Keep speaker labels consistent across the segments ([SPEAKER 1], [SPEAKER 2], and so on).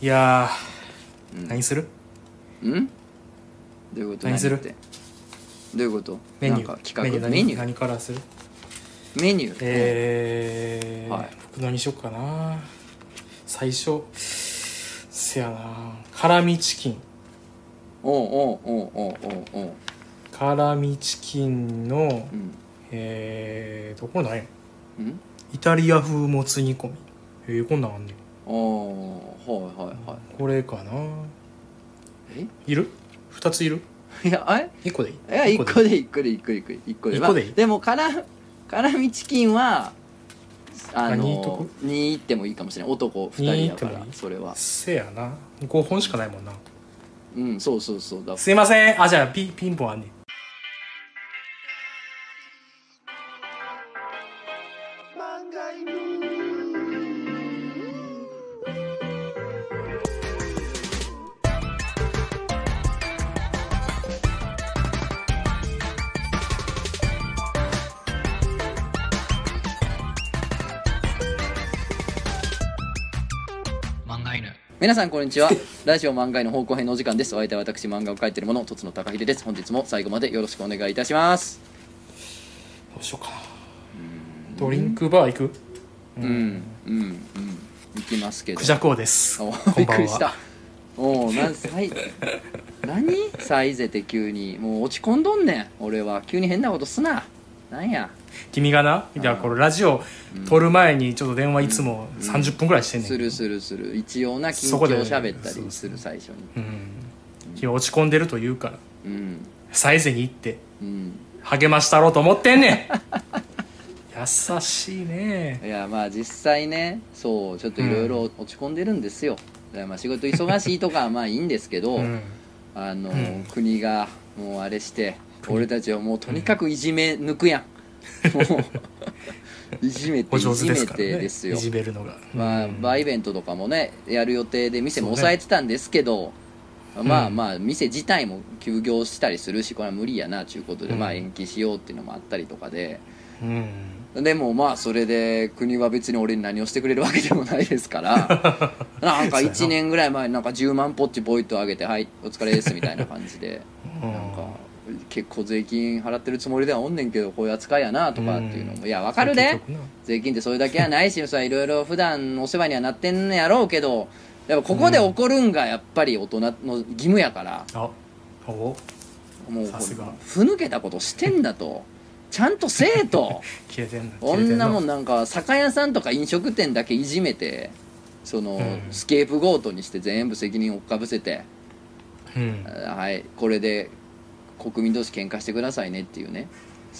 [SPEAKER 1] いや
[SPEAKER 2] う
[SPEAKER 1] ー
[SPEAKER 2] ん
[SPEAKER 1] 何する
[SPEAKER 2] うんどういうこと
[SPEAKER 1] 何する
[SPEAKER 2] ってどういうこと
[SPEAKER 1] メニュ
[SPEAKER 2] なんか
[SPEAKER 1] ーメ
[SPEAKER 2] 企
[SPEAKER 1] ニュー
[SPEAKER 2] 画
[SPEAKER 1] 何
[SPEAKER 2] メニュー
[SPEAKER 1] 何からする
[SPEAKER 2] メニュー
[SPEAKER 1] えー
[SPEAKER 2] はい
[SPEAKER 1] 僕何しよっかな最初せやな辛味チキン
[SPEAKER 2] おうおうおうおうおうおう
[SPEAKER 1] 辛味チキンの
[SPEAKER 2] うん
[SPEAKER 1] えーとこれ何や
[SPEAKER 2] うん
[SPEAKER 1] イタリア風もつ煮込みえー、こんなんあんねん
[SPEAKER 2] おーはいはいは
[SPEAKER 1] これかないいる二ついる
[SPEAKER 2] えいやあれ
[SPEAKER 1] 一個でいい
[SPEAKER 2] いや一
[SPEAKER 1] で
[SPEAKER 2] 個で一個で一個で一個で一個で
[SPEAKER 1] 一個でいい
[SPEAKER 2] まあでも辛辛味チキンはあ
[SPEAKER 1] あ二いっと
[SPEAKER 2] の
[SPEAKER 1] く
[SPEAKER 2] にいってもいいかもしれない男
[SPEAKER 1] 二い
[SPEAKER 2] 二
[SPEAKER 1] っ
[SPEAKER 2] 人
[SPEAKER 1] て
[SPEAKER 2] だ
[SPEAKER 1] も
[SPEAKER 2] か
[SPEAKER 1] いい
[SPEAKER 2] らそれは
[SPEAKER 1] せやな5本しかないもんな
[SPEAKER 2] うんそうそうそうだ
[SPEAKER 1] すいませんあじゃあピピンポンあんねん
[SPEAKER 2] 皆さんこんにちはラジオ漫画への方向編のお時間ですお相手は私漫画を描いている者とつの高秀です本日も最後までよろしくお願いいたします
[SPEAKER 1] どうしようかなドリンクバー行く
[SPEAKER 2] うんうんうんいきますけど
[SPEAKER 1] クジャコウですこ
[SPEAKER 2] お
[SPEAKER 1] ん
[SPEAKER 2] ーびっ
[SPEAKER 1] ば
[SPEAKER 2] く
[SPEAKER 1] ん
[SPEAKER 2] りし
[SPEAKER 1] は
[SPEAKER 2] たおお何歳何サイゼて急にもう落ち込んどんねん俺は急に変なことすななんや
[SPEAKER 1] 君がなじゃあこれラジオ撮る前にちょっと電話いつも
[SPEAKER 2] うん
[SPEAKER 1] 30分ぐらいしてんねん
[SPEAKER 2] するするする一応な緊張
[SPEAKER 1] そこで
[SPEAKER 2] 喋った
[SPEAKER 1] そう
[SPEAKER 2] りする最初に
[SPEAKER 1] うん君落ち込んでると言うから
[SPEAKER 2] うん
[SPEAKER 1] サイゼに行って
[SPEAKER 2] うん
[SPEAKER 1] 励ましたろうと思ってんね ん優しいね
[SPEAKER 2] いやまあ実際ねそうちょっといろいろ落ち込んでるんですよ、だからまあ仕事忙しいとかは まあいいんですけど、
[SPEAKER 1] うん
[SPEAKER 2] あの、
[SPEAKER 1] うん
[SPEAKER 2] 国がもうあれして俺たちをもうとにかくいじめ抜くやん、もういじめて
[SPEAKER 1] お
[SPEAKER 2] い
[SPEAKER 1] 上手
[SPEAKER 2] じ
[SPEAKER 1] で
[SPEAKER 2] め
[SPEAKER 1] すから
[SPEAKER 2] て
[SPEAKER 1] ね
[SPEAKER 2] ですよ
[SPEAKER 1] いじめるのが、
[SPEAKER 2] まあ、
[SPEAKER 1] うん
[SPEAKER 2] バーイベントとかもねやる予定で店も
[SPEAKER 1] そうね
[SPEAKER 2] 抑えてたんですけど、まあ
[SPEAKER 1] うん
[SPEAKER 2] まあ店自体も休業したりするしこれは無理やなということで、
[SPEAKER 1] うん
[SPEAKER 2] まあ延期しようっていうのもあったりとかで
[SPEAKER 1] うん
[SPEAKER 2] でもまあそれで国は別に俺に何をしてくれるわけでもないですから なんか1年ぐらい前になんか10万ポッチボイトあげて「はいお疲れです」みたいな感じで
[SPEAKER 1] うん
[SPEAKER 2] なんか結構税金払ってるつもりではおんねんけどこういう扱いやなとかっていうのも、いやわかるで、
[SPEAKER 1] 結局な
[SPEAKER 2] 税金ってそれだけはないしさいろいろ普段お世話にはなってんのやろうけどやっぱここで怒るんがやっぱり大人の義務やから、
[SPEAKER 1] あお
[SPEAKER 2] もう
[SPEAKER 1] さすが
[SPEAKER 2] ふぬけたことしてんだとちゃんとせえと
[SPEAKER 1] 消えてんの消えて
[SPEAKER 2] 女も
[SPEAKER 1] ん
[SPEAKER 2] ん
[SPEAKER 1] の
[SPEAKER 2] なんか酒屋さんとか飲食店だけいじめてその、
[SPEAKER 1] うん
[SPEAKER 2] スケープゴートにして全部責任を追っかぶせて、
[SPEAKER 1] うん
[SPEAKER 2] あはいこれで国民同士喧嘩してくださいねっていうね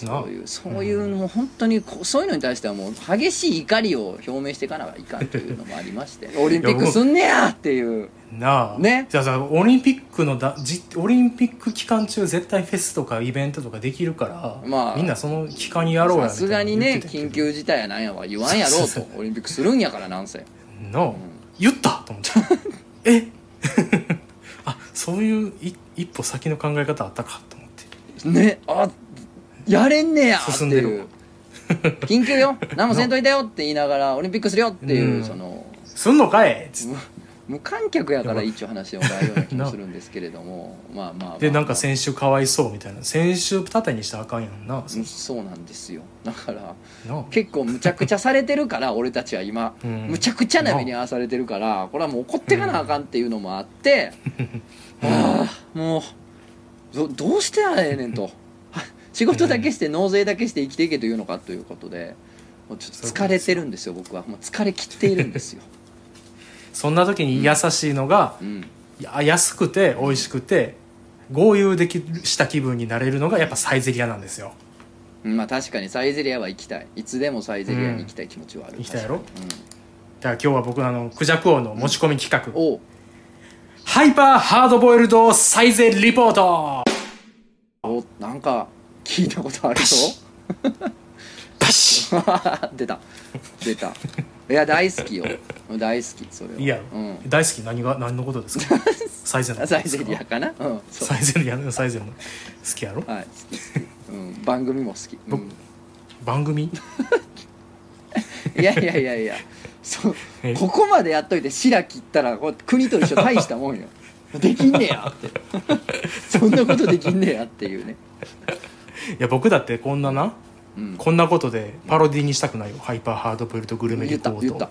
[SPEAKER 1] な
[SPEAKER 2] そういうそういうもう本当にこそういうのに対してはもう激しい怒りを表明していかなきゃいかんというのもあり ましてオリンピックすんねやっていう
[SPEAKER 1] なあ
[SPEAKER 2] ね
[SPEAKER 1] じゃあさオリンピックのだじオリンピック期間中絶対フェスとかイベントとかできるから、
[SPEAKER 2] まあ
[SPEAKER 1] みんなその期間にやろうや
[SPEAKER 2] さすがにね
[SPEAKER 1] みたいな
[SPEAKER 2] 緊
[SPEAKER 1] の言っ
[SPEAKER 2] 急事態やなんやは言わんやろう
[SPEAKER 1] そう
[SPEAKER 2] と
[SPEAKER 1] そう
[SPEAKER 2] オリンピックするんやからなんせ
[SPEAKER 1] てたけどなあ、言ったと思って え あそういうい一歩先の考え方あったかと思って
[SPEAKER 2] ねあやれんねやって
[SPEAKER 1] 進んで
[SPEAKER 2] い
[SPEAKER 1] る
[SPEAKER 2] う緊急よ何もせんといたよって言いながらオリンピックするよっていううんその
[SPEAKER 1] すんのかいっつって
[SPEAKER 2] 無観客やから一応話でもないような気もするんですけれどもまあまあまあ
[SPEAKER 1] でなんか先週かわいそうみたいな先週盾にしたらあかんやんなそ
[SPEAKER 2] うんそうなんですよだから
[SPEAKER 1] なあ
[SPEAKER 2] 結構むちゃくちゃされてるから 俺たちは今、
[SPEAKER 1] うん
[SPEAKER 2] むちゃくちゃな目に遭わされてるからこれはもう怒ってかなあかんっていうのもあって、ああもうどどうしてあれええねんと 仕事だけして納税だけして生きていけというのかということでもうちょっと疲れてるんですよ僕はもう疲れきっているんですよ、
[SPEAKER 1] そんな時に優しいのが、
[SPEAKER 2] うん、
[SPEAKER 1] いや安くて美味しくて豪遊できるした気分になれるのがやっぱサイゼリアなんですよ
[SPEAKER 2] まあ確かにサイゼリアは行きたいいつでもサイゼリアに行きたい気持ちはある、
[SPEAKER 1] 行きたいやろ
[SPEAKER 2] 確かに
[SPEAKER 1] だから今日は僕あのクジャク王の持ち込み企画、
[SPEAKER 2] うんおう
[SPEAKER 1] ハイパーハードボイルドサイゼリポート
[SPEAKER 2] おなんか聞いたことあるぞ
[SPEAKER 1] パシッ
[SPEAKER 2] 出た出たいや大好きよ大好きそれはい
[SPEAKER 1] いやろ、
[SPEAKER 2] うん、
[SPEAKER 1] 大好き何が何のことですかサイゼのこと
[SPEAKER 2] サイ
[SPEAKER 1] です
[SPEAKER 2] ゼ
[SPEAKER 1] か
[SPEAKER 2] リアかなうんそう
[SPEAKER 1] サイゼリアのサイゼの好きやろ
[SPEAKER 2] はい好き好き、うん、番組も好き、うん
[SPEAKER 1] 番組
[SPEAKER 2] いやいやいやいやそう
[SPEAKER 1] え
[SPEAKER 2] ここまでやっといて白切ったらこれ国と一緒大したもんよできんねやってそんなことできんねやっていうね、
[SPEAKER 1] いや僕だってこんなな
[SPEAKER 2] うん、
[SPEAKER 1] こんなことでパロディにしたくないよ、ハイパーハードボイルドグルメリ
[SPEAKER 2] 言っ
[SPEAKER 1] ポ
[SPEAKER 2] た言
[SPEAKER 1] ー
[SPEAKER 2] っ
[SPEAKER 1] ト
[SPEAKER 2] た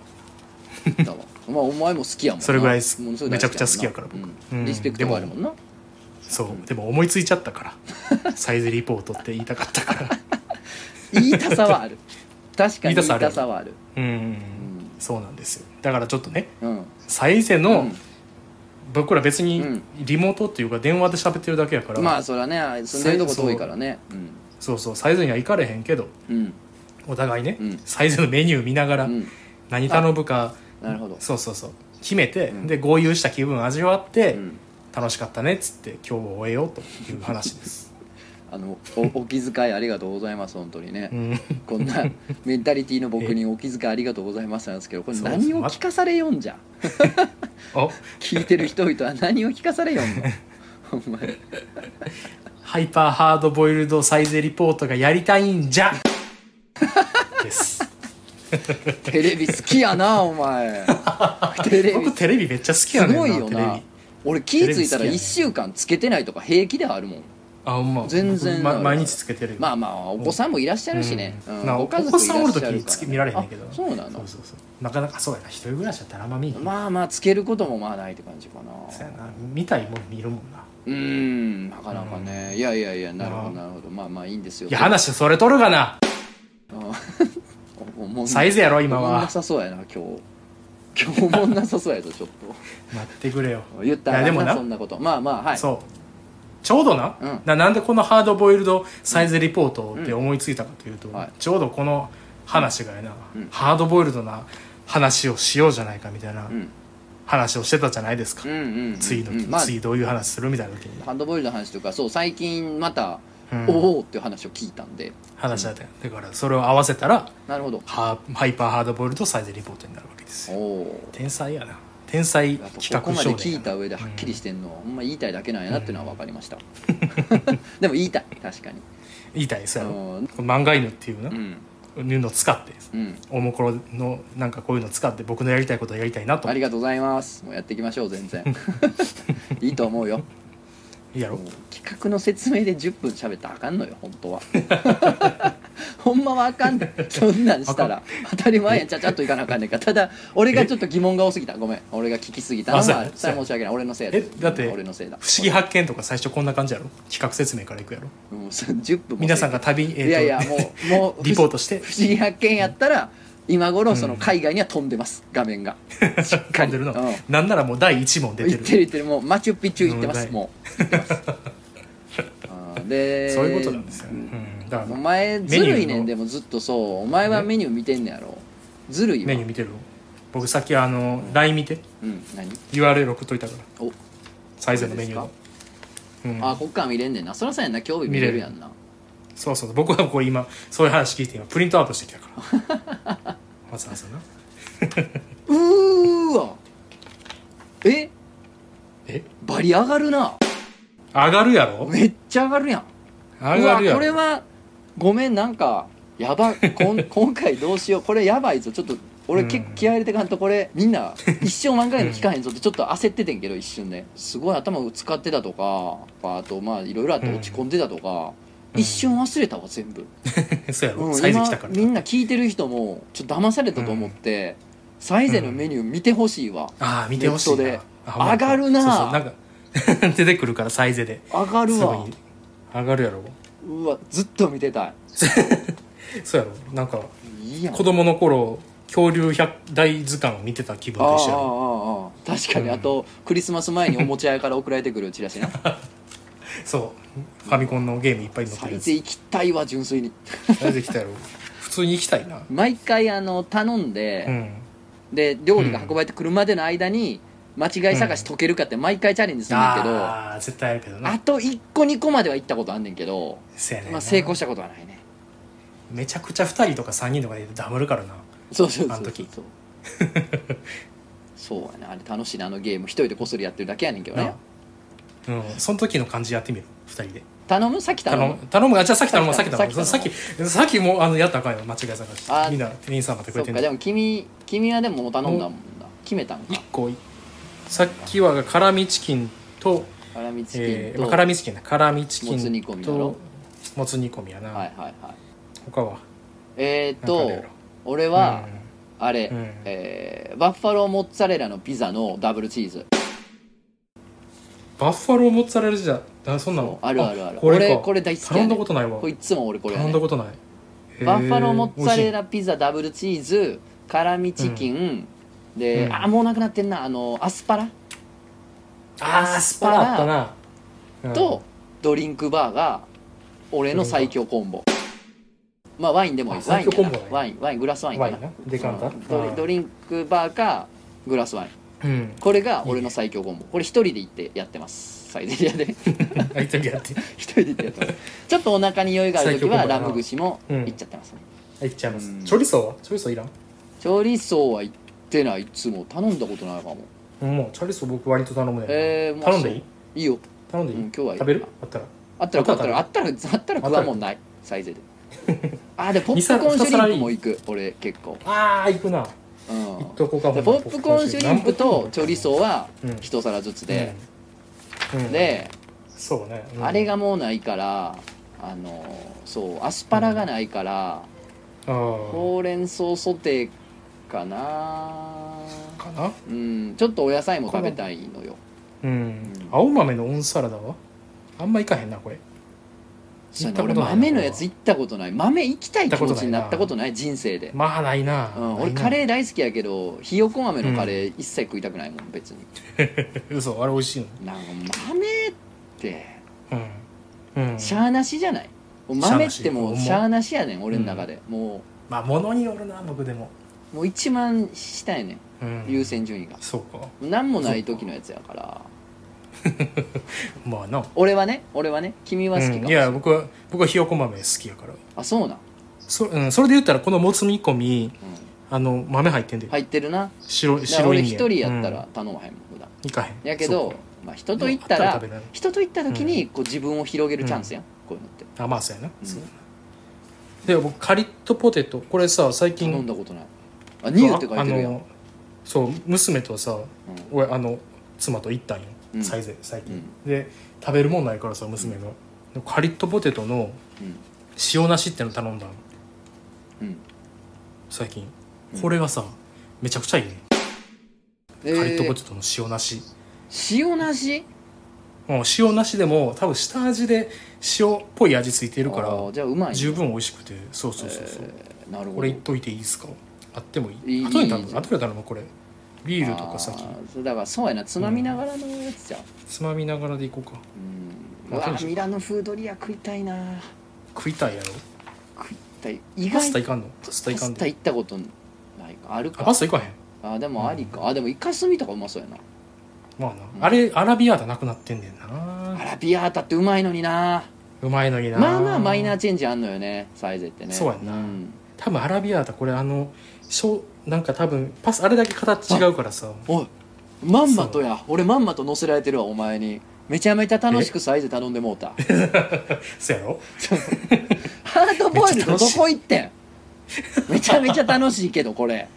[SPEAKER 2] 言ったわお前お前も好きやもんな
[SPEAKER 1] それぐらいす
[SPEAKER 2] ものご
[SPEAKER 1] め
[SPEAKER 2] 大
[SPEAKER 1] ちゃくちゃ好きやから
[SPEAKER 2] もんな
[SPEAKER 1] 僕
[SPEAKER 2] うん
[SPEAKER 1] うん
[SPEAKER 2] リスペクトがあるもんな
[SPEAKER 1] そうでも思いついちゃったからサイズリポートって言いたかったから
[SPEAKER 2] 言いたさはある確かに
[SPEAKER 1] 言
[SPEAKER 2] 言い
[SPEAKER 1] いたさある
[SPEAKER 2] たさはある
[SPEAKER 1] うん、そうなんですよだからちょっとね
[SPEAKER 2] うん
[SPEAKER 1] 再生
[SPEAKER 2] う
[SPEAKER 1] の、
[SPEAKER 2] ん
[SPEAKER 1] 僕ら別
[SPEAKER 2] う
[SPEAKER 1] に
[SPEAKER 2] ん
[SPEAKER 1] リモートっていうか電話で喋ってるだけやから、
[SPEAKER 2] まあそりゃね住んでるとこ遠いからね
[SPEAKER 1] そうそうサイズには行かれへんけど
[SPEAKER 2] うんうん
[SPEAKER 1] お互いね、
[SPEAKER 2] うん
[SPEAKER 1] サイズのメニュー見ながら
[SPEAKER 2] うん
[SPEAKER 1] 何頼むか、
[SPEAKER 2] なるほど
[SPEAKER 1] そうそうそう決めて、
[SPEAKER 2] うん
[SPEAKER 1] で合流した気分味わって、
[SPEAKER 2] うん
[SPEAKER 1] 楽しかったねっつって今日を終えようという話です、
[SPEAKER 2] あのお お気遣いありがとうございます本当にね
[SPEAKER 1] うん、
[SPEAKER 2] こん なメンタリティの僕にお気遣いありがとうございますなんですけどこれ
[SPEAKER 1] そうそう
[SPEAKER 2] 何を聞かされよんじゃん
[SPEAKER 1] お
[SPEAKER 2] 聞いてる人々は何を聞かされよ んのほんまに
[SPEAKER 1] ハイパーハードボイルドサイズリポートがやりたいんじゃです
[SPEAKER 2] テレビ好きやなお 前テレビ
[SPEAKER 1] 僕テレビめっちゃ好きや
[SPEAKER 2] す
[SPEAKER 1] ねんな
[SPEAKER 2] ごいよ
[SPEAKER 1] テレ
[SPEAKER 2] な
[SPEAKER 1] ビ
[SPEAKER 2] 俺気ぃ付いたら
[SPEAKER 1] テレビ好きやね
[SPEAKER 2] 1週間つけてないとか平気ではあるもん
[SPEAKER 1] あほんま
[SPEAKER 2] 全然
[SPEAKER 1] ま毎日つけてるよ
[SPEAKER 2] まあまあお子さんもいらっしゃるしね、
[SPEAKER 1] う
[SPEAKER 2] うんん
[SPEAKER 1] な
[SPEAKER 2] ご家族
[SPEAKER 1] お子さんおる
[SPEAKER 2] いらっ
[SPEAKER 1] 時
[SPEAKER 2] しゃから
[SPEAKER 1] つけ見られへんけど
[SPEAKER 2] あそうな
[SPEAKER 1] そ
[SPEAKER 2] の
[SPEAKER 1] うそうそうなかなかそうやな一人暮らしだったらあんま見えへん
[SPEAKER 2] まあまあつけることもまあないって感じかな
[SPEAKER 1] そうやな見たいもん見るもんな
[SPEAKER 2] うーんなかなかね、いやいやいやなるほど
[SPEAKER 1] な
[SPEAKER 2] なるほどまあまあいいんですよ
[SPEAKER 1] いや話それとるがな
[SPEAKER 2] おおもんな
[SPEAKER 1] サイズやろ今
[SPEAKER 2] おもんな
[SPEAKER 1] は
[SPEAKER 2] さそうやな今日今日おもんなさそうやぞちょっ
[SPEAKER 1] 待ってくれよ
[SPEAKER 2] と言ったら
[SPEAKER 1] いやでもな
[SPEAKER 2] そんなことまあまあはい
[SPEAKER 1] そうちょうどな,、
[SPEAKER 2] うん
[SPEAKER 1] ななんでこのハードボイルドサイズリポートって思いついたかというと、
[SPEAKER 2] んはい
[SPEAKER 1] ちょうどこの話がやな、
[SPEAKER 2] うん
[SPEAKER 1] ハードボイルドな話をしようじゃないかみたいな
[SPEAKER 2] うん、
[SPEAKER 1] 話をしてたじゃないですか、
[SPEAKER 2] うんうんうん
[SPEAKER 1] ついの
[SPEAKER 2] う
[SPEAKER 1] 日、
[SPEAKER 2] んまあ
[SPEAKER 1] 次どういう話するみたいな時に、
[SPEAKER 2] ハンドボイルの話とかそう最近また、
[SPEAKER 1] うん
[SPEAKER 2] おおっていう話を聞いたんで
[SPEAKER 1] 話だったよだからそれを合わせたら
[SPEAKER 2] なるほど
[SPEAKER 1] ハーハイパーハードボイルドサイズリポートになるわけです
[SPEAKER 2] お
[SPEAKER 1] よ
[SPEAKER 2] お
[SPEAKER 1] 天才やな天才
[SPEAKER 2] やっぱ
[SPEAKER 1] 企画
[SPEAKER 2] ここま
[SPEAKER 1] 少
[SPEAKER 2] で
[SPEAKER 1] 年
[SPEAKER 2] 聞いた上ではっきりしてんのは、ほんま言いたいだけなんやなっていうのは分かりました、 でも言いたい確かに
[SPEAKER 1] うん言いたいです
[SPEAKER 2] う
[SPEAKER 1] よ、
[SPEAKER 2] ん
[SPEAKER 1] この漫画犬っていうな、
[SPEAKER 2] うん、
[SPEAKER 1] 布を使って
[SPEAKER 2] うん、
[SPEAKER 1] おもころのなんかこういうの使って僕のやりたいことをやりたいなと
[SPEAKER 2] ありがとうございますもうやっていきましょう全 然いいと思うよ
[SPEAKER 1] いいやろ
[SPEAKER 2] もう企画の説明で10分喋ったらあかんのよ本当はほんまはあ かんそんなんしたら当たり前やんちゃちゃっといかなあかんねんからただ俺がちょっと疑問が多すぎたごめん俺が聞きすぎたの
[SPEAKER 1] あそう
[SPEAKER 2] は
[SPEAKER 1] や
[SPEAKER 2] それは申し訳ない俺のせいだ
[SPEAKER 1] えだって
[SPEAKER 2] 俺のせいだ
[SPEAKER 1] 不思議発見とか最初こんな感じやろ企画説明からいくやろ
[SPEAKER 2] もうそう10分も
[SPEAKER 1] 皆さんが旅
[SPEAKER 2] い
[SPEAKER 1] えーと
[SPEAKER 2] やいやもうもう
[SPEAKER 1] リポートして
[SPEAKER 2] 不思議発見やったら今頃その海外には飛んでます画面がしっ
[SPEAKER 1] 飛
[SPEAKER 2] かり
[SPEAKER 1] んでるの、
[SPEAKER 2] うん
[SPEAKER 1] なんならもう第1問出て
[SPEAKER 2] 行
[SPEAKER 1] る
[SPEAKER 2] ってる行ってるもうマチュピチュ行ってます
[SPEAKER 1] うん
[SPEAKER 2] もう行ってますあーで
[SPEAKER 1] そういうことなんですよ、ねうん、だから
[SPEAKER 2] お
[SPEAKER 1] メ
[SPEAKER 2] 前ずるい
[SPEAKER 1] メニュー
[SPEAKER 2] ねん
[SPEAKER 1] の
[SPEAKER 2] でもずっとそうお前はメニュー見てんねやろずるいわ
[SPEAKER 1] ニュー見てるの僕さっきあの LINE 見て
[SPEAKER 2] うん何
[SPEAKER 1] URL 送っといたから
[SPEAKER 2] お
[SPEAKER 1] サイズのメニューの
[SPEAKER 2] こ、
[SPEAKER 1] うん、
[SPEAKER 2] あこっから見れんねんなそらさやんな興味見れるやんな
[SPEAKER 1] そうそう僕はこれ今そういう話聞いて今プリントアウトしてきたから わざわざな
[SPEAKER 2] うーわえ
[SPEAKER 1] え
[SPEAKER 2] バリ上がるな
[SPEAKER 1] 上がるやろ
[SPEAKER 2] めっちゃ上がるやん
[SPEAKER 1] 上がる
[SPEAKER 2] う
[SPEAKER 1] や
[SPEAKER 2] わ
[SPEAKER 1] ろ
[SPEAKER 2] これはごめんなんかやばこ ん今回どうしようこれやばいぞちょっと俺
[SPEAKER 1] うん
[SPEAKER 2] 結構気合い入れてかんとこれみん な一生漫画に聞かへんぞってちょっと焦っててんけど一瞬ですごい頭を使ってたとかあとまあいろいろあって落ち込んでたとか、
[SPEAKER 1] うん
[SPEAKER 2] 一瞬忘れたわ全部、
[SPEAKER 1] そうやろ、
[SPEAKER 2] うん
[SPEAKER 1] サイズ
[SPEAKER 2] 今
[SPEAKER 1] 来たから
[SPEAKER 2] みんな聞いてる人もちょっと騙されたと思って、サイゼのメニュー見てほしいわ、
[SPEAKER 1] ああ見てほしい
[SPEAKER 2] ネッ
[SPEAKER 1] な
[SPEAKER 2] トで
[SPEAKER 1] あほんまや
[SPEAKER 2] 上がるな
[SPEAKER 1] そうそうなんか 出てくるからサイゼで
[SPEAKER 2] 上がる
[SPEAKER 1] す
[SPEAKER 2] わ
[SPEAKER 1] ぐに上がるやろ
[SPEAKER 2] うわずっと見てたい
[SPEAKER 1] そうやろなんか
[SPEAKER 2] いいやん
[SPEAKER 1] 子供の頃恐竜百大図鑑を見てた気分と一緒やろ
[SPEAKER 2] ああああああ確かに、
[SPEAKER 1] うん
[SPEAKER 2] あとクリスマス前におもちゃ屋から送られてくるチラ シな
[SPEAKER 1] そうファミコンのゲームいっぱい載って
[SPEAKER 2] サ
[SPEAKER 1] る
[SPEAKER 2] イ
[SPEAKER 1] や
[SPEAKER 2] ズ
[SPEAKER 1] つ
[SPEAKER 2] 行きたいわ純粋に
[SPEAKER 1] サイゼ来たやろ普通に行きたいな
[SPEAKER 2] 毎回あの頼ん
[SPEAKER 1] う
[SPEAKER 2] で、
[SPEAKER 1] ん
[SPEAKER 2] で料理が運ばれてくるまでの間に間違い探し解けるかって毎回チャレンジするんだけど、あ
[SPEAKER 1] ああ絶対あるけどな
[SPEAKER 2] と1個2個までは行ったことあんねんけど、
[SPEAKER 1] せやねんな
[SPEAKER 2] まあ、成功したことはないね
[SPEAKER 1] めちゃくちゃ2人とか3人とかでダブるからな
[SPEAKER 2] そうそう
[SPEAKER 1] あ
[SPEAKER 2] そ
[SPEAKER 1] の
[SPEAKER 2] う
[SPEAKER 1] 時
[SPEAKER 2] そうそうやねあれ楽しいねあのゲーム一人でこっそりやってるだけやねんけどね
[SPEAKER 1] なうん、その時の感じやってみる2人で
[SPEAKER 2] 頼む先頼む
[SPEAKER 1] 頼む頼むあじゃあさっき頼むさ
[SPEAKER 2] さ
[SPEAKER 1] っ
[SPEAKER 2] っ
[SPEAKER 1] き
[SPEAKER 2] き
[SPEAKER 1] 頼
[SPEAKER 2] 頼
[SPEAKER 1] む
[SPEAKER 2] む
[SPEAKER 1] さっきさっきもうあのやったらあかんよ間違い探し
[SPEAKER 2] あ
[SPEAKER 1] みんな店員さん待ってく
[SPEAKER 2] そ
[SPEAKER 1] れ
[SPEAKER 2] って
[SPEAKER 1] ん
[SPEAKER 2] か
[SPEAKER 1] の
[SPEAKER 2] でも君君はでも頼んだもんな決めたん
[SPEAKER 1] 1
[SPEAKER 2] か
[SPEAKER 1] 個さっきは辛味チキンと
[SPEAKER 2] 辛味チキンと、
[SPEAKER 1] えーまあ辛味チキンだ辛味チキ
[SPEAKER 2] もつ煮込
[SPEAKER 1] ン
[SPEAKER 2] みやろ
[SPEAKER 1] ともつ煮込みやな、
[SPEAKER 2] はいはいはい
[SPEAKER 1] 他は
[SPEAKER 2] えー、っ
[SPEAKER 1] なん
[SPEAKER 2] と
[SPEAKER 1] かあるやろ
[SPEAKER 2] 俺は、あれ、
[SPEAKER 1] うん
[SPEAKER 2] えーバッファローモッツァレラのピザのダブルチーズ
[SPEAKER 1] バッファローモッツァレラじゃあそんなの
[SPEAKER 2] あるあるある
[SPEAKER 1] これか
[SPEAKER 2] 俺これ大好きやね
[SPEAKER 1] 頼んだことないわ
[SPEAKER 2] これいつも俺これや
[SPEAKER 1] 頼
[SPEAKER 2] ね
[SPEAKER 1] んだことない
[SPEAKER 2] バッファローモッツァレ
[SPEAKER 1] ラ
[SPEAKER 2] ラピザダブルチーズ辛味チキン、で、
[SPEAKER 1] うん
[SPEAKER 2] あもうなくなってんなあのアスパラ
[SPEAKER 1] あースパラあったな、うん
[SPEAKER 2] とドリンクバーが俺の最強コンボまあワインでもいい
[SPEAKER 1] あ
[SPEAKER 2] ワインやな
[SPEAKER 1] 最強コンボね
[SPEAKER 2] ワインワイングラスワインか
[SPEAKER 1] ワ
[SPEAKER 2] な
[SPEAKER 1] インなデカンタ
[SPEAKER 2] うんド
[SPEAKER 1] あー
[SPEAKER 2] リドリンクバーかグラスワイ
[SPEAKER 1] う
[SPEAKER 2] ン
[SPEAKER 1] ん
[SPEAKER 2] これが俺の最強コンボこれ一人で行ってやってますサイゼリ アで
[SPEAKER 1] あいつやって
[SPEAKER 2] 一人で行ってやってますちょっとお腹に酔いがある時
[SPEAKER 1] 最強コンボ
[SPEAKER 2] は
[SPEAKER 1] やな
[SPEAKER 2] ラム串も行っちゃってますね、
[SPEAKER 1] いっちゃいます、
[SPEAKER 2] うん
[SPEAKER 1] チョリソーはチョリソーいらん
[SPEAKER 2] チョリソーは行ってないいつも頼んだことないかも
[SPEAKER 1] もうチョリソー僕割と頼むね、
[SPEAKER 2] えーまあ
[SPEAKER 1] 頼んでいい
[SPEAKER 2] いいよ
[SPEAKER 1] 頼んでいい、
[SPEAKER 2] うん今日はいい
[SPEAKER 1] 食べるあったら
[SPEAKER 2] あったら
[SPEAKER 1] あっ
[SPEAKER 2] あったた
[SPEAKER 1] ら
[SPEAKER 2] らあったらあったら食わんもんないサ イゼであでポッ
[SPEAKER 1] 二皿
[SPEAKER 2] プコーンシュリンプも
[SPEAKER 1] 二
[SPEAKER 2] 行く俺結構
[SPEAKER 1] ああ行くな
[SPEAKER 2] う
[SPEAKER 1] 行っ
[SPEAKER 2] ん
[SPEAKER 1] とこうか
[SPEAKER 2] で
[SPEAKER 1] ほな
[SPEAKER 2] ポップコーンシュリンプとチョリソーは
[SPEAKER 1] うん
[SPEAKER 2] 一皿ずつで、
[SPEAKER 1] うん、うん
[SPEAKER 2] で、
[SPEAKER 1] そうね、うん
[SPEAKER 2] あれがもうないからあのそうアスパラがないから、
[SPEAKER 1] あー
[SPEAKER 2] ほうれん草ソテーかな
[SPEAKER 1] かな
[SPEAKER 2] うんちょっとお野菜も食べたいのよ
[SPEAKER 1] うん、
[SPEAKER 2] うん
[SPEAKER 1] 青豆のオンサラダはあんま行かへんなこれ
[SPEAKER 2] そ
[SPEAKER 1] 行
[SPEAKER 2] うやね
[SPEAKER 1] った
[SPEAKER 2] 俺
[SPEAKER 1] ことないな
[SPEAKER 2] 豆のやつ行ったことない豆行きたい気持ちにな
[SPEAKER 1] 行っ
[SPEAKER 2] ったた
[SPEAKER 1] こ
[SPEAKER 2] こととない人生で
[SPEAKER 1] まあないな、
[SPEAKER 2] うん、
[SPEAKER 1] ない
[SPEAKER 2] 俺
[SPEAKER 1] な
[SPEAKER 2] カレー大好きやけどひよこ豆のカレー一切食いたくないもん別に
[SPEAKER 1] 嘘あれ美味しいの
[SPEAKER 2] なんか豆って
[SPEAKER 1] うん、うん、
[SPEAKER 2] しゃあなしじゃないもう
[SPEAKER 1] しゃあ
[SPEAKER 2] 豆
[SPEAKER 1] な
[SPEAKER 2] っ
[SPEAKER 1] して
[SPEAKER 2] もうしゃあなしやねん俺の中で、も
[SPEAKER 1] まあ物によるな僕でも、
[SPEAKER 2] うもう一番下やねん
[SPEAKER 1] うん、
[SPEAKER 2] 優先順位が
[SPEAKER 1] そうか
[SPEAKER 2] 何もない時のやつやから
[SPEAKER 1] まあな
[SPEAKER 2] 俺はね俺はね君は好きかも
[SPEAKER 1] うん、い
[SPEAKER 2] しれない、
[SPEAKER 1] や僕は僕はひよこ豆好きやから
[SPEAKER 2] あそうなん、
[SPEAKER 1] そ,、うん、それで言ったらこのもつ煮込み
[SPEAKER 2] う
[SPEAKER 1] あの豆入ってんで、
[SPEAKER 2] ん、入ってるな
[SPEAKER 1] 白
[SPEAKER 2] だから
[SPEAKER 1] 白い
[SPEAKER 2] 俺
[SPEAKER 1] んげん
[SPEAKER 2] 一人やったら頼まへんもん普段
[SPEAKER 1] うんいかへん
[SPEAKER 2] やけ
[SPEAKER 1] そう
[SPEAKER 2] ど
[SPEAKER 1] か、
[SPEAKER 2] まあ、人と行ったら
[SPEAKER 1] あ食べられる
[SPEAKER 2] 人と行った時にこう自分を広げるチャンスやん、こういうのって
[SPEAKER 1] あまあそうやな、
[SPEAKER 2] うん
[SPEAKER 1] そうやなで僕カリッとポテトこれさ最近
[SPEAKER 2] 頼んだことないあニューって書いてるや
[SPEAKER 1] あ
[SPEAKER 2] ん
[SPEAKER 1] のそう娘とさ俺あの妻と行ったんよ、
[SPEAKER 2] うん
[SPEAKER 1] サイゼ最近、
[SPEAKER 2] う
[SPEAKER 1] で食べるもんないからさ娘が、でカリッとポテトの
[SPEAKER 2] うん
[SPEAKER 1] 塩なしっての頼んだの
[SPEAKER 2] うん
[SPEAKER 1] 最近
[SPEAKER 2] うん
[SPEAKER 1] これがさ、めちゃくちゃいいね、
[SPEAKER 2] え
[SPEAKER 1] カリッとポ
[SPEAKER 2] ー、
[SPEAKER 1] テトの塩なし
[SPEAKER 2] 塩なし
[SPEAKER 1] うん塩なしでも多分下味で塩っぽい味ついてるか
[SPEAKER 2] あー
[SPEAKER 1] ら
[SPEAKER 2] じゃあうまい、ね、
[SPEAKER 1] 十分美味しくてそうそうそうそう、
[SPEAKER 2] えーなるほ
[SPEAKER 1] こ
[SPEAKER 2] ど
[SPEAKER 1] れいっといていいですかあってもいい
[SPEAKER 2] いい
[SPEAKER 1] 後に頼
[SPEAKER 2] いい
[SPEAKER 1] む
[SPEAKER 2] じゃん
[SPEAKER 1] 後で頼むこれビールとかさ
[SPEAKER 2] あーそうだからそうやなつまみながらのやつじゃん、
[SPEAKER 1] つまみながらでいこうか
[SPEAKER 2] う
[SPEAKER 1] ま
[SPEAKER 2] んう
[SPEAKER 1] あ
[SPEAKER 2] わ
[SPEAKER 1] テンション
[SPEAKER 2] ミラノ風ドリア食いたいな
[SPEAKER 1] 食いたいやろ
[SPEAKER 2] 食いたい意
[SPEAKER 1] パスタ
[SPEAKER 2] 外と
[SPEAKER 1] いかんのパスタい
[SPEAKER 2] パ
[SPEAKER 1] かん
[SPEAKER 2] スタ
[SPEAKER 1] で
[SPEAKER 2] 行ったことないかある
[SPEAKER 1] あ
[SPEAKER 2] か
[SPEAKER 1] パスタいかへん
[SPEAKER 2] あーでもありか、あでもイカスミとかうまそうやな
[SPEAKER 1] まあな、
[SPEAKER 2] うん
[SPEAKER 1] あれアラビアータなくなってんねん
[SPEAKER 2] ア
[SPEAKER 1] な
[SPEAKER 2] ラビアータってうまいのにな
[SPEAKER 1] うまいのにな
[SPEAKER 2] まあまあマイナーチェンジあんのよねサイゼってね
[SPEAKER 1] そうやんなん多分アラビアータこれあのしょなんか多分パスあれだけ形違うからさ
[SPEAKER 2] おいまんまとや俺まんまと乗せられてるわお前にめちゃめちゃ楽しくサイゼ頼んでもうた
[SPEAKER 1] そうやろ
[SPEAKER 2] ハードボイルドどこ行ってんめちゃめちゃ楽しいけどこれ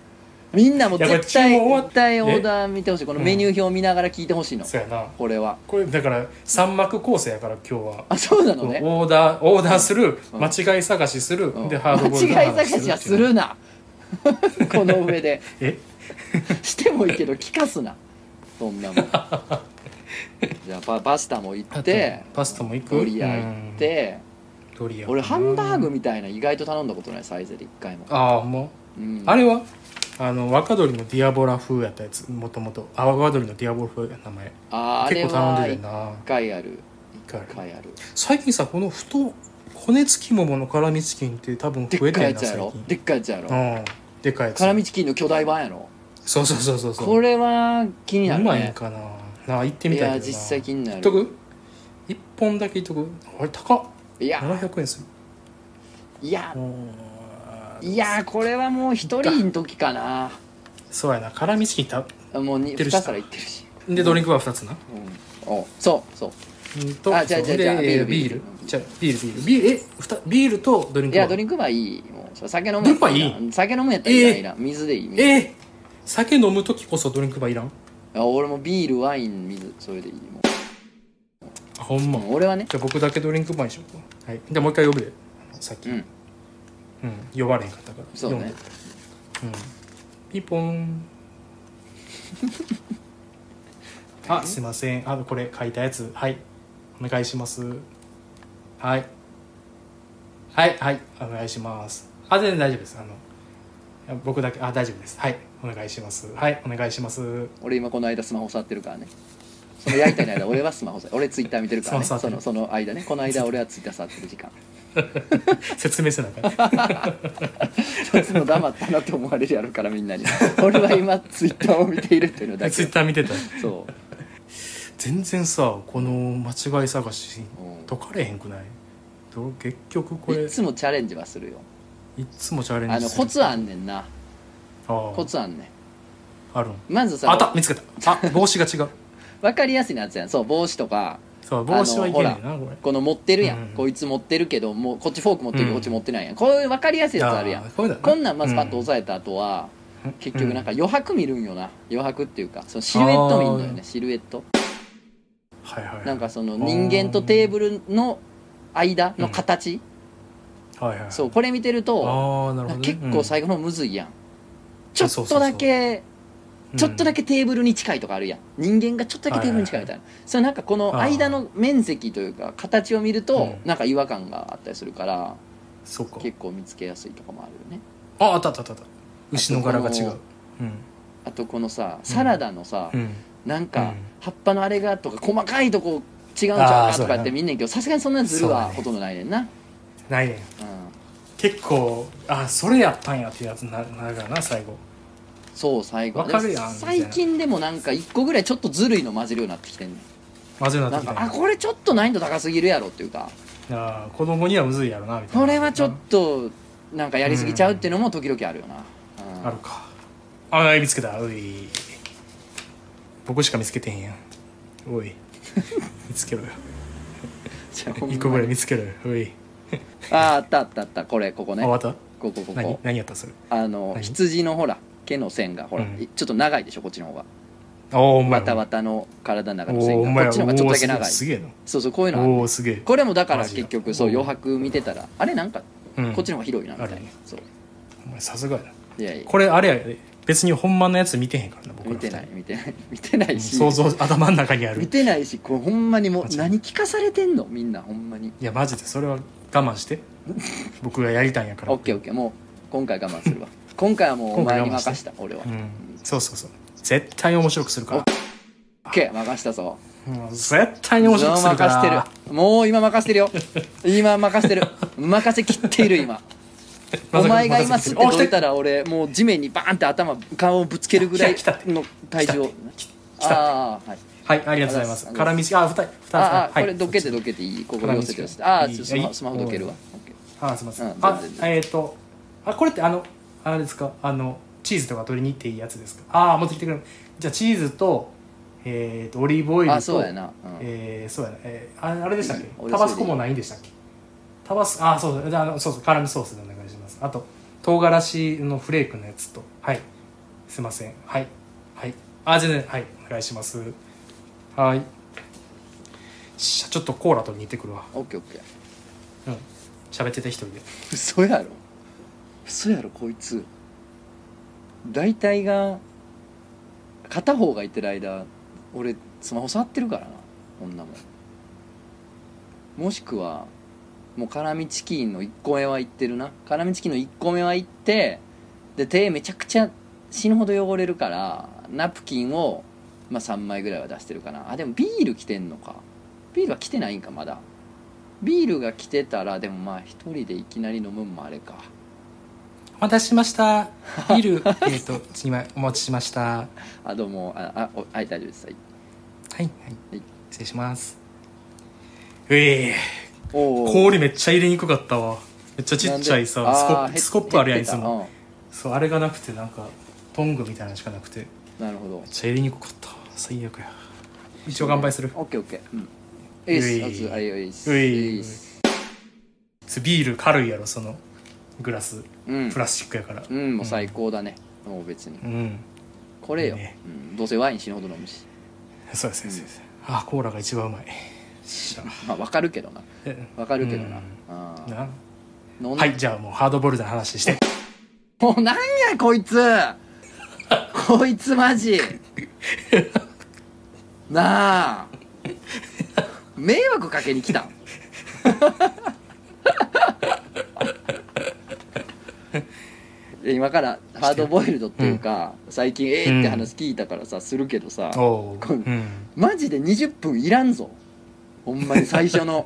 [SPEAKER 2] みんなも
[SPEAKER 1] いやこれ
[SPEAKER 2] 絶対
[SPEAKER 1] 注文終わっ
[SPEAKER 2] 絶対オーダー見てほしいこのメニュー表見ながら聞いてほしいの、
[SPEAKER 1] そうやな
[SPEAKER 2] これは
[SPEAKER 1] これだから三幕構成やから今日は
[SPEAKER 2] あそうなの
[SPEAKER 1] この
[SPEAKER 2] ね
[SPEAKER 1] オーダーオーダーする、
[SPEAKER 2] うん
[SPEAKER 1] 間違い探しする、
[SPEAKER 2] うん
[SPEAKER 1] でハードボイルド
[SPEAKER 2] 間違い探しはするな この上で
[SPEAKER 1] え
[SPEAKER 2] してもいいけど聞かすなそん なもんじゃあパパスタも行
[SPEAKER 1] あ
[SPEAKER 2] っ
[SPEAKER 1] と
[SPEAKER 2] て
[SPEAKER 1] パスタも行く
[SPEAKER 2] ドリア行って
[SPEAKER 1] ドリア
[SPEAKER 2] 俺ハンバーグみたいな意外と頼んだことないサイゼで一回も、
[SPEAKER 1] ああも
[SPEAKER 2] うん
[SPEAKER 1] うあれはあの若鳥のディアボラ風やったやつもともと若鳥のディアボラ風や名前
[SPEAKER 2] ああれ
[SPEAKER 1] 結構頼ん
[SPEAKER 2] は
[SPEAKER 1] でる
[SPEAKER 2] 一
[SPEAKER 1] な
[SPEAKER 2] 回ある
[SPEAKER 1] 一回ある
[SPEAKER 2] 一回ある
[SPEAKER 1] 最近さこの太骨付きももの辛味チキンって多分
[SPEAKER 2] で
[SPEAKER 1] 増
[SPEAKER 2] っ
[SPEAKER 1] え
[SPEAKER 2] かい
[SPEAKER 1] て
[SPEAKER 2] や
[SPEAKER 1] んな最
[SPEAKER 2] つやろ
[SPEAKER 1] 近
[SPEAKER 2] でっかいやつや
[SPEAKER 1] う
[SPEAKER 2] ろ
[SPEAKER 1] んでかいやつ
[SPEAKER 2] 辛味チキンの巨大版やろ
[SPEAKER 1] そうそうそうそうそう
[SPEAKER 2] これは気にな
[SPEAKER 1] う
[SPEAKER 2] る
[SPEAKER 1] まいん
[SPEAKER 2] ね
[SPEAKER 1] かななあ行って
[SPEAKER 2] い
[SPEAKER 1] みたいけどな
[SPEAKER 2] や実際気にな
[SPEAKER 1] っ
[SPEAKER 2] る
[SPEAKER 1] とく1本だけいっとくあれ高っ
[SPEAKER 2] いや
[SPEAKER 1] 700円する
[SPEAKER 2] いや
[SPEAKER 1] うん
[SPEAKER 2] いやこれはもう一人の時かな
[SPEAKER 1] そうやな辛味チキンた
[SPEAKER 2] もう
[SPEAKER 1] っ
[SPEAKER 2] に
[SPEAKER 1] てる
[SPEAKER 2] 2
[SPEAKER 1] しな
[SPEAKER 2] 皿いってるし
[SPEAKER 1] でドリンクバー2つな
[SPEAKER 2] うん、おそうそ
[SPEAKER 1] うんと
[SPEAKER 2] あ違う
[SPEAKER 1] そう
[SPEAKER 2] 違う
[SPEAKER 1] で
[SPEAKER 2] 違う
[SPEAKER 1] えー
[SPEAKER 2] ビ
[SPEAKER 1] ビ
[SPEAKER 2] ー
[SPEAKER 1] ー
[SPEAKER 2] ル
[SPEAKER 1] ルじゃビールビールビールえふたビールとドリンクバ
[SPEAKER 2] うい
[SPEAKER 1] ー
[SPEAKER 2] やドリンクバーいいもうそれ酒飲む
[SPEAKER 1] ドリンクバーいい
[SPEAKER 2] やん酒飲むんやったらいらん
[SPEAKER 1] えー
[SPEAKER 2] いらん水でいい水
[SPEAKER 1] えー酒飲む時こそドリンクバーいらん
[SPEAKER 2] あ俺もビールワイン水それでいいも
[SPEAKER 1] あほん
[SPEAKER 2] う
[SPEAKER 1] ま
[SPEAKER 2] もう俺はね
[SPEAKER 1] じゃあ僕だけドリンクバーにしようかはいじゃあもう一回呼ぶでさっき
[SPEAKER 2] う
[SPEAKER 1] うん
[SPEAKER 2] ん
[SPEAKER 1] 呼ばれへんかったから
[SPEAKER 2] そうね
[SPEAKER 1] 呼んでうんピンポン あすいませんあこれ書いたやつはいお願いしますはいはいはいお願いしますあ全然大丈夫ですあのいや僕だけあ大丈夫ですはいお願いしますはいお願いします
[SPEAKER 2] 俺今この間スマホ触ってるからねその焼いたの間俺はスマホ触俺ツイッター見てるからね
[SPEAKER 1] スマホ触っ
[SPEAKER 2] そ
[SPEAKER 1] て
[SPEAKER 2] の
[SPEAKER 1] る
[SPEAKER 2] その間ねこの間俺はツイッター触ってる時間
[SPEAKER 1] 説明せ なあかん
[SPEAKER 2] そいつも黙ったなと思われるやろからみん なに俺は今ツイッターを見ているっていうのだ
[SPEAKER 1] ツ
[SPEAKER 2] け
[SPEAKER 1] イッター見てた
[SPEAKER 2] そう
[SPEAKER 1] 全然さこの間違い探し
[SPEAKER 2] うん
[SPEAKER 1] 解かれへんくないどう結局これ
[SPEAKER 2] い
[SPEAKER 1] い
[SPEAKER 2] つもチャレンジはするよ
[SPEAKER 1] つもチャレンジ
[SPEAKER 2] あの
[SPEAKER 1] する
[SPEAKER 2] コツあんねんな
[SPEAKER 1] あー
[SPEAKER 2] コツあんね
[SPEAKER 1] あるん
[SPEAKER 2] んまずさ
[SPEAKER 1] ああった見つけたあ帽子が違う
[SPEAKER 2] 分かりやすいやつやんそう帽子とか
[SPEAKER 1] そう帽子はいけねえなこれ
[SPEAKER 2] この持ってるやん、
[SPEAKER 1] うん
[SPEAKER 2] こいつ持ってるけどもうこっちフォーク持ってるけ
[SPEAKER 1] うん
[SPEAKER 2] どこっち持ってないやん、こういう分かりやすいやつあるやん
[SPEAKER 1] ーこれだ
[SPEAKER 2] こんなんまずパッと押さえた後は、
[SPEAKER 1] うん
[SPEAKER 2] 結局なんか余白見るんよな余白っていうかそのシルエット見るのよ
[SPEAKER 1] あ
[SPEAKER 2] ね
[SPEAKER 1] ー
[SPEAKER 2] シルエット
[SPEAKER 1] はいはい
[SPEAKER 2] なんかその人間とテーブルの間の形、
[SPEAKER 1] はいはい
[SPEAKER 2] そうこれ見てると
[SPEAKER 1] ああなるほどね
[SPEAKER 2] 結構最後の方むずいやん、ちょ
[SPEAKER 1] そう
[SPEAKER 2] っ
[SPEAKER 1] そうそ
[SPEAKER 2] と
[SPEAKER 1] う
[SPEAKER 2] だけ
[SPEAKER 1] うん
[SPEAKER 2] ちょっとだけテーブルに近いとかあるやん人間がちょっとだけテーブルに近いみたいな、それなんかこの間の面積というか形を見ると
[SPEAKER 1] うん
[SPEAKER 2] なんか違和感があったりするから
[SPEAKER 1] そうか
[SPEAKER 2] 結構見つけやすいとかもあるよね
[SPEAKER 1] ああったあったあったあった牛の柄が違
[SPEAKER 2] あ
[SPEAKER 1] う
[SPEAKER 2] と
[SPEAKER 1] うん
[SPEAKER 2] あとこのさサラダのさ、
[SPEAKER 1] うん
[SPEAKER 2] なん
[SPEAKER 1] う
[SPEAKER 2] か
[SPEAKER 1] ん
[SPEAKER 2] 葉っぱのあれがとか細かいとこ違うんちゃう
[SPEAKER 1] あー
[SPEAKER 2] か
[SPEAKER 1] そ
[SPEAKER 2] と
[SPEAKER 1] うやな
[SPEAKER 2] かって見んねんけどさすがにそんなズル
[SPEAKER 1] そう
[SPEAKER 2] は
[SPEAKER 1] だね
[SPEAKER 2] ほとんどないねんな
[SPEAKER 1] ないねん
[SPEAKER 2] う、ん、
[SPEAKER 1] 結構あそれやったんやっていうやつにななるからな最後
[SPEAKER 2] そう最後
[SPEAKER 1] わかるやん
[SPEAKER 2] でも最近でもなんか一個ぐらいちょっとずるいの混じるようになってきてんねん
[SPEAKER 1] まずいなって
[SPEAKER 2] なん
[SPEAKER 1] き
[SPEAKER 2] か
[SPEAKER 1] た
[SPEAKER 2] あ
[SPEAKER 1] んや
[SPEAKER 2] これちょっと難易度高すぎるやろっていうか
[SPEAKER 1] ああ子供にはむずいやろなみたいな
[SPEAKER 2] これはちょっとなんかやりすぎちゃうっていうのも時々あるよな、うん
[SPEAKER 1] あるかああ見つけたおい僕しか見つけてへんやんおい見つけろよ
[SPEAKER 2] じゃ あほんま
[SPEAKER 1] 一個ぐらい見つけろよおい、
[SPEAKER 2] ああったあったあったこれここ
[SPEAKER 1] あ
[SPEAKER 2] ね
[SPEAKER 1] 終わ
[SPEAKER 2] こ
[SPEAKER 1] った
[SPEAKER 2] ここ
[SPEAKER 1] 何
[SPEAKER 2] こ
[SPEAKER 1] 何やったそれ
[SPEAKER 2] あの
[SPEAKER 1] 何
[SPEAKER 2] 羊のほら毛の線がほら、
[SPEAKER 1] うん
[SPEAKER 2] ちょっと長いでしょこっちの方が
[SPEAKER 1] ああお前
[SPEAKER 2] わたわたの体の中の
[SPEAKER 1] お
[SPEAKER 2] 線
[SPEAKER 1] お
[SPEAKER 2] が
[SPEAKER 1] 前
[SPEAKER 2] こっちの方がちょっとだけ
[SPEAKER 1] お
[SPEAKER 2] 長い
[SPEAKER 1] ーすげえ
[SPEAKER 2] そうそうこういう
[SPEAKER 1] すげえ
[SPEAKER 2] の
[SPEAKER 1] な
[SPEAKER 2] あ
[SPEAKER 1] ん
[SPEAKER 2] ねん
[SPEAKER 1] おおすげえ
[SPEAKER 2] これもだから
[SPEAKER 1] マジや
[SPEAKER 2] 結局そう
[SPEAKER 1] お
[SPEAKER 2] 余白見てたらあれなんか
[SPEAKER 1] うん
[SPEAKER 2] こっちの方が広いなみたいな、
[SPEAKER 1] あるね
[SPEAKER 2] そう
[SPEAKER 1] お前さすがやない
[SPEAKER 2] やいや
[SPEAKER 1] これあれやで別に本番のやつ見てへんからな僕ら
[SPEAKER 2] 見てない見てない見てな
[SPEAKER 1] うん
[SPEAKER 2] いし
[SPEAKER 1] 想像頭の中にある
[SPEAKER 2] 見
[SPEAKER 1] い
[SPEAKER 2] てないしこれほんまにもう
[SPEAKER 1] マジ
[SPEAKER 2] 何聞かされてんのみんなほんまに
[SPEAKER 1] やマジでそれは我慢して僕がやりたいんやから
[SPEAKER 2] オッケーオッケーもう今回我慢す るわ今回はもうお前に任した俺は
[SPEAKER 1] うんそうそうそう絶対に面白くするから
[SPEAKER 2] オッケー任したぞ
[SPEAKER 1] うん絶対に面白くするから
[SPEAKER 2] もう任してるもう今任して るよ今任してる任せきっている今お前が今すってどいたら俺もう地面にバーンって頭顔をぶつけるぐらい
[SPEAKER 1] 来た来た
[SPEAKER 2] の体重を
[SPEAKER 1] 来た
[SPEAKER 2] ああはい
[SPEAKER 1] はい、ありがとうございます。
[SPEAKER 2] ありがと
[SPEAKER 1] 絡みし、あ、二人、二人。
[SPEAKER 2] ああ
[SPEAKER 1] はい
[SPEAKER 2] これどけてどけていいここ寄せて寄せてあ
[SPEAKER 1] 絡
[SPEAKER 2] あ
[SPEAKER 1] みつけ
[SPEAKER 2] スマ
[SPEAKER 1] い
[SPEAKER 2] ホ
[SPEAKER 1] い
[SPEAKER 2] スマホどけるわ
[SPEAKER 1] あ、すみません。
[SPEAKER 2] うん
[SPEAKER 1] あ
[SPEAKER 2] 全然、
[SPEAKER 1] えっと、あ、これって、あの、あれですか、あの、チーズとか取りに行っていいやつですか。あー、持ってきてくれる。じゃあ、チーズと、えっと、オリーブオイルと。
[SPEAKER 2] あそうやな、うん、
[SPEAKER 1] えーそうやな。えー、ああれでしたっ
[SPEAKER 2] うん
[SPEAKER 1] け。タバスコもないんでしたっけ。タバス、あ、そうそう、じゃああの、そうそう、絡みソースでお願いします。あと、唐辛子のフレークのやつと、はい。すいません。はい。はい。あ、全然、はい。お願いします。はい。しゃちょっとコーラと似てくるわ。
[SPEAKER 2] オッケーオッケー
[SPEAKER 1] うん。喋ってて一人で。
[SPEAKER 2] 嘘やろ嘘やろこいつ大体が片方がいてる間俺スマホ触ってるからな女ももしくはもう辛味チキンの1個目は行ってるな辛味チキンの1個目は行ってで手めちゃくちゃ死ぬほど汚れるからナプキンを、まあ、3枚ぐらいは出してるかなあでもビール来てんのかビールは来てないんかまだビールが来てたらでもまあ一人でいきなり飲むんもあれか
[SPEAKER 1] お待たせしま した。ビール、えっと、今、お持ちしました。は
[SPEAKER 2] あどうもああおあ大丈夫ですはい
[SPEAKER 1] い、はい
[SPEAKER 2] はい。
[SPEAKER 1] 失礼します。ええ
[SPEAKER 2] おー
[SPEAKER 1] 氷めっちゃ入れにくかったわ。めっちゃちっちゃいさ、
[SPEAKER 2] なんで
[SPEAKER 1] スコ
[SPEAKER 2] あ
[SPEAKER 1] ッ
[SPEAKER 2] ー
[SPEAKER 1] プスコップあるやん、
[SPEAKER 2] 減
[SPEAKER 1] い
[SPEAKER 2] って
[SPEAKER 1] つ
[SPEAKER 2] た
[SPEAKER 1] も。そう、あれがなくて、なんか、トングみたいなのしかなくて、めっ
[SPEAKER 2] うんなるほど
[SPEAKER 1] ちゃ入れにくかったわ。最悪や一応乾杯する
[SPEAKER 2] オッケーオッケーうんえいっす
[SPEAKER 1] うい
[SPEAKER 2] あつあいよいっす
[SPEAKER 1] うい
[SPEAKER 2] えいっす
[SPEAKER 1] ビール軽いやろそのグラス
[SPEAKER 2] うん
[SPEAKER 1] プラスチックやから
[SPEAKER 2] うんもう最高だねもう別に
[SPEAKER 1] うん
[SPEAKER 2] これよ
[SPEAKER 1] いいね
[SPEAKER 2] うんどうせワイン死ぬほど飲むし
[SPEAKER 1] そうですそうですそうですあコーラが一番うまいしゃ
[SPEAKER 2] まあわかるけどな
[SPEAKER 1] え
[SPEAKER 2] わかるけどな
[SPEAKER 1] うん
[SPEAKER 2] あー
[SPEAKER 1] な
[SPEAKER 2] 飲ん
[SPEAKER 1] はいじゃあもうハードボールドな話して
[SPEAKER 2] もうなんやこいつこいつマジなあ迷惑かけに来たんいや今からハードボイルドっていうか、最近ええって話聞いたからさ、するけどさ
[SPEAKER 1] おおー
[SPEAKER 2] こん
[SPEAKER 1] うん
[SPEAKER 2] マジで20分いらんぞほんまに最初 の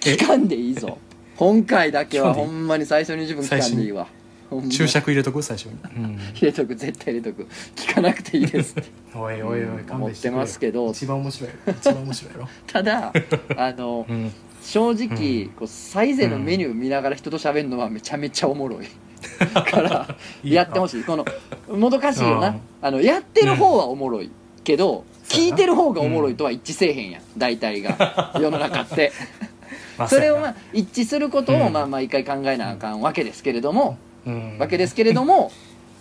[SPEAKER 2] 期間でいいぞ今回だけはほんまに最初の20分期間でいいわほんま
[SPEAKER 1] 注釈入れとこ最初にうん
[SPEAKER 2] 入れとく絶対入れとく聞かなくていいです って
[SPEAKER 1] おいおいおい勘弁してくれよ
[SPEAKER 2] 持ってますけど
[SPEAKER 1] 一番面 白い一番面白いやろ
[SPEAKER 2] ただあの
[SPEAKER 1] うん
[SPEAKER 2] 正直、こうサイゼのメニュー見ながら人と喋るのはめちゃめちゃお もろいから
[SPEAKER 1] いいな
[SPEAKER 2] やってほしいこのもどかしいよな、
[SPEAKER 1] うん
[SPEAKER 2] あのやってる方はおもろいけど、
[SPEAKER 1] そうや
[SPEAKER 2] 聞
[SPEAKER 1] ない
[SPEAKER 2] てる方がおもろいとは一致せえへんやん大 体が世の中って
[SPEAKER 1] まあ
[SPEAKER 2] それ
[SPEAKER 1] う
[SPEAKER 2] を
[SPEAKER 1] や
[SPEAKER 2] ま
[SPEAKER 1] な
[SPEAKER 2] あ一致することを
[SPEAKER 1] うん
[SPEAKER 2] まあ毎回考えなあかんわけですけれども、
[SPEAKER 1] うん
[SPEAKER 2] わけですけれども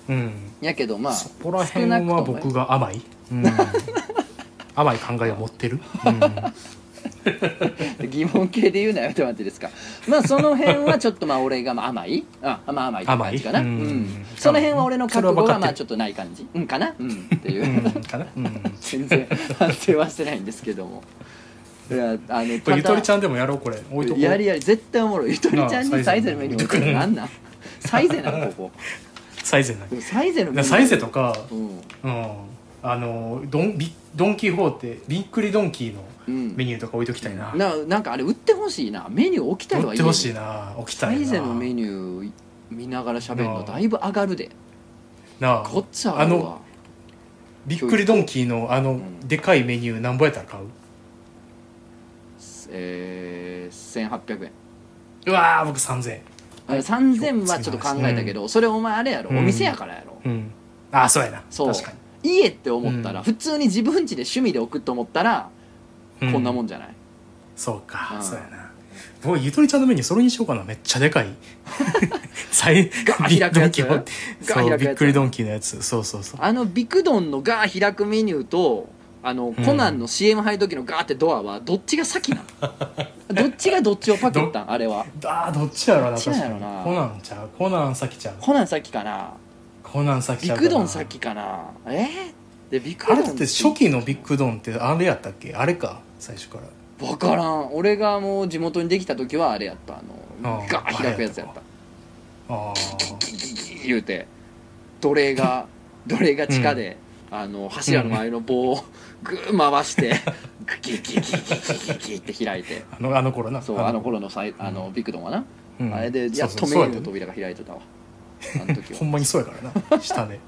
[SPEAKER 1] うん
[SPEAKER 2] やけどまあ
[SPEAKER 1] そこら辺は僕が甘いうん甘い考えを持ってるうん
[SPEAKER 2] 疑問系で言うなよって待ってですかまあその辺はちょっとまあ俺がまあ甘いあまあ甘いって感じかな、う
[SPEAKER 1] 甘い
[SPEAKER 2] ん
[SPEAKER 1] うん
[SPEAKER 2] その辺は俺の覚悟
[SPEAKER 1] それは分かっ
[SPEAKER 2] が
[SPEAKER 1] てる
[SPEAKER 2] まあちょっとない感じうんかなうんっていう、
[SPEAKER 1] うんかなうん
[SPEAKER 2] 全然反省はしてないんですけどもいやあの
[SPEAKER 1] これゆとりち
[SPEAKER 2] ゃ
[SPEAKER 1] ゃんでもやろうこれ置いとこう
[SPEAKER 2] やりやり絶対おもろいゆとりちゃん
[SPEAKER 1] な
[SPEAKER 2] に
[SPEAKER 1] あ
[SPEAKER 2] サ
[SPEAKER 1] サ
[SPEAKER 2] イ
[SPEAKER 1] イ
[SPEAKER 2] ゼ
[SPEAKER 1] ゼ
[SPEAKER 2] の
[SPEAKER 1] の
[SPEAKER 2] メ
[SPEAKER 1] メ
[SPEAKER 2] ニ
[SPEAKER 1] ニュ
[SPEAKER 2] ュー
[SPEAKER 1] ー
[SPEAKER 2] とかなんなんサイゼなのここ
[SPEAKER 1] サイゼな
[SPEAKER 2] でもサイゼのメニュ
[SPEAKER 1] い
[SPEAKER 2] ー
[SPEAKER 1] サイゼとか
[SPEAKER 2] うん
[SPEAKER 1] うんあのドンビドンキホーテびっくりドンキーの
[SPEAKER 2] うん
[SPEAKER 1] メニューとか置いときたいな
[SPEAKER 2] ななんかあれ売ってほしいなメニュー置きたい
[SPEAKER 1] 持
[SPEAKER 2] は
[SPEAKER 1] っ
[SPEAKER 2] い
[SPEAKER 1] て
[SPEAKER 2] いね
[SPEAKER 1] ほしいな起きた
[SPEAKER 2] サ
[SPEAKER 1] いな
[SPEAKER 2] イゼのメニュー見ながら喋るのだいぶ上がるで
[SPEAKER 1] なあ
[SPEAKER 2] こっちはある
[SPEAKER 1] あ
[SPEAKER 2] わ
[SPEAKER 1] のびっくりドンキーのあの、
[SPEAKER 2] ん
[SPEAKER 1] でかいメニューなんぼやったら買う
[SPEAKER 2] えー、1800円
[SPEAKER 1] うわー僕3000円
[SPEAKER 2] あれ3000はちょっと考えたけど、それお前あれやろ、
[SPEAKER 1] うん
[SPEAKER 2] お店やからやろ
[SPEAKER 1] うんああそうやな
[SPEAKER 2] そう
[SPEAKER 1] 確か
[SPEAKER 2] 家って思ったら、
[SPEAKER 1] うん
[SPEAKER 2] 普通に自分家で趣味で置くと思ったら、
[SPEAKER 1] に、う
[SPEAKER 2] こんなも
[SPEAKER 1] ん
[SPEAKER 2] んじゃない
[SPEAKER 1] そうか、
[SPEAKER 2] うん
[SPEAKER 1] そうやな僕ゆとりちゃんのメニューそれにしようかなめっちゃで かいサイ
[SPEAKER 2] ガー開くやつ
[SPEAKER 1] ビッドンキ
[SPEAKER 2] ガー
[SPEAKER 1] ホーテそ
[SPEAKER 2] 開
[SPEAKER 1] う
[SPEAKER 2] くやつ
[SPEAKER 1] びっくりドンキーのやつそうそうそう
[SPEAKER 2] あのビクドンのガー開くメニューとあの、コナンの CM 入る時のガーってドアはどっちが先な のどっちがどっちをパクったんあれは
[SPEAKER 1] あーどっちやろうな
[SPEAKER 2] どっち
[SPEAKER 1] 確
[SPEAKER 2] なんや
[SPEAKER 1] か
[SPEAKER 2] ろ
[SPEAKER 1] に
[SPEAKER 2] な
[SPEAKER 1] コナンちゃうコナン先ちゃう
[SPEAKER 2] コナン先かな
[SPEAKER 1] コナン先
[SPEAKER 2] ビ
[SPEAKER 1] ちゃうか
[SPEAKER 2] ク
[SPEAKER 1] な
[SPEAKER 2] ドン先かなえー、でビクド
[SPEAKER 1] あ
[SPEAKER 2] ン
[SPEAKER 1] れだって初期のビッグドンってあれやったっけあれか最初から
[SPEAKER 2] 分からん俺がもう地元にできた時はあれやったあの
[SPEAKER 1] あー
[SPEAKER 2] ガー開くやつやった
[SPEAKER 1] ああ
[SPEAKER 2] 言うて奴隷が奴隷が地下で、あの柱の周りの棒をグー回してグキギギギギギギって開いて
[SPEAKER 1] あのあの頃な
[SPEAKER 2] そうあの頃のさいあのビクドンはな、
[SPEAKER 1] うん
[SPEAKER 2] あれでやっ
[SPEAKER 1] そ
[SPEAKER 2] と
[SPEAKER 1] う
[SPEAKER 2] メ
[SPEAKER 1] そう
[SPEAKER 2] ニューの
[SPEAKER 1] そう
[SPEAKER 2] 扉が開いてたわあの時
[SPEAKER 1] やったほ
[SPEAKER 2] は
[SPEAKER 1] んまにそうやからな下で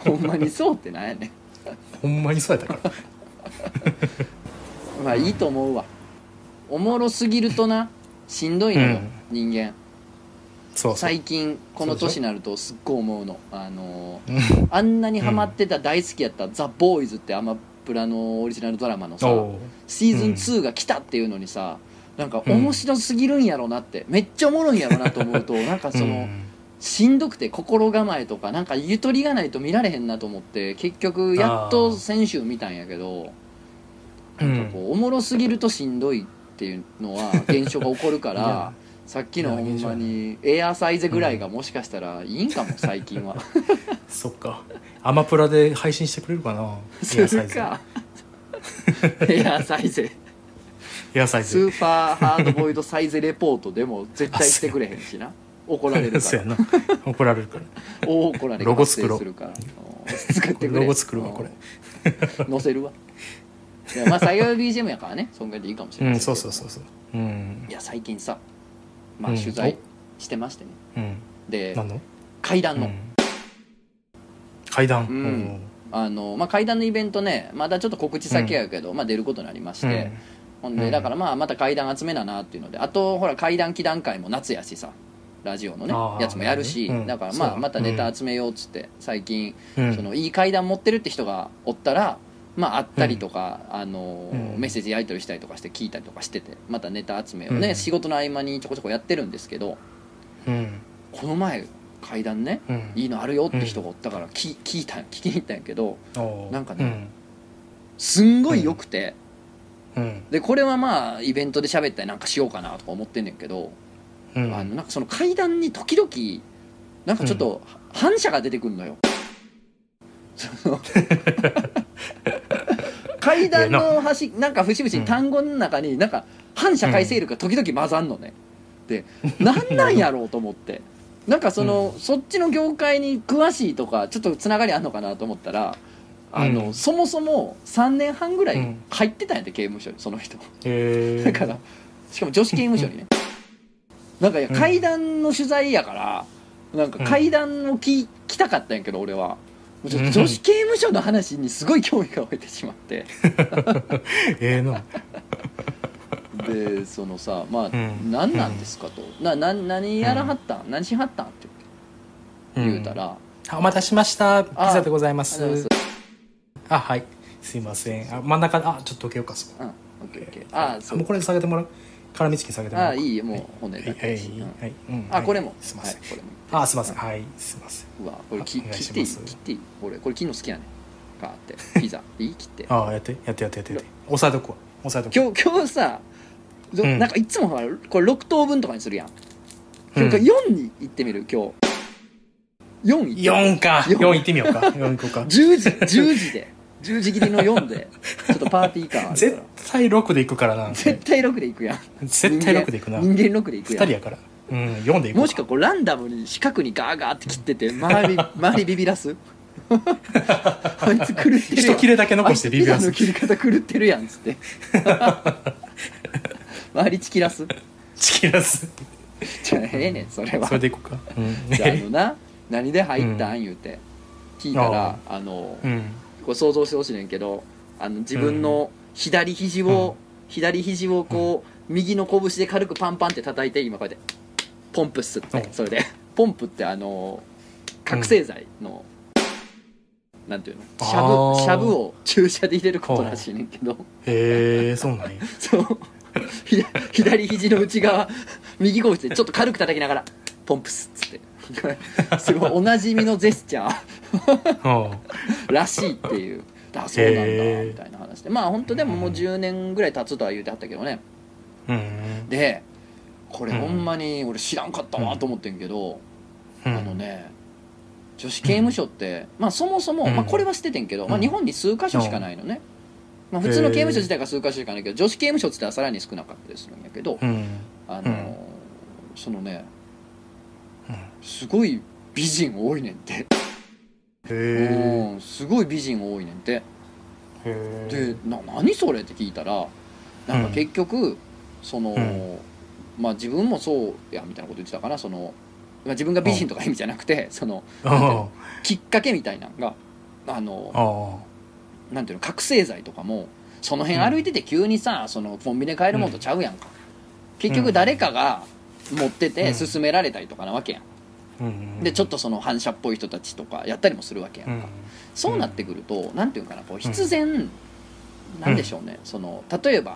[SPEAKER 2] ほんまにそうってなんやね
[SPEAKER 1] ほんまにそうやった から
[SPEAKER 2] んまあいいと思うわおもろすぎるとなしんどいのよ、人間
[SPEAKER 1] そうそう
[SPEAKER 2] 最近この
[SPEAKER 1] そうで
[SPEAKER 2] 年
[SPEAKER 1] しょ
[SPEAKER 2] になるとすっごい思うのあのー
[SPEAKER 1] うん
[SPEAKER 2] あんなにハマってた大好きやった「ザ・ボーイズってアマプラのオリジナルドラマのさ
[SPEAKER 1] おう
[SPEAKER 2] シーズン2が来たっていうのにさ、なんか面白すぎるんやろなって、めっちゃおもろいんやろなと思う となんかその、
[SPEAKER 1] うん
[SPEAKER 2] しんどくて心構えとかなんかゆとりがないと見られへんなと思って結局やっと先週見たんやけどなんかこうおもろすぎるとしんどいっていうのは現象が起こるか
[SPEAKER 1] い
[SPEAKER 2] ら
[SPEAKER 1] や
[SPEAKER 2] さっきの
[SPEAKER 1] いや
[SPEAKER 2] ほんま
[SPEAKER 1] 現
[SPEAKER 2] にエアサイゼぐらいがもしかしたらいいんかも最近は。
[SPEAKER 1] そっかアマプラで配信してくれるかな
[SPEAKER 2] す
[SPEAKER 1] エアサ
[SPEAKER 2] る
[SPEAKER 1] イズ
[SPEAKER 2] か エアサイゼ
[SPEAKER 1] エアサイ
[SPEAKER 2] ス
[SPEAKER 1] ズ
[SPEAKER 2] ーパーハードボイルドサイゼレポートでも絶対してくれへんしな怒られる か
[SPEAKER 1] そうや
[SPEAKER 2] ら
[SPEAKER 1] な怒られるから
[SPEAKER 2] 大怒られ
[SPEAKER 1] ロゴ作ろう
[SPEAKER 2] 発生するからうん作ってくれ
[SPEAKER 1] ロゴ作るわこれ
[SPEAKER 2] うん載せるわいやまあ最後は BGM やからねそんぐらいでいいかもしれ
[SPEAKER 1] う
[SPEAKER 2] ない
[SPEAKER 1] んそうそうそうそううん
[SPEAKER 2] いや最近さまあ
[SPEAKER 1] うん
[SPEAKER 2] 取材してましてね
[SPEAKER 1] うん
[SPEAKER 2] で
[SPEAKER 1] 何の
[SPEAKER 2] 階段
[SPEAKER 1] う
[SPEAKER 2] の
[SPEAKER 1] ん階段
[SPEAKER 2] うん
[SPEAKER 1] おう
[SPEAKER 2] あのまあ階段のイベントねまだちょっと告知先やけどまあ出ることになりましてほん
[SPEAKER 1] う
[SPEAKER 2] で
[SPEAKER 1] ん
[SPEAKER 2] だからまあまた階段集めだなっていうのであとほら階段祈談会も夏やしさラジオのね
[SPEAKER 1] あー
[SPEAKER 2] やつもやるし、
[SPEAKER 1] なるほどねうん
[SPEAKER 2] だから
[SPEAKER 1] そう
[SPEAKER 2] ま
[SPEAKER 1] だ
[SPEAKER 2] あまたネ
[SPEAKER 1] う
[SPEAKER 2] タ
[SPEAKER 1] ん
[SPEAKER 2] 集めようっつって最近、
[SPEAKER 1] うん
[SPEAKER 2] そのいい階段持ってるって人がおったらまあ会ったりとか、あのー
[SPEAKER 1] うん
[SPEAKER 2] メッセージやり取りしたりとかして聞いたりとかしててまたネタ集めを
[SPEAKER 1] う
[SPEAKER 2] ね、
[SPEAKER 1] ん
[SPEAKER 2] 仕事の合間にちょこちょこやってるんですけど
[SPEAKER 1] うん
[SPEAKER 2] この前階段ね
[SPEAKER 1] うん
[SPEAKER 2] いいのあるよって人がおったから聞聞いた聞きに行ったんやけど
[SPEAKER 1] おー
[SPEAKER 2] なんかねすんごい良くて。
[SPEAKER 1] うんうん
[SPEAKER 2] でこれはまあイベントで喋ったりなんかしようかなとか思ってんねんけど、
[SPEAKER 1] うん
[SPEAKER 2] あのなんかその階段に時々なんかちょっと反射が出てくる のよ、その階段の端なんか節々に単語の中になんか反射改正力が時々混ざんのね、でなんなんやろうと思ってなんかその、
[SPEAKER 1] う
[SPEAKER 2] そっちの業界に詳しいとかちょっとつながりあんのかなと思ったらあの、
[SPEAKER 1] うん
[SPEAKER 2] そもそも3年半ぐら
[SPEAKER 1] う
[SPEAKER 2] い
[SPEAKER 1] ん
[SPEAKER 2] 入ってたんやで刑務所にその人。
[SPEAKER 1] へー
[SPEAKER 2] だからしかも女子刑務所にねなんかいや
[SPEAKER 1] うん
[SPEAKER 2] 階段の取材やからなんか階段をき来たかったんやけど俺はちょ
[SPEAKER 1] うん
[SPEAKER 2] 女子刑務所の話にすごい興味が湧いてしまって
[SPEAKER 1] ええな
[SPEAKER 2] でそのさまあ、
[SPEAKER 1] ん
[SPEAKER 2] 何なんですかと、なな何やらはったん、何しはったんって言うたら、
[SPEAKER 1] あお待たせしましたピザでございま
[SPEAKER 2] あ
[SPEAKER 1] す
[SPEAKER 2] のそう
[SPEAKER 1] あはいすいませんあ真ん中あちょっと置けようかそこ
[SPEAKER 2] うんオッケーオッケーあそ
[SPEAKER 1] もう
[SPEAKER 2] う
[SPEAKER 1] これ下げてもらう辛みチキン下げてもら
[SPEAKER 2] あ
[SPEAKER 1] う
[SPEAKER 2] いいよもう骨
[SPEAKER 1] はい
[SPEAKER 2] だ
[SPEAKER 1] は
[SPEAKER 2] け
[SPEAKER 1] い
[SPEAKER 2] だし、うん
[SPEAKER 1] はいうん
[SPEAKER 2] あこれ
[SPEAKER 1] も
[SPEAKER 2] も
[SPEAKER 1] すいません
[SPEAKER 2] はい、これも
[SPEAKER 1] あすいませんはいすいません
[SPEAKER 2] うわこれき
[SPEAKER 1] あお願い
[SPEAKER 2] 切っ
[SPEAKER 1] して
[SPEAKER 2] いい
[SPEAKER 1] ます
[SPEAKER 2] 切っていい俺これ切るの好きやねんかってピザいい切って
[SPEAKER 1] あやってやってやってやってやって押さえとくわ押さえとくわ
[SPEAKER 2] 今日今日さ、ど
[SPEAKER 1] うん
[SPEAKER 2] なんかいつもほらこれ6等分とかにするやん今日
[SPEAKER 1] うん
[SPEAKER 2] 4に行ってみる今日4行って
[SPEAKER 1] 4か
[SPEAKER 2] 四
[SPEAKER 1] 4いってみようか4いこう か
[SPEAKER 2] 10時10時で10時切りの4でちょっとパーティー感あるか
[SPEAKER 1] 絶
[SPEAKER 2] ら
[SPEAKER 1] 対6でいくからな
[SPEAKER 2] 絶対6で行くやん
[SPEAKER 1] 絶対6でいくな
[SPEAKER 2] 人
[SPEAKER 1] 2
[SPEAKER 2] 間人間6で行くや
[SPEAKER 1] 人
[SPEAKER 2] ん
[SPEAKER 1] やからうん4でいく
[SPEAKER 2] もしかこうランダムに四角にガーガーって切ってて周り周りビビらす あいつ狂ってるやん
[SPEAKER 1] 一切れだけ残してビビら
[SPEAKER 2] あ
[SPEAKER 1] す
[SPEAKER 2] いつピザの切り方狂ってるやんっつって 周りチキらす
[SPEAKER 1] チキンラス
[SPEAKER 2] じゃあええねんそれは
[SPEAKER 1] それでいこうかうん
[SPEAKER 2] じゃああのな何で入ったん言うて聞いたらあの
[SPEAKER 1] うん
[SPEAKER 2] これ想像してほしいねんけどあの自分の左肘を左肘をこう右の拳で軽くパンパンって叩いて今こうやってポンプっすって
[SPEAKER 1] うん
[SPEAKER 2] それでポンプってあの覚醒剤のなんていうのしゃ
[SPEAKER 1] あ
[SPEAKER 2] ぶ
[SPEAKER 1] ー
[SPEAKER 2] しゃぶを注射で入れることらしいねんけど
[SPEAKER 1] へえそうなんや
[SPEAKER 2] そう左左肘の内側右拳でちょっと軽く叩きながらポンプスっつって すごいおなじみのジェスチャ ー
[SPEAKER 1] うん
[SPEAKER 2] らしいっていうあそうなんだ
[SPEAKER 1] へー
[SPEAKER 2] みたいな話でまあ本当でももう10年ぐらい経つとは言うてはったけどね
[SPEAKER 1] うん
[SPEAKER 2] でこれ
[SPEAKER 1] うん
[SPEAKER 2] ほんまに俺知らんかったわと思ってんけど、
[SPEAKER 1] うん
[SPEAKER 2] あのね女子刑務所って、まあそもそも、
[SPEAKER 1] うん
[SPEAKER 2] まあ、これは知っててんけど、まあ、
[SPEAKER 1] うん
[SPEAKER 2] 日本に数箇所しかないのね、まあ、普通の刑務所自体が数箇所しかないけど女子刑務所っつったらさらに少なかったりするんやけど、
[SPEAKER 1] うん
[SPEAKER 2] あのー
[SPEAKER 1] うん
[SPEAKER 2] そのね
[SPEAKER 1] うん
[SPEAKER 2] すごい美人多いねんて、
[SPEAKER 1] へ
[SPEAKER 2] うんすごい美人多いねんて
[SPEAKER 1] え
[SPEAKER 2] でな何それって聞いたらなんか結局、その、
[SPEAKER 1] うん
[SPEAKER 2] まあ自分もそうやみたいなこと言ってたかなその、まあ、自分が美人とか意味じゃなくて、その
[SPEAKER 1] あ
[SPEAKER 2] きっかけみたいなのがあの
[SPEAKER 1] ああ
[SPEAKER 2] なんていうの覚醒剤とかもその辺歩いてて急にさ、そのコンビニで買えるもんとちゃうやんか、結局誰かが持ってて
[SPEAKER 1] うん
[SPEAKER 2] 勧められたりとかなわけやん
[SPEAKER 1] うん
[SPEAKER 2] でちょっとその反射っぽい人たちとかやったりもするわけやん
[SPEAKER 1] う
[SPEAKER 2] か、
[SPEAKER 1] ん
[SPEAKER 2] そうなってくるとなんていうかなこう必然、なんでしょうねその例えば、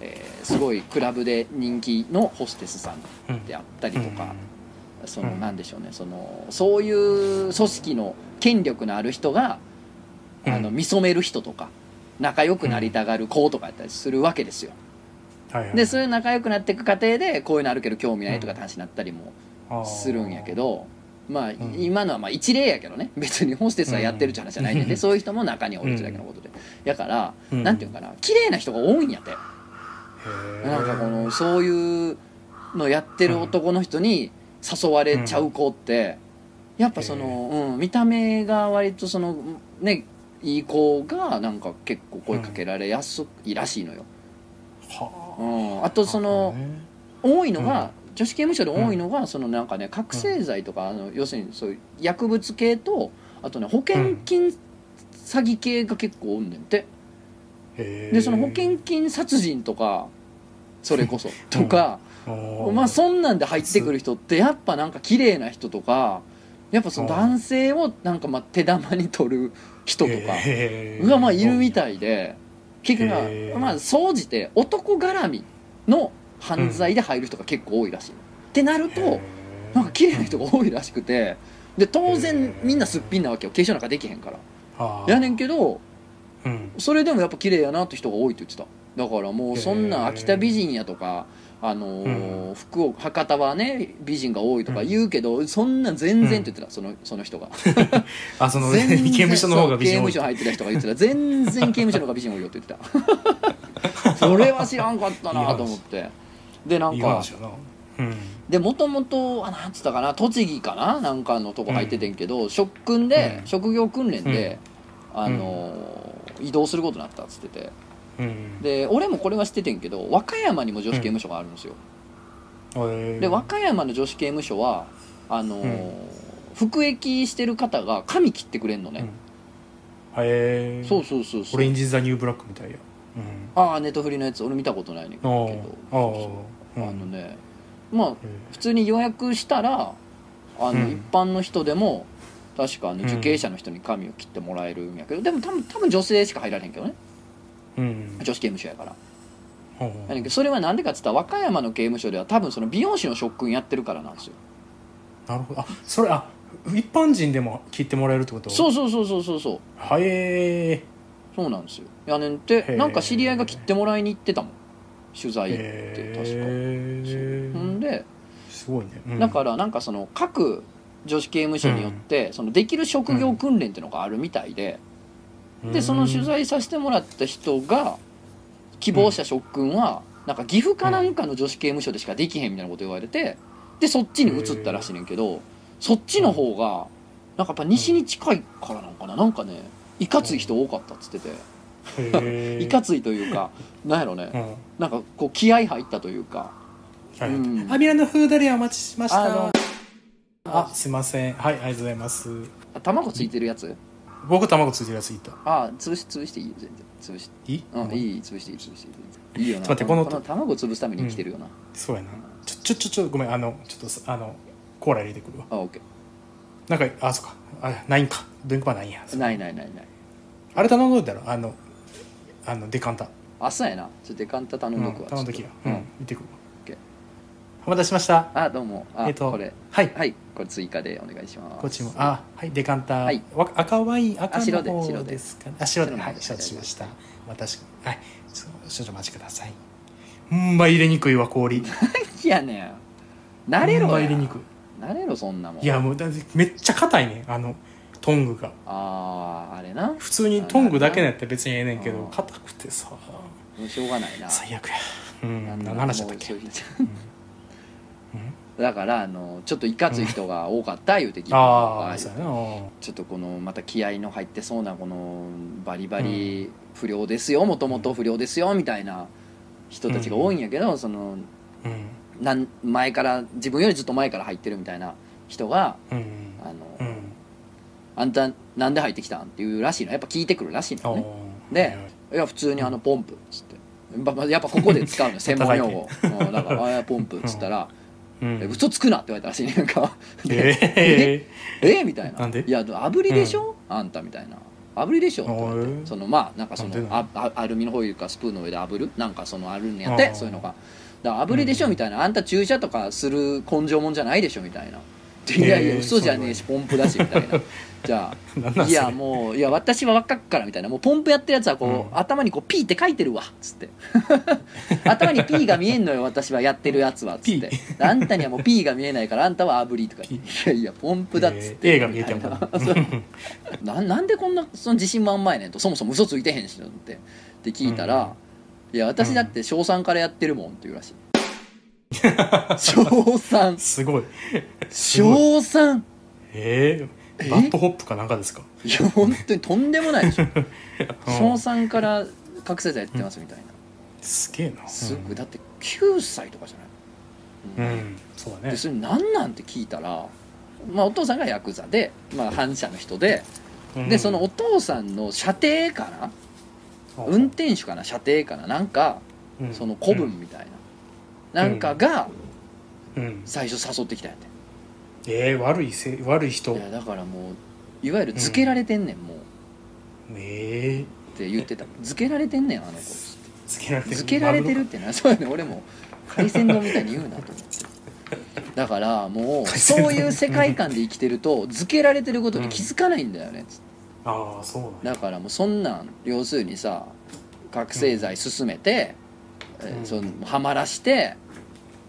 [SPEAKER 2] えーすごいクラブで人気のホステスさん
[SPEAKER 1] うん
[SPEAKER 2] であったりとか、その
[SPEAKER 1] うん
[SPEAKER 2] なんでしょうねそのそういう組織の権力のある人が、
[SPEAKER 1] うん
[SPEAKER 2] あの見初める人とか仲良くなりたがる子とかやったりするわけですよ。
[SPEAKER 1] はいはい
[SPEAKER 2] でそういう仲良くなっていく過程でこういうのあるけど興味ないとかって話になったりもするんやけどまあ、
[SPEAKER 1] ん
[SPEAKER 2] 今のはまあ一例やけどね別にホステスはやってるって話じゃないんで,、
[SPEAKER 1] うん
[SPEAKER 2] でそういう人も中にはおるってだけのことで、やから、
[SPEAKER 1] うん
[SPEAKER 2] なんていうかな綺麗な人が多いんやって、
[SPEAKER 1] へえ
[SPEAKER 2] なんかこのそういうのやってる男の人に誘われちゃう子って、やっぱその、うん、見た目が割とそのねいい子がなんか結構声かけられやすいらしいのよ、う
[SPEAKER 1] は
[SPEAKER 2] ん、あ
[SPEAKER 1] あ
[SPEAKER 2] とその、
[SPEAKER 1] ね
[SPEAKER 2] 多いのが、女子刑務所で多いのが、そのなんかね覚醒剤とか、あの要するにそういう薬物系とあとね保険金詐欺系が結構おんねんて、
[SPEAKER 1] へえ
[SPEAKER 2] でその保険金殺人とかそれこそとか、
[SPEAKER 1] おー
[SPEAKER 2] まあそんなんで入ってくる人ってやっぱなんか綺麗な人とかやっぱその男性をなんかまあ手玉に取る人とか
[SPEAKER 1] へー
[SPEAKER 2] がまあいるみたいで結局
[SPEAKER 1] へ
[SPEAKER 2] は
[SPEAKER 1] ー
[SPEAKER 2] まあ総じて男絡みの犯罪で入る人が結構多いらしい、ってなると
[SPEAKER 1] へー
[SPEAKER 2] なんか綺麗な人が多いらしくてで当然
[SPEAKER 1] へー
[SPEAKER 2] みんなすっぴんなわけよ化粧なんかできへんから
[SPEAKER 1] あー
[SPEAKER 2] やねんけど
[SPEAKER 1] うん
[SPEAKER 2] それでもやっぱ綺麗やなって人が多いって言ってただからもうそんな秋田美人やとか、あのー
[SPEAKER 1] う
[SPEAKER 2] 福岡博多はね美人が多いとか言うけど、そんなん全然って言ってた、そのその人が
[SPEAKER 1] あその
[SPEAKER 2] 全然
[SPEAKER 1] 刑務所の方
[SPEAKER 2] そ
[SPEAKER 1] が
[SPEAKER 2] う
[SPEAKER 1] 美人多
[SPEAKER 2] 刑務
[SPEAKER 1] い
[SPEAKER 2] 所入ってた人が言ってた全然刑務所の方が美人多いよって言ってた それは知らんかったなと思ってでなん
[SPEAKER 1] いい
[SPEAKER 2] か
[SPEAKER 1] 話やなうん
[SPEAKER 2] でもともとあなんつったかな栃木かななんかのとこ入っててんけど、職訓で、
[SPEAKER 1] うん
[SPEAKER 2] 職業訓練で、あのー移動することになったっつってて
[SPEAKER 1] うん
[SPEAKER 2] で俺もこれは知っててんけど和歌山にも女子刑務所があるんですよ、
[SPEAKER 1] へー
[SPEAKER 2] で和歌山の女子刑務所はあのー服役してる方が髪切ってくれんのね、
[SPEAKER 1] うんへえ
[SPEAKER 2] そうそうそう
[SPEAKER 1] オ
[SPEAKER 2] そ
[SPEAKER 1] レ
[SPEAKER 2] う
[SPEAKER 1] ンジ・ザ・ニュー・ブラックみたいやうん
[SPEAKER 2] ああネットフリのやつ俺見たことないねんけ
[SPEAKER 1] あ
[SPEAKER 2] ど
[SPEAKER 1] ーあ
[SPEAKER 2] そうそう
[SPEAKER 1] ー
[SPEAKER 2] あ
[SPEAKER 1] う
[SPEAKER 2] の
[SPEAKER 1] ん
[SPEAKER 2] ねまあ
[SPEAKER 1] へー
[SPEAKER 2] 普通に予約したらあの、
[SPEAKER 1] うん
[SPEAKER 2] 一般の人でも確かあの
[SPEAKER 1] うん
[SPEAKER 2] 受刑者の人に髪を切ってもらえるんやけど、でも多分多分女性しか入られへんけどね
[SPEAKER 1] うん
[SPEAKER 2] 女子刑務所やから、
[SPEAKER 1] ほう
[SPEAKER 2] やねんけどそれはなんでかっつったら和歌山の刑務所では多分その美容師の職訓やってるからなんですよ
[SPEAKER 1] なるほどあそれあ一般人でも聞いてもらえるってこと
[SPEAKER 2] そううそうそうそうそうそう
[SPEAKER 1] はえ
[SPEAKER 2] そうなんですよやねんって
[SPEAKER 1] へー
[SPEAKER 2] なんか知り合いが切ってもらいに行ってたもん取材行って確か
[SPEAKER 1] え
[SPEAKER 2] ほんです
[SPEAKER 1] ごいねうん
[SPEAKER 2] だからなんかその各女子刑務所によってそのできる職業訓練っていうのがあるみたいで、
[SPEAKER 1] う
[SPEAKER 2] で
[SPEAKER 1] ん
[SPEAKER 2] その取材させてもらった人が希望者職訓はなんか岐阜かなんかの女子刑務所でしかできへんみたいなこと言われてでそっちに移ったらしいねんけどそっちの方がなんかやっぱ西に近いからなんかななんかねいかつい人多かったっつってて
[SPEAKER 1] へー
[SPEAKER 2] いかついというかなんやろね
[SPEAKER 1] うん
[SPEAKER 2] なんかこう気合入ったというか
[SPEAKER 1] はい
[SPEAKER 2] うん
[SPEAKER 1] アミラのフードリアお待ちしまし
[SPEAKER 2] あの
[SPEAKER 1] たあすいませんはいありがとうございます
[SPEAKER 2] 卵ついてるやつ
[SPEAKER 1] 僕卵ついてるやついった
[SPEAKER 2] ああ潰し潰していいよ全然潰し
[SPEAKER 1] いい、
[SPEAKER 2] うんいい潰していい潰していい全然いいよな
[SPEAKER 1] ちょっと待ってこの
[SPEAKER 2] 卵潰すために生きてるよな
[SPEAKER 1] そうやなちょちょちょちょごめんあのちょっとすあのコーラ入れてくるわ
[SPEAKER 2] あオッケ
[SPEAKER 1] なんかあそっかあないんかドリンクバーないんや
[SPEAKER 2] ーないないないない
[SPEAKER 1] あれ頼んどいたろあのあのデカンタ
[SPEAKER 2] あそうやなちょっとデカンタ頼
[SPEAKER 1] うんん
[SPEAKER 2] どくわ、
[SPEAKER 1] 頼んどき
[SPEAKER 2] ちょ
[SPEAKER 1] や
[SPEAKER 2] っ
[SPEAKER 1] う
[SPEAKER 2] と
[SPEAKER 1] ん
[SPEAKER 2] うん
[SPEAKER 1] 行ってくる
[SPEAKER 2] ケー
[SPEAKER 1] わお待たせしました
[SPEAKER 2] あどうもあ、
[SPEAKER 1] えっと
[SPEAKER 2] これ
[SPEAKER 1] はい
[SPEAKER 2] はいこれ追加でお願いします
[SPEAKER 1] こっちもあはいデカンタ、
[SPEAKER 2] はい
[SPEAKER 1] わ赤ワイン赤
[SPEAKER 2] 白
[SPEAKER 1] の
[SPEAKER 2] で白
[SPEAKER 1] 方
[SPEAKER 2] で
[SPEAKER 1] ですかねあ白で
[SPEAKER 2] 白の方
[SPEAKER 1] はい
[SPEAKER 2] で
[SPEAKER 1] 承知しました私はいちょちょっとお待ちくださいうんまあ入れにくいわ氷
[SPEAKER 2] いやねん慣れろ
[SPEAKER 1] ほんま
[SPEAKER 2] や
[SPEAKER 1] 入れにくい
[SPEAKER 2] 慣れろそんなもん
[SPEAKER 1] いやもうだってめっちゃ硬いねあのトングが
[SPEAKER 2] あああれな
[SPEAKER 1] 普通にトングだけのやったら別にええねんけ
[SPEAKER 2] う
[SPEAKER 1] ど
[SPEAKER 2] ん
[SPEAKER 1] 硬くてさ
[SPEAKER 2] もうしょうがないな
[SPEAKER 1] 最悪やうん
[SPEAKER 2] な
[SPEAKER 1] 何
[SPEAKER 2] んな
[SPEAKER 1] の
[SPEAKER 2] ら
[SPEAKER 1] 話だったっけ
[SPEAKER 2] もうそう
[SPEAKER 1] う
[SPEAKER 2] いうんだからあのちょっといかつい人が多かった言うて聞いた
[SPEAKER 1] あ
[SPEAKER 2] あ
[SPEAKER 1] あ
[SPEAKER 2] ー
[SPEAKER 1] そうやなうん
[SPEAKER 2] ちょっとこのまた気合いの入ってそうなこのバリバリ不良ですよもともと不良ですよみたいな人たちが多いんやけど、その
[SPEAKER 1] うん
[SPEAKER 2] なん前から自分よりずっと前から入ってるみたいな人が
[SPEAKER 1] うん
[SPEAKER 2] あの、
[SPEAKER 1] うん
[SPEAKER 2] あんたなんで入ってきたんっていうらしいのやっぱ聞いてくるらしいのね
[SPEAKER 1] おー
[SPEAKER 2] でいや普通にあのポンプっつってままやっぱここで使 うの専門用語うんだから「あいやポンプ」っつったら
[SPEAKER 1] う
[SPEAKER 2] 「
[SPEAKER 1] ん
[SPEAKER 2] え嘘つくな」って言われたらしいねなんか
[SPEAKER 1] え
[SPEAKER 2] で
[SPEAKER 1] え
[SPEAKER 2] 「えみたいな「
[SPEAKER 1] なんで
[SPEAKER 2] いや炙りでしょ、あんた」みたいな「炙りでしょ」って言われ
[SPEAKER 1] お
[SPEAKER 2] て
[SPEAKER 1] い
[SPEAKER 2] そのまあなんかその
[SPEAKER 1] なんでな
[SPEAKER 2] ああアルミのホイルかスプーンの上で炙るなんかそのあるんやって
[SPEAKER 1] あー
[SPEAKER 2] そういうのが「だから炙りでしょ」みたいな「あんた注射とかする根性もんじゃないでしょ」みたいな「いやいや
[SPEAKER 1] えー
[SPEAKER 2] 嘘じゃねえしポンプだし」みたいな「じゃあ」
[SPEAKER 1] なんなん
[SPEAKER 2] いや
[SPEAKER 1] それ
[SPEAKER 2] もういや私は若っからみたいなもうポンプやってるやつはこう、
[SPEAKER 1] うん
[SPEAKER 2] 頭にこう P って書いてるわっつって 頭に P が見えんのよ私はやってるやつはっつってあんたにはもう P が見えないからあんたは炙りとかいやいやポンプだっつっ
[SPEAKER 1] えー
[SPEAKER 2] て、
[SPEAKER 1] 映画見えてんもん
[SPEAKER 2] み たいなななんでこんなその自信満々やねんとそもそも嘘ついてへんしなんてって聞いたら、いや私だって小3からやってるもんって言う らしい小3
[SPEAKER 1] すごい
[SPEAKER 2] 小
[SPEAKER 1] ごい
[SPEAKER 2] 3
[SPEAKER 1] ええ
[SPEAKER 2] え
[SPEAKER 1] バットホップかなんかですか
[SPEAKER 2] いや本当にとんでもないでしょ小3から覚醒剤やってますみたいな、
[SPEAKER 1] すげえな
[SPEAKER 2] すごいだって9歳とかじゃ
[SPEAKER 1] う
[SPEAKER 2] ない、
[SPEAKER 1] んそうだね
[SPEAKER 2] でそれ何なんて聞いたら、まあ、お父さんがヤクザで、まあ、反社の人で、
[SPEAKER 1] うん
[SPEAKER 2] でそのお父さんの射程かな、運転手かな射程かななんか
[SPEAKER 1] うん
[SPEAKER 2] その子分みたいな、なんかが
[SPEAKER 1] うん、
[SPEAKER 2] 最初誘ってきたんやって、
[SPEAKER 1] えー、悪いせ悪い人
[SPEAKER 2] いやだからもういわゆる漬けられてんねん、もう
[SPEAKER 1] ええ
[SPEAKER 2] って言ってた漬けられてんねんあの子
[SPEAKER 1] つけられてる
[SPEAKER 2] 漬けられてるってなそうやね俺も海鮮丼みたいに言うなと思ってだからもう
[SPEAKER 1] 海鮮
[SPEAKER 2] そ
[SPEAKER 1] 丼
[SPEAKER 2] ういう世界観で生きてると漬けられてることに気づかないんだよね、つって
[SPEAKER 1] ああそうなんや
[SPEAKER 2] だからもうそんなん要するにさ覚醒剤進めて、えー
[SPEAKER 1] うん
[SPEAKER 2] そのはまらして、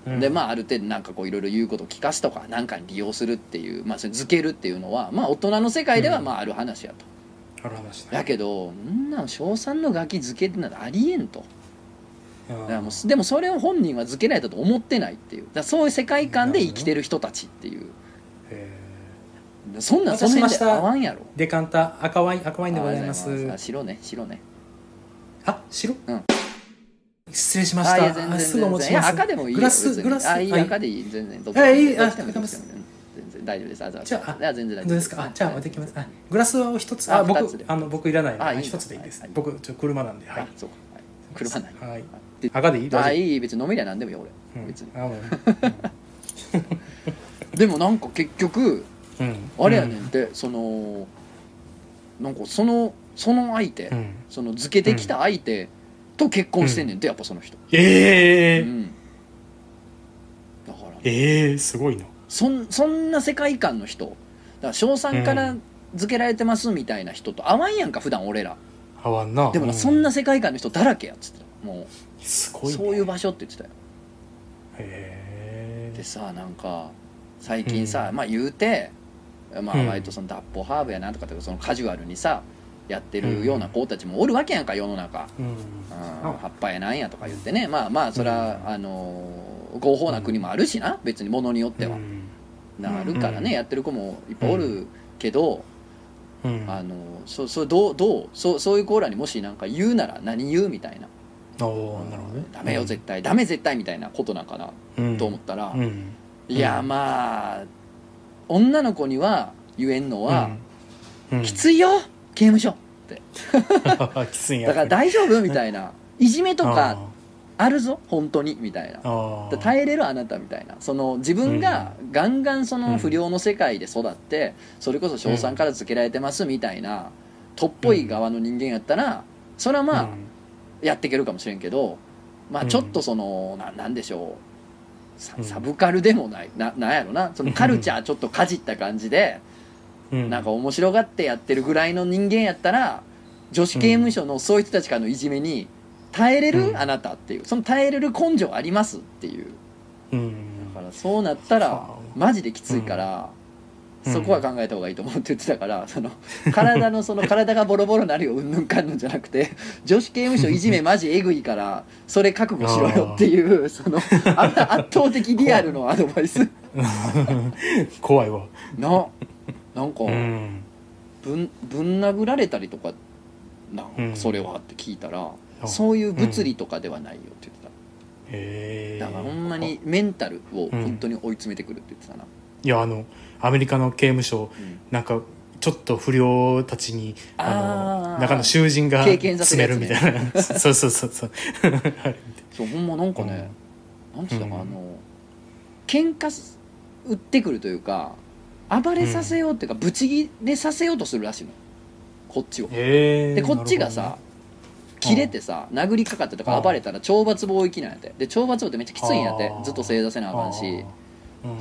[SPEAKER 1] うん
[SPEAKER 2] でまあある程度なんかこういろいろ言うことを聞かすとかなんかに利用するっていうまあそれ漬けるっていうのはまあ大人の世界では
[SPEAKER 1] うん
[SPEAKER 2] まあある話やと、
[SPEAKER 1] ある話だ
[SPEAKER 2] だけどんなん小三のガキ漬けってなんてありえんと
[SPEAKER 1] うん
[SPEAKER 2] だからもうでもそれを本人は漬けられたと思ってないっていうだからそういう世界観で生きてる人たちっていう
[SPEAKER 1] え
[SPEAKER 2] そんなんその辺で合わんやろ
[SPEAKER 1] ーデカンタ赤ワイン赤ワインでございま
[SPEAKER 2] あありがとうございますあ白ね白ね
[SPEAKER 1] あ白、
[SPEAKER 2] うん
[SPEAKER 1] 失礼しまし
[SPEAKER 2] あい
[SPEAKER 1] た
[SPEAKER 2] や全然
[SPEAKER 1] あ
[SPEAKER 2] 全
[SPEAKER 1] すぐお
[SPEAKER 2] 然
[SPEAKER 1] 持ちしま
[SPEAKER 2] 全然いや
[SPEAKER 1] す
[SPEAKER 2] 赤でもいいよ
[SPEAKER 1] グラス
[SPEAKER 2] 別に
[SPEAKER 1] グラス
[SPEAKER 2] あいい
[SPEAKER 1] はい
[SPEAKER 2] 赤でいい全然どっち
[SPEAKER 1] あいい
[SPEAKER 2] どっちでも
[SPEAKER 1] あ
[SPEAKER 2] どっちでも全然大丈夫ですあじゃあ
[SPEAKER 1] じゃあ
[SPEAKER 2] いや全然
[SPEAKER 1] ど
[SPEAKER 2] 大丈
[SPEAKER 1] う
[SPEAKER 2] 夫
[SPEAKER 1] ですかあじゃあ持ってきますあグラスを一つ
[SPEAKER 2] あ
[SPEAKER 1] あ僕
[SPEAKER 2] 二つで
[SPEAKER 1] あの僕いらないの
[SPEAKER 2] あ
[SPEAKER 1] あ
[SPEAKER 2] いいの
[SPEAKER 1] 一つでいいです、
[SPEAKER 2] はいはい
[SPEAKER 1] 僕ちょっと車なんではい
[SPEAKER 2] あそうかはい車ない
[SPEAKER 1] はい
[SPEAKER 2] で
[SPEAKER 1] 赤でいい
[SPEAKER 2] あ
[SPEAKER 1] 大丈
[SPEAKER 2] いい別に飲めりゃ何でもいいよ
[SPEAKER 1] 夫
[SPEAKER 2] 俺別に
[SPEAKER 1] うんあもう
[SPEAKER 2] でもなんか結局
[SPEAKER 1] うん
[SPEAKER 2] あれやねんってそのなんかそのその相手
[SPEAKER 1] うん
[SPEAKER 2] その漬けてきた相手と結婚してんねんってやっぱその人
[SPEAKER 1] ええ
[SPEAKER 2] うんだから
[SPEAKER 1] ええすごいな
[SPEAKER 2] そんそんな世界観の人だから賞賛から付けられてますみたいな人と合わんやんか普段俺ら
[SPEAKER 1] 合わんな
[SPEAKER 2] でもな
[SPEAKER 1] う
[SPEAKER 2] そんな世界観の人だらけやっつってたも
[SPEAKER 1] す
[SPEAKER 2] う
[SPEAKER 1] ごい、ね、
[SPEAKER 2] そういう場所って言ってたよ
[SPEAKER 1] へ
[SPEAKER 2] で
[SPEAKER 1] え
[SPEAKER 2] さなんか最近さ、まあ言うてま
[SPEAKER 1] う
[SPEAKER 2] あ
[SPEAKER 1] ん
[SPEAKER 2] 割とその脱法ハーブやなんとかとかそのカジュアルにさやってるような子たちもおるわけやんか世の中、
[SPEAKER 1] うん
[SPEAKER 2] うん、葉っぱやなんやとか言ってねまあまあそれは
[SPEAKER 1] うん
[SPEAKER 2] あの合法な国もあるしな別にものによっては、
[SPEAKER 1] うん
[SPEAKER 2] なるからね、
[SPEAKER 1] うん
[SPEAKER 2] やってる子もいっぱいおるけど、
[SPEAKER 1] うん
[SPEAKER 2] あのそそどうどうそそういうコーラにもしなんか言うなら何言うみたいな
[SPEAKER 1] おーなるほどね
[SPEAKER 2] ダメよ絶対、ダメ絶対みたいなことなんかな
[SPEAKER 1] 対
[SPEAKER 2] と思ったら、
[SPEAKER 1] うんうん
[SPEAKER 2] いや
[SPEAKER 1] うん
[SPEAKER 2] まあ女の子には言えんのは、
[SPEAKER 1] うん、
[SPEAKER 2] きついよ刑務所
[SPEAKER 1] い きついんや
[SPEAKER 2] だから
[SPEAKER 1] い
[SPEAKER 2] 大丈夫みたい ないじめとかあるぞ本当にみたいな
[SPEAKER 1] あーあ
[SPEAKER 2] 耐えれるあなたみたいなその自分がガンガンその不良の世界で育って、それこそ賞賛からつけられてますみたいな、とっぽい側の人間やったらそれはまあ、やっていけるかもしれんけど、まあ、ちょっとその、ななんでしょうサ
[SPEAKER 1] うん
[SPEAKER 2] サブカルでもないななんやろなそのカルチャーちょっとかじった感じで、
[SPEAKER 1] うん、
[SPEAKER 2] なんか面白がってやってるぐらいの人間やったら女子刑務所のそういう人たちからのいじめに耐えれる、
[SPEAKER 1] うん
[SPEAKER 2] あなたっていうその耐えれる根性ありますっていう
[SPEAKER 1] うん
[SPEAKER 2] だからそうなったら
[SPEAKER 1] はあ
[SPEAKER 2] マジできついから、
[SPEAKER 1] うん
[SPEAKER 2] そこは考えた方がいいと思うって言ってたからその体のそ の体がボロボロになるようんぬんかんぬんじゃなくて女子刑務所いじめマジえぐいからそれ覚悟しろよっていうそのあんな圧倒的リアルのアドバイ ス
[SPEAKER 1] 怖いわ
[SPEAKER 2] ななんか
[SPEAKER 1] うん
[SPEAKER 2] ぶんぶん殴られたりとかなん
[SPEAKER 1] うん
[SPEAKER 2] それはって聞いたら
[SPEAKER 1] あ
[SPEAKER 2] そういう物理とかではないよって言ってた
[SPEAKER 1] へえ
[SPEAKER 2] だからほんまにメンタルを本当に追い詰めてくるって言ってたな、
[SPEAKER 1] いやあのアメリカの刑務所
[SPEAKER 2] うん
[SPEAKER 1] なんかちょっと不良たちにあの
[SPEAKER 2] あー
[SPEAKER 1] 中の囚人が
[SPEAKER 2] 経験させ
[SPEAKER 1] 詰め
[SPEAKER 2] る
[SPEAKER 1] るみた
[SPEAKER 2] や
[SPEAKER 1] いな、 そうそうそうそう
[SPEAKER 2] そうほんまなんかね、なんつったか、
[SPEAKER 1] うん
[SPEAKER 2] あの喧嘩す売ってくるというか暴れさせようっていうか、ブチギレさせようとするらしいのこっちを
[SPEAKER 1] へえ
[SPEAKER 2] でこっちがさ、切れてさ殴りかかったとか
[SPEAKER 1] うん
[SPEAKER 2] 暴れたら懲罰棒行きなんやてで懲罰棒ってめっちゃきついんやって
[SPEAKER 1] あー
[SPEAKER 2] ずっと正座せなあかんし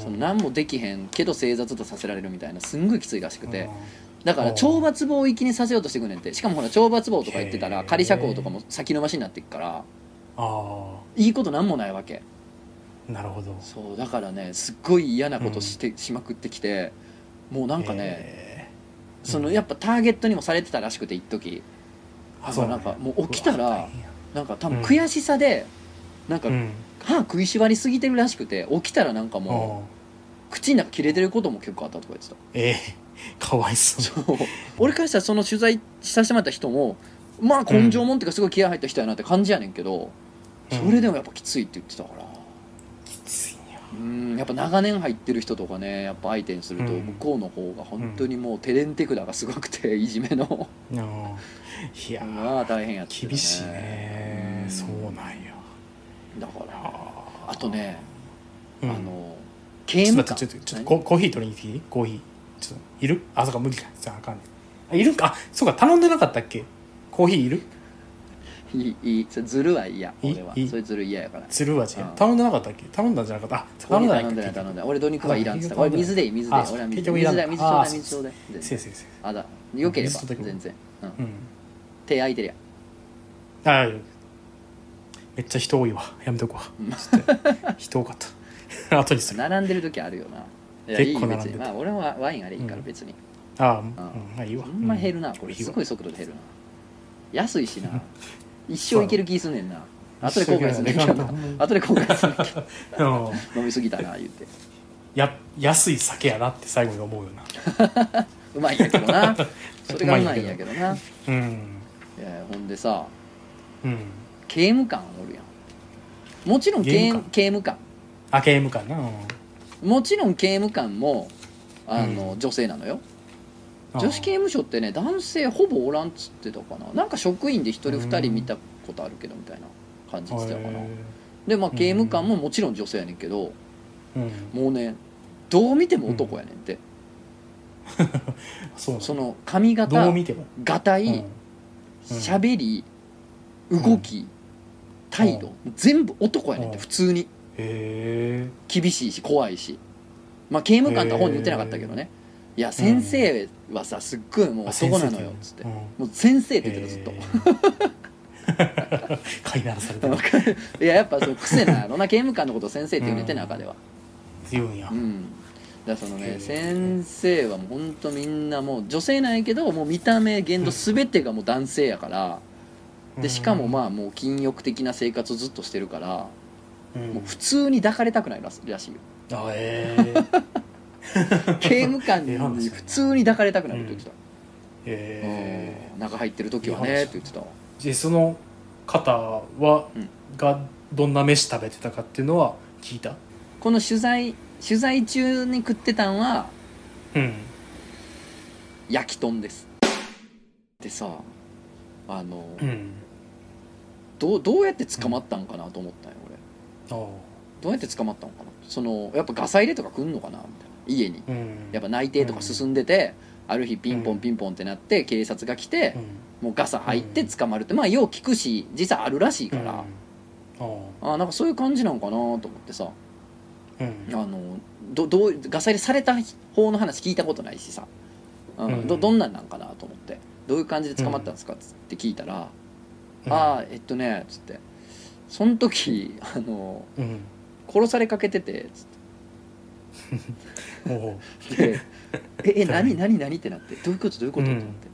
[SPEAKER 2] その何もできへんけど正座ずっとさせられるみたいなすんごいきついらしくて、だから
[SPEAKER 1] うん
[SPEAKER 2] 懲罰棒行きにさせようとしてくんねんてしかもほら懲罰棒とか言ってた
[SPEAKER 1] へ
[SPEAKER 2] ら
[SPEAKER 1] ー
[SPEAKER 2] 仮釈放とかも先延ばしになっていくから
[SPEAKER 1] あー
[SPEAKER 2] いいことなんもないわけ
[SPEAKER 1] あーなるほど
[SPEAKER 2] そうだからねすっごい嫌なことして、しまくってきてもうなんかね、
[SPEAKER 1] へー
[SPEAKER 2] その
[SPEAKER 1] うん
[SPEAKER 2] やっぱターゲットにもされてたらしくて一時
[SPEAKER 1] ー
[SPEAKER 2] だからなんかもう起きたら
[SPEAKER 1] うわ大変や
[SPEAKER 2] なんか多分
[SPEAKER 1] うん
[SPEAKER 2] 悔しさで、なんか
[SPEAKER 1] うん
[SPEAKER 2] 歯食いしばりすぎてるらしくて起きたらなんかも
[SPEAKER 1] あ
[SPEAKER 2] う口の中切れてることも結構あったとか言ってた
[SPEAKER 1] ーえー、かわいそう
[SPEAKER 2] そう俺からしたらその取材させてもらった人もまあ根性もんっていうかすごい気合入った人やなって感じやねんけど、
[SPEAKER 1] うん
[SPEAKER 2] それでもやっぱきついって言ってたから。
[SPEAKER 1] きついんや
[SPEAKER 2] うんやっぱ長年入ってる人とかねやっぱ相手にすると
[SPEAKER 1] うん
[SPEAKER 2] 向こうの方が本当にもう手練手札がすごくていじめの
[SPEAKER 1] あーいやー
[SPEAKER 2] まあ大変やってたね
[SPEAKER 1] 厳しいね、
[SPEAKER 2] うん
[SPEAKER 1] そうなんや
[SPEAKER 2] だから
[SPEAKER 1] あ
[SPEAKER 2] あとね、
[SPEAKER 1] うん
[SPEAKER 2] あの刑
[SPEAKER 1] ちょっ
[SPEAKER 2] 務
[SPEAKER 1] と
[SPEAKER 2] 官
[SPEAKER 1] 待ってちょっとちょっとココーヒー取りに来ていいコーヒーちょっといるあそうか無理かじゃああかんねあいるかあそうか頼んでなかったっけコーヒーいる
[SPEAKER 2] いいいいそれずるは嫌
[SPEAKER 1] いい
[SPEAKER 2] 俺はい
[SPEAKER 1] い
[SPEAKER 2] それずる嫌やから
[SPEAKER 1] 鶴は違う
[SPEAKER 2] うん
[SPEAKER 1] 頼んでなかったっけ頼んだんじゃなかったあ
[SPEAKER 2] コー
[SPEAKER 1] 頼
[SPEAKER 2] ヒ
[SPEAKER 1] んだ
[SPEAKER 2] ー頼んでない頼んでない俺ドニックバーいらんっつった
[SPEAKER 1] あ
[SPEAKER 2] 俺水でいい水でいい
[SPEAKER 1] あ
[SPEAKER 2] 俺は
[SPEAKER 1] 結
[SPEAKER 2] 水で
[SPEAKER 1] 局い
[SPEAKER 2] 水
[SPEAKER 1] らんの
[SPEAKER 2] だよ水ちょうだ
[SPEAKER 1] あ
[SPEAKER 2] い水ちょうだい全
[SPEAKER 1] せ
[SPEAKER 2] 然
[SPEAKER 1] いせいせい
[SPEAKER 2] あだよければ
[SPEAKER 1] 水取ってくる
[SPEAKER 2] 全然、うん
[SPEAKER 1] うん
[SPEAKER 2] 手空いてるやん
[SPEAKER 1] あいるめっちゃ人多いわやめとくわ
[SPEAKER 2] うん
[SPEAKER 1] ちょっと人多かった 後にする
[SPEAKER 2] 並んでる時あるよないやいい
[SPEAKER 1] 結構
[SPEAKER 2] よ
[SPEAKER 1] 並んで
[SPEAKER 2] 別に
[SPEAKER 1] た
[SPEAKER 2] まあ俺はワインあれいいか
[SPEAKER 1] う
[SPEAKER 2] ら
[SPEAKER 1] ん
[SPEAKER 2] 別に
[SPEAKER 1] あうんまあいいわ
[SPEAKER 2] ほんま減るなこれ
[SPEAKER 1] いい
[SPEAKER 2] す
[SPEAKER 1] わ
[SPEAKER 2] ごい速度で減るな安いし な一生いける気すんねんな後で後悔すんねん
[SPEAKER 1] 一
[SPEAKER 2] けど
[SPEAKER 1] 生いける
[SPEAKER 2] な
[SPEAKER 1] ほんま
[SPEAKER 2] 後で後悔すんねんけど
[SPEAKER 1] うん
[SPEAKER 2] 飲みすぎたな言って
[SPEAKER 1] や安い酒やなって最後に思うよな
[SPEAKER 2] うまいんやけ どなそれがうまいんやけどない
[SPEAKER 1] うん
[SPEAKER 2] やほんでさ
[SPEAKER 1] うん
[SPEAKER 2] 刑務官おるやんもちろん刑務刑務官
[SPEAKER 1] あ刑務官なうん
[SPEAKER 2] もちろん刑務官もあの、
[SPEAKER 1] う
[SPEAKER 2] 女性なのよ
[SPEAKER 1] あー
[SPEAKER 2] 女子刑務所ってね男性ほぼおらんっつってたかななんか職員で1人2人見たことあるけどみたいな感じっつってたかな
[SPEAKER 1] へ
[SPEAKER 2] でまあ刑務官ももちろん女性やねんけど
[SPEAKER 1] ーうん
[SPEAKER 2] もうねどう見ても男やねんって、
[SPEAKER 1] そうなんだ
[SPEAKER 2] その髪
[SPEAKER 1] どう
[SPEAKER 2] 型
[SPEAKER 1] 見ても
[SPEAKER 2] がた
[SPEAKER 1] うん
[SPEAKER 2] い
[SPEAKER 1] うん
[SPEAKER 2] 喋り動き、態度全部男やねんって
[SPEAKER 1] うん
[SPEAKER 2] 普通に
[SPEAKER 1] へ
[SPEAKER 2] 厳しいし怖いしまあ刑務官って本に言ってなかったけどねいや先生はさすっごいもう
[SPEAKER 1] え
[SPEAKER 2] 男なのよっつって
[SPEAKER 1] うん
[SPEAKER 2] もう先生って言ってたずっと
[SPEAKER 1] へー 飼いならされてる
[SPEAKER 2] いややっぱその癖なのな刑務官のことを先生って言うねて中では
[SPEAKER 1] 言うんや
[SPEAKER 2] うんだからその
[SPEAKER 1] へ
[SPEAKER 2] ね
[SPEAKER 1] ー
[SPEAKER 2] 先生はもうほんとみんなもう女性なんやけどもう見た目言動全てがもう男性やからでしかもまあもう禁欲的な生活をずっとしてるか
[SPEAKER 1] あ
[SPEAKER 2] らもう普通に抱かれたくないらしらしい よ
[SPEAKER 1] あえー
[SPEAKER 2] 刑務官に
[SPEAKER 1] ええ話やな
[SPEAKER 2] 普通に抱かれたくないって言ってた
[SPEAKER 1] え
[SPEAKER 2] うん中入ってる時はね
[SPEAKER 1] いい話
[SPEAKER 2] って言ってたわ
[SPEAKER 1] ーでその方は
[SPEAKER 2] うん
[SPEAKER 1] がどんな飯食べてたかっていうのは聞いた
[SPEAKER 2] この取材取材中に食ってたんは
[SPEAKER 1] うん
[SPEAKER 2] 焼き豚ですでさあの、
[SPEAKER 1] うん
[SPEAKER 2] どうどうやって捕まったんかなと思ったんよ俺
[SPEAKER 1] ああ
[SPEAKER 2] どうやって捕まったんかなそのやっぱガサ入れとか来んのかなみたいな家に
[SPEAKER 1] うん
[SPEAKER 2] やっぱ内定とか進んでて、ある日ピンポンピンポンってなって警察が来て、もうガサ入って捕まるってまあよう聞くし実際あるらしいから、
[SPEAKER 1] うんあ
[SPEAKER 2] あなんかそういう感じなんかなと思ってさ
[SPEAKER 1] あう
[SPEAKER 2] あ
[SPEAKER 1] ん
[SPEAKER 2] のどどうガサ入れされた方の話聞いたことないしさ、うん
[SPEAKER 1] うん
[SPEAKER 2] どどんなんなんかなと思ってどういう感じで捕まったんですかって聞いたら「ああえっとね」つってその時あの
[SPEAKER 1] うん
[SPEAKER 2] 殺されかけててつ
[SPEAKER 1] おお
[SPEAKER 2] ってええ何何何?」ってなって「どういうことどういうこと?」
[SPEAKER 1] うん
[SPEAKER 2] と思って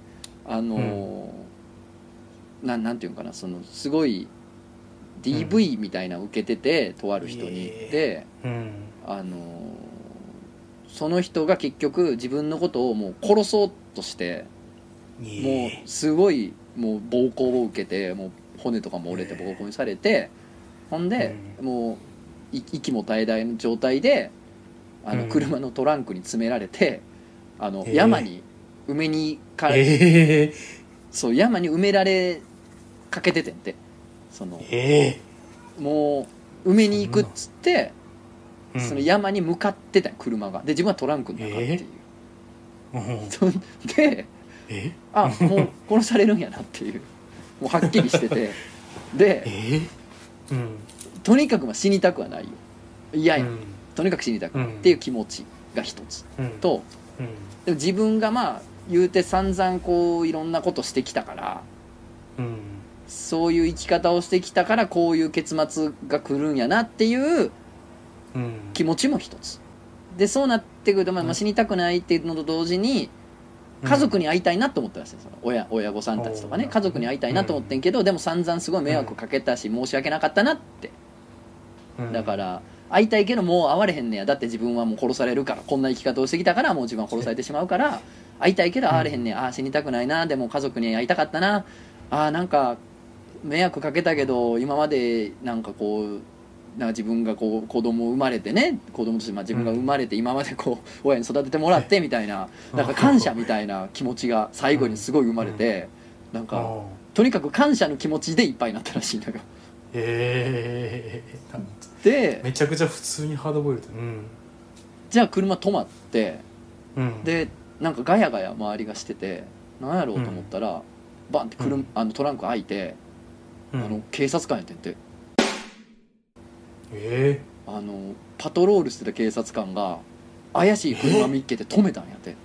[SPEAKER 2] あのーなんなんていうんかなそのすごい DV みたいなの受けてて、とある人に
[SPEAKER 1] ええ
[SPEAKER 2] で、
[SPEAKER 1] うん
[SPEAKER 2] あのーその人が結局自分のことをもう殺そうとしてもうすごいもう暴行を受けてもう骨とかも折れてボコボコにされてほんでもうい息も絶え絶えの状態であ
[SPEAKER 1] う
[SPEAKER 2] の
[SPEAKER 1] ん
[SPEAKER 2] 車のトランクに詰められてあの
[SPEAKER 1] えー
[SPEAKER 2] 山に埋めにか
[SPEAKER 1] ええ
[SPEAKER 2] そう山に埋められかけててんてその
[SPEAKER 1] え
[SPEAKER 2] もう埋めに行くっつって
[SPEAKER 1] え
[SPEAKER 2] その山に向かってたよ車がで自分はトランクの中っていう
[SPEAKER 1] え。うん
[SPEAKER 2] そん で
[SPEAKER 1] え
[SPEAKER 2] あもう殺されるんやなっていうもうはっきりしてて で
[SPEAKER 1] えうん
[SPEAKER 2] とにかくまあ死にたくはないよ嫌や、
[SPEAKER 1] うん
[SPEAKER 2] とにかく死にたくない
[SPEAKER 1] うん
[SPEAKER 2] っていう気持ちが一つ
[SPEAKER 1] うん
[SPEAKER 2] と
[SPEAKER 1] うん
[SPEAKER 2] でも自分がまあ言うて散々こういろんなことしてきたから
[SPEAKER 1] うん
[SPEAKER 2] そういう生き方をしてきたからこういう結末が来るんやなっていう
[SPEAKER 1] うん
[SPEAKER 2] 気持ちも一つでそうなってくると、まあ、まあ死にたくないっていうのと同時に、家族に会いたいなと思ったらしいんですよ親親御さんたちとか
[SPEAKER 1] お
[SPEAKER 2] ね
[SPEAKER 1] ー
[SPEAKER 2] 家族に会いたいなと思ってんけど、でも散々すごい迷惑かけたし申し訳なかったなって、
[SPEAKER 1] うん
[SPEAKER 2] だから会いたいけどもう会われへんねやだって自分はもう殺されるからこんな生き方をしてきたからもう自分は殺されてしまうから会いたいけど会われへんねや、ああー死にたくないなでも家族に会いたかったなあーなんか迷惑かけたけど今までなんかこうなんか自分がこう子供生まれてね子供としてまあ自分が生まれて今までこう親に育ててもらってみたいななんか感謝みたいな気持ちが最後にすごい生まれてなん
[SPEAKER 1] あ
[SPEAKER 2] かとにかく感謝の気持ちでいっぱいになったらしいんだが
[SPEAKER 1] えええ
[SPEAKER 2] で
[SPEAKER 1] めちゃくちゃ普通にハードボイルドうん
[SPEAKER 2] じゃあ車止まって
[SPEAKER 1] うん
[SPEAKER 2] でなんかガヤガヤ周りがしててなんやろうと思ったら、バンって車、
[SPEAKER 1] うん
[SPEAKER 2] あのトランク開いて、
[SPEAKER 1] うん
[SPEAKER 2] あの警察官やってんて
[SPEAKER 1] え
[SPEAKER 2] あのパトロールしてた警察官が怪しい車見っけて止めたんやって
[SPEAKER 1] え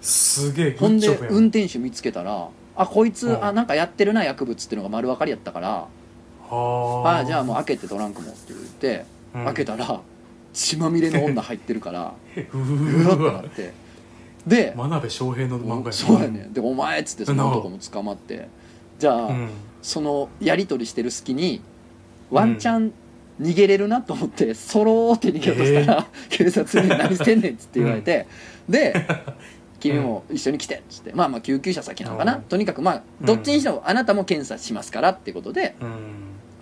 [SPEAKER 1] すげえグ
[SPEAKER 2] ほん
[SPEAKER 1] ッ
[SPEAKER 2] で
[SPEAKER 1] ジョブや
[SPEAKER 2] 運転手見つけたら「あこいつ、
[SPEAKER 1] うん
[SPEAKER 2] あなんかやってるな薬物」っていうのが丸分かりやったから「
[SPEAKER 1] は
[SPEAKER 2] あじゃあもう開けてトランクも」って言って
[SPEAKER 1] う、
[SPEAKER 2] 開け
[SPEAKER 1] た
[SPEAKER 2] たら血まみれの女入ってるから
[SPEAKER 1] う
[SPEAKER 2] うわ
[SPEAKER 1] ーわ
[SPEAKER 2] ってなってで
[SPEAKER 1] 真鍋翔平の漫画や
[SPEAKER 2] そうやねで「お前」っつってその男も捕まってじゃあ、
[SPEAKER 1] うん
[SPEAKER 2] そのやり取りしてる隙にワンチャン逃げれるなと思って、そろーって逃げようとしたら、警察に「何してんねん」っつって言われて、 で「君も一緒に来て」っつってまあまあ救急車先なのかな、
[SPEAKER 1] うん
[SPEAKER 2] とにかくまあどっちにしてもあなたも検査しますからってことで
[SPEAKER 1] うん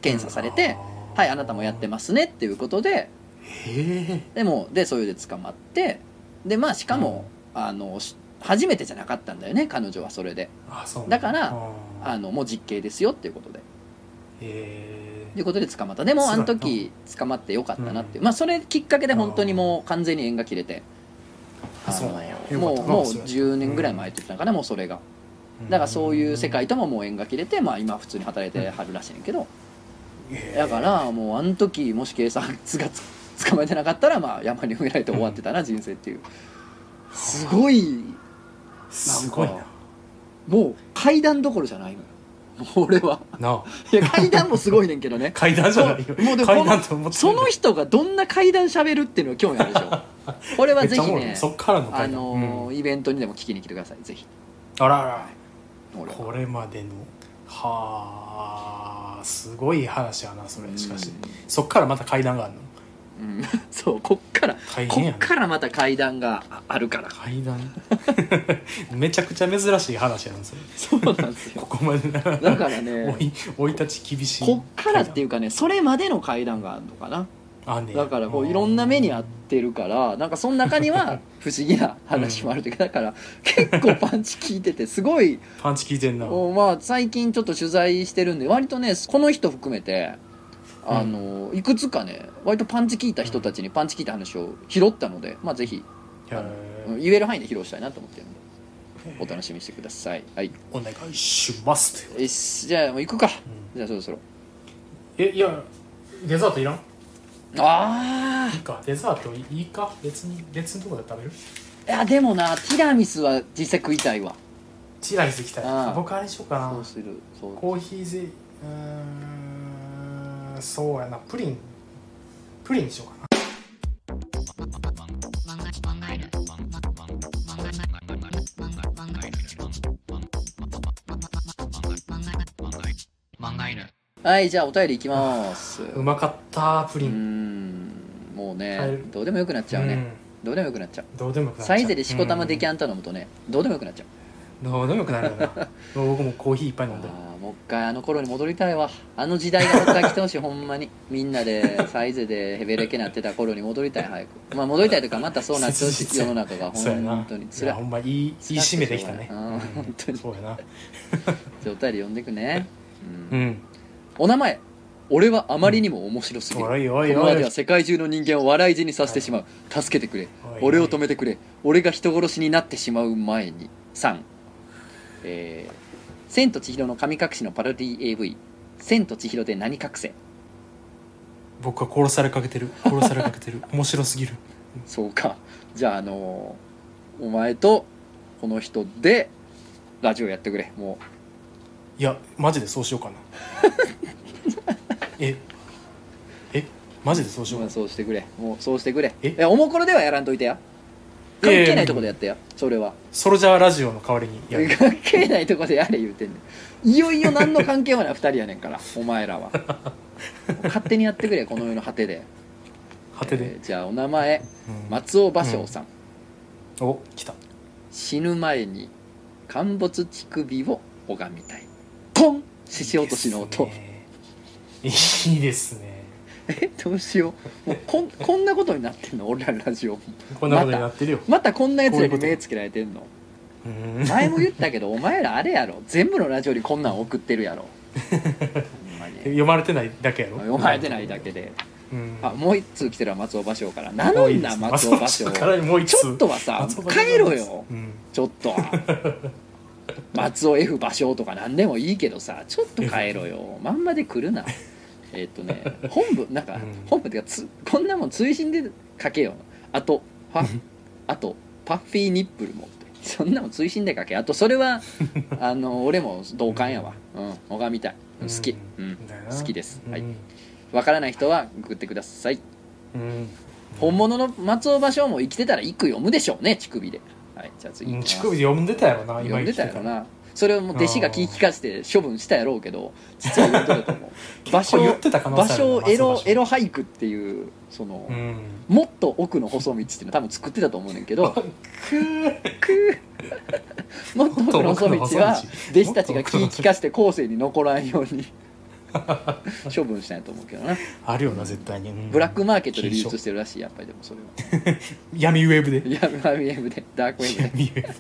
[SPEAKER 2] 検査されて「はいあなたもやってますね」っていうことです
[SPEAKER 1] へえ
[SPEAKER 2] でもでそれで捕まってでまあしかも、あのし初めてじゃなかったんだよね彼女はそれで
[SPEAKER 1] あそう
[SPEAKER 2] だからあ
[SPEAKER 1] あ
[SPEAKER 2] のもう実刑ですよっていうことで。
[SPEAKER 1] へ
[SPEAKER 2] ということで捕まったでもあの時捕まってよかったなっていう、まあそれきっかけで本当にもう完全に縁が切れて
[SPEAKER 1] あ
[SPEAKER 2] の
[SPEAKER 1] そうなんや
[SPEAKER 2] も
[SPEAKER 1] よか
[SPEAKER 2] う
[SPEAKER 1] ったな
[SPEAKER 2] もう
[SPEAKER 1] それは
[SPEAKER 2] 10年ぐらい前って言ってたかな、もうそれが
[SPEAKER 1] え
[SPEAKER 2] だからそういう世界とももう縁が切れてまあ今普通に働いてはるらしいねんけど、
[SPEAKER 1] へえ
[SPEAKER 2] だからもうあの時もし警察がつ捕まえてなかったらまあ山に埋められて終わってたな、人生っていうすごい
[SPEAKER 1] すごいな
[SPEAKER 2] もう階段どころじゃないのよ俺は
[SPEAKER 1] なあ
[SPEAKER 2] いや階段もすごいねんけどね
[SPEAKER 1] 階段じゃないよ
[SPEAKER 2] もうでも
[SPEAKER 1] 階段と思って
[SPEAKER 2] その人がどんな階段喋るっていうのが興味あるでし ょこれは
[SPEAKER 1] めっ
[SPEAKER 2] ぜ
[SPEAKER 1] ちゃお
[SPEAKER 2] ひ
[SPEAKER 1] もろい
[SPEAKER 2] ね
[SPEAKER 1] そっからの
[SPEAKER 2] あ
[SPEAKER 1] 階段
[SPEAKER 2] のー
[SPEAKER 1] うん
[SPEAKER 2] イベントにでも聞きに来てくださいぜひ
[SPEAKER 1] あらあら
[SPEAKER 2] 俺は
[SPEAKER 1] これまでのはあすごい話やなそれしかしそっからまた階段があるの
[SPEAKER 2] うんうん そうこっから
[SPEAKER 1] 大
[SPEAKER 2] こ
[SPEAKER 1] 変や
[SPEAKER 2] っ
[SPEAKER 1] な
[SPEAKER 2] からまた階段があある から
[SPEAKER 1] 階段めちゃくちゃ珍しい話やなそれ
[SPEAKER 2] そうなんですよ
[SPEAKER 1] ここまでな
[SPEAKER 2] だから
[SPEAKER 1] 生
[SPEAKER 2] ね
[SPEAKER 1] い生い立ち厳しい
[SPEAKER 2] こっからっていうかねそれまでの階段があるのかな
[SPEAKER 1] あんねや
[SPEAKER 2] だからこういろんな目にあってるからなんかその中には不思議な話もあるというかだから結構パンチ効いててすごい
[SPEAKER 1] パンチ効いてんな
[SPEAKER 2] おまあ最近ちょっと取材してるんで割とねこの人含めてあの、いくつかね割とパンチ効いた人たちにパンチ効いた話を拾ったので、まあぜひ
[SPEAKER 1] へー
[SPEAKER 2] うん言える範囲で披露したいなと思ってるんでお楽しみにしてくださいはい
[SPEAKER 1] お願いしますって
[SPEAKER 2] よしじゃあもう行くか、じゃあそろそろ
[SPEAKER 1] えいやデザートいらん
[SPEAKER 2] あ
[SPEAKER 1] いいかデザートいいか別に別のとこで食べる
[SPEAKER 2] あいやでもなティラミスは実際食いたいわ
[SPEAKER 1] チラリス行きたい
[SPEAKER 2] ああ
[SPEAKER 1] 僕あれにしようかな
[SPEAKER 2] そうするそう
[SPEAKER 1] コーヒーゼリーうーんそうやなプリンプリンにしようかな
[SPEAKER 2] はいじゃあお便りいきます
[SPEAKER 1] う
[SPEAKER 2] う
[SPEAKER 1] まかったプリ
[SPEAKER 2] ー
[SPEAKER 1] ン、
[SPEAKER 2] んもう
[SPEAKER 1] は
[SPEAKER 2] ね
[SPEAKER 1] い
[SPEAKER 2] どうでもよくなっちゃうね、どうでもよくなっちゃう
[SPEAKER 1] うんどうでもよくなっちゃ
[SPEAKER 2] サ
[SPEAKER 1] う
[SPEAKER 2] イゼでしこたまデキ
[SPEAKER 1] ん、
[SPEAKER 2] ャンタ飲むとね、どうでもよくなっちゃう
[SPEAKER 1] どうでもよくなるよなもう僕もコーヒーいっぱい飲んでる
[SPEAKER 2] あーもう一回あの頃に戻りたいわあの時代がもう一回来て ほしいほんまにみんなでサイゼでヘベレケなってた頃に戻りたい早くまあ戻りたいというかまたそうなってほしい世の中が
[SPEAKER 1] そうやな
[SPEAKER 2] 本当につ
[SPEAKER 1] い
[SPEAKER 2] ら
[SPEAKER 1] やほんまいいいい締めできたね
[SPEAKER 2] あー本当に
[SPEAKER 1] そうやな
[SPEAKER 2] 状態で呼んでくね、う
[SPEAKER 1] うんん
[SPEAKER 2] お名前俺はあまりにも面白すぎる、
[SPEAKER 1] おいおい
[SPEAKER 2] この
[SPEAKER 1] お
[SPEAKER 2] まま
[SPEAKER 1] い
[SPEAKER 2] では世界中の人間を笑い死にさせてしまう助けてくれ
[SPEAKER 1] おい
[SPEAKER 2] 俺を止めてくれ俺が人殺しになってしまう前に3えー「千と千尋の神隠し」のパロディ AV「千と千尋で何隠せ
[SPEAKER 1] 僕は殺されかけてる殺されかけてる 面白すぎる」
[SPEAKER 2] そうかじゃああのーお前とこの人でラジオやってくれも
[SPEAKER 1] いやマジでそうしようか なええマジでそうし
[SPEAKER 2] う
[SPEAKER 1] よう
[SPEAKER 2] も
[SPEAKER 1] かな
[SPEAKER 2] うそうしてくれもうそうしてくれ
[SPEAKER 1] え
[SPEAKER 2] いやおもころではやらんといてや関
[SPEAKER 1] いやい
[SPEAKER 2] 係
[SPEAKER 1] や
[SPEAKER 2] ないとこでやってやそれは
[SPEAKER 1] ソルジャーラジオの代わりにやる
[SPEAKER 2] 関係ないとこでやれ言うてんねんいよいよ何の関係もない2人やねんからお前らは勝手にやってくれこの世の果てで
[SPEAKER 1] 果てで
[SPEAKER 2] え、ーじゃあお名前
[SPEAKER 1] うん
[SPEAKER 2] 松尾芭蕉さん、
[SPEAKER 1] お来た
[SPEAKER 2] 死ぬ前に陥没乳首を拝みたいコン獅子落としの音
[SPEAKER 1] いいですねいいですね
[SPEAKER 2] えどうしようもうこんこんなことになってんの俺らのラジオ
[SPEAKER 1] こんなことになってるよ、
[SPEAKER 2] またこんなやつら
[SPEAKER 1] こうい
[SPEAKER 2] に
[SPEAKER 1] うこと
[SPEAKER 2] 目つけられてんの
[SPEAKER 1] うん
[SPEAKER 2] 前も言ったけどお前らあれやろ全部のラジオにこんなん送ってるやろほんまにね
[SPEAKER 1] 読まれてないだけやろ
[SPEAKER 2] 読まれてないだけで、
[SPEAKER 1] うん
[SPEAKER 2] あもう一通来てるわ松尾芭蕉から名乗んな松尾芭
[SPEAKER 1] 松尾芭蕉
[SPEAKER 2] 蕉
[SPEAKER 1] からもう一
[SPEAKER 2] ち
[SPEAKER 1] 通
[SPEAKER 2] ょっとはさ
[SPEAKER 1] 松尾芭蕉
[SPEAKER 2] 帰ろよ
[SPEAKER 1] うん
[SPEAKER 2] ちょっとは松尾 F 芭蕉とか何でもいいけどさちょっと帰ろよまんまで来るなえっとね本部なんか、
[SPEAKER 1] うん
[SPEAKER 2] 本部っていうかつこんなもん追伸で書けよあとパあとパッフィーニップルもってそんなもん追伸で書けあとそれはあの俺も同感やわうん拝みたい好きう
[SPEAKER 1] うん
[SPEAKER 2] ん
[SPEAKER 1] だよな
[SPEAKER 2] 好きですはい
[SPEAKER 1] うん
[SPEAKER 2] わからない人は送ってください
[SPEAKER 1] うん
[SPEAKER 2] 本物の松尾芭蕉も生きてたら一句読むでしょうね乳首ではいじゃあ次
[SPEAKER 1] う
[SPEAKER 2] 行
[SPEAKER 1] ん
[SPEAKER 2] きます
[SPEAKER 1] 乳首で読んでたやろな今
[SPEAKER 2] 読んでたや
[SPEAKER 1] 生
[SPEAKER 2] ろ
[SPEAKER 1] きて
[SPEAKER 2] なそれをもう弟子が聞き返して処分したやろうけど実は読んでたと思う場
[SPEAKER 1] 結構
[SPEAKER 2] 所
[SPEAKER 1] 言ってた可能
[SPEAKER 2] 場
[SPEAKER 1] 性あるな
[SPEAKER 2] 所エロ
[SPEAKER 1] 松尾芭蕉
[SPEAKER 2] エロ俳句っていうその、
[SPEAKER 1] らうん
[SPEAKER 2] もっと奥の細道っていうの多分作ってたと思うねんけ どもっと奥の
[SPEAKER 1] も
[SPEAKER 2] 細道
[SPEAKER 1] っと奥の細道
[SPEAKER 2] は弟子たちが聞き返して後世に残らん ように処分したんやと思うけどな
[SPEAKER 1] あるよな絶対にうん
[SPEAKER 2] ブラックマーケットで流通してるらしいやっぱりでもそれは
[SPEAKER 1] 闇ウェブで
[SPEAKER 2] ヤブマビエムでダークウェブで
[SPEAKER 1] 闇ウェブ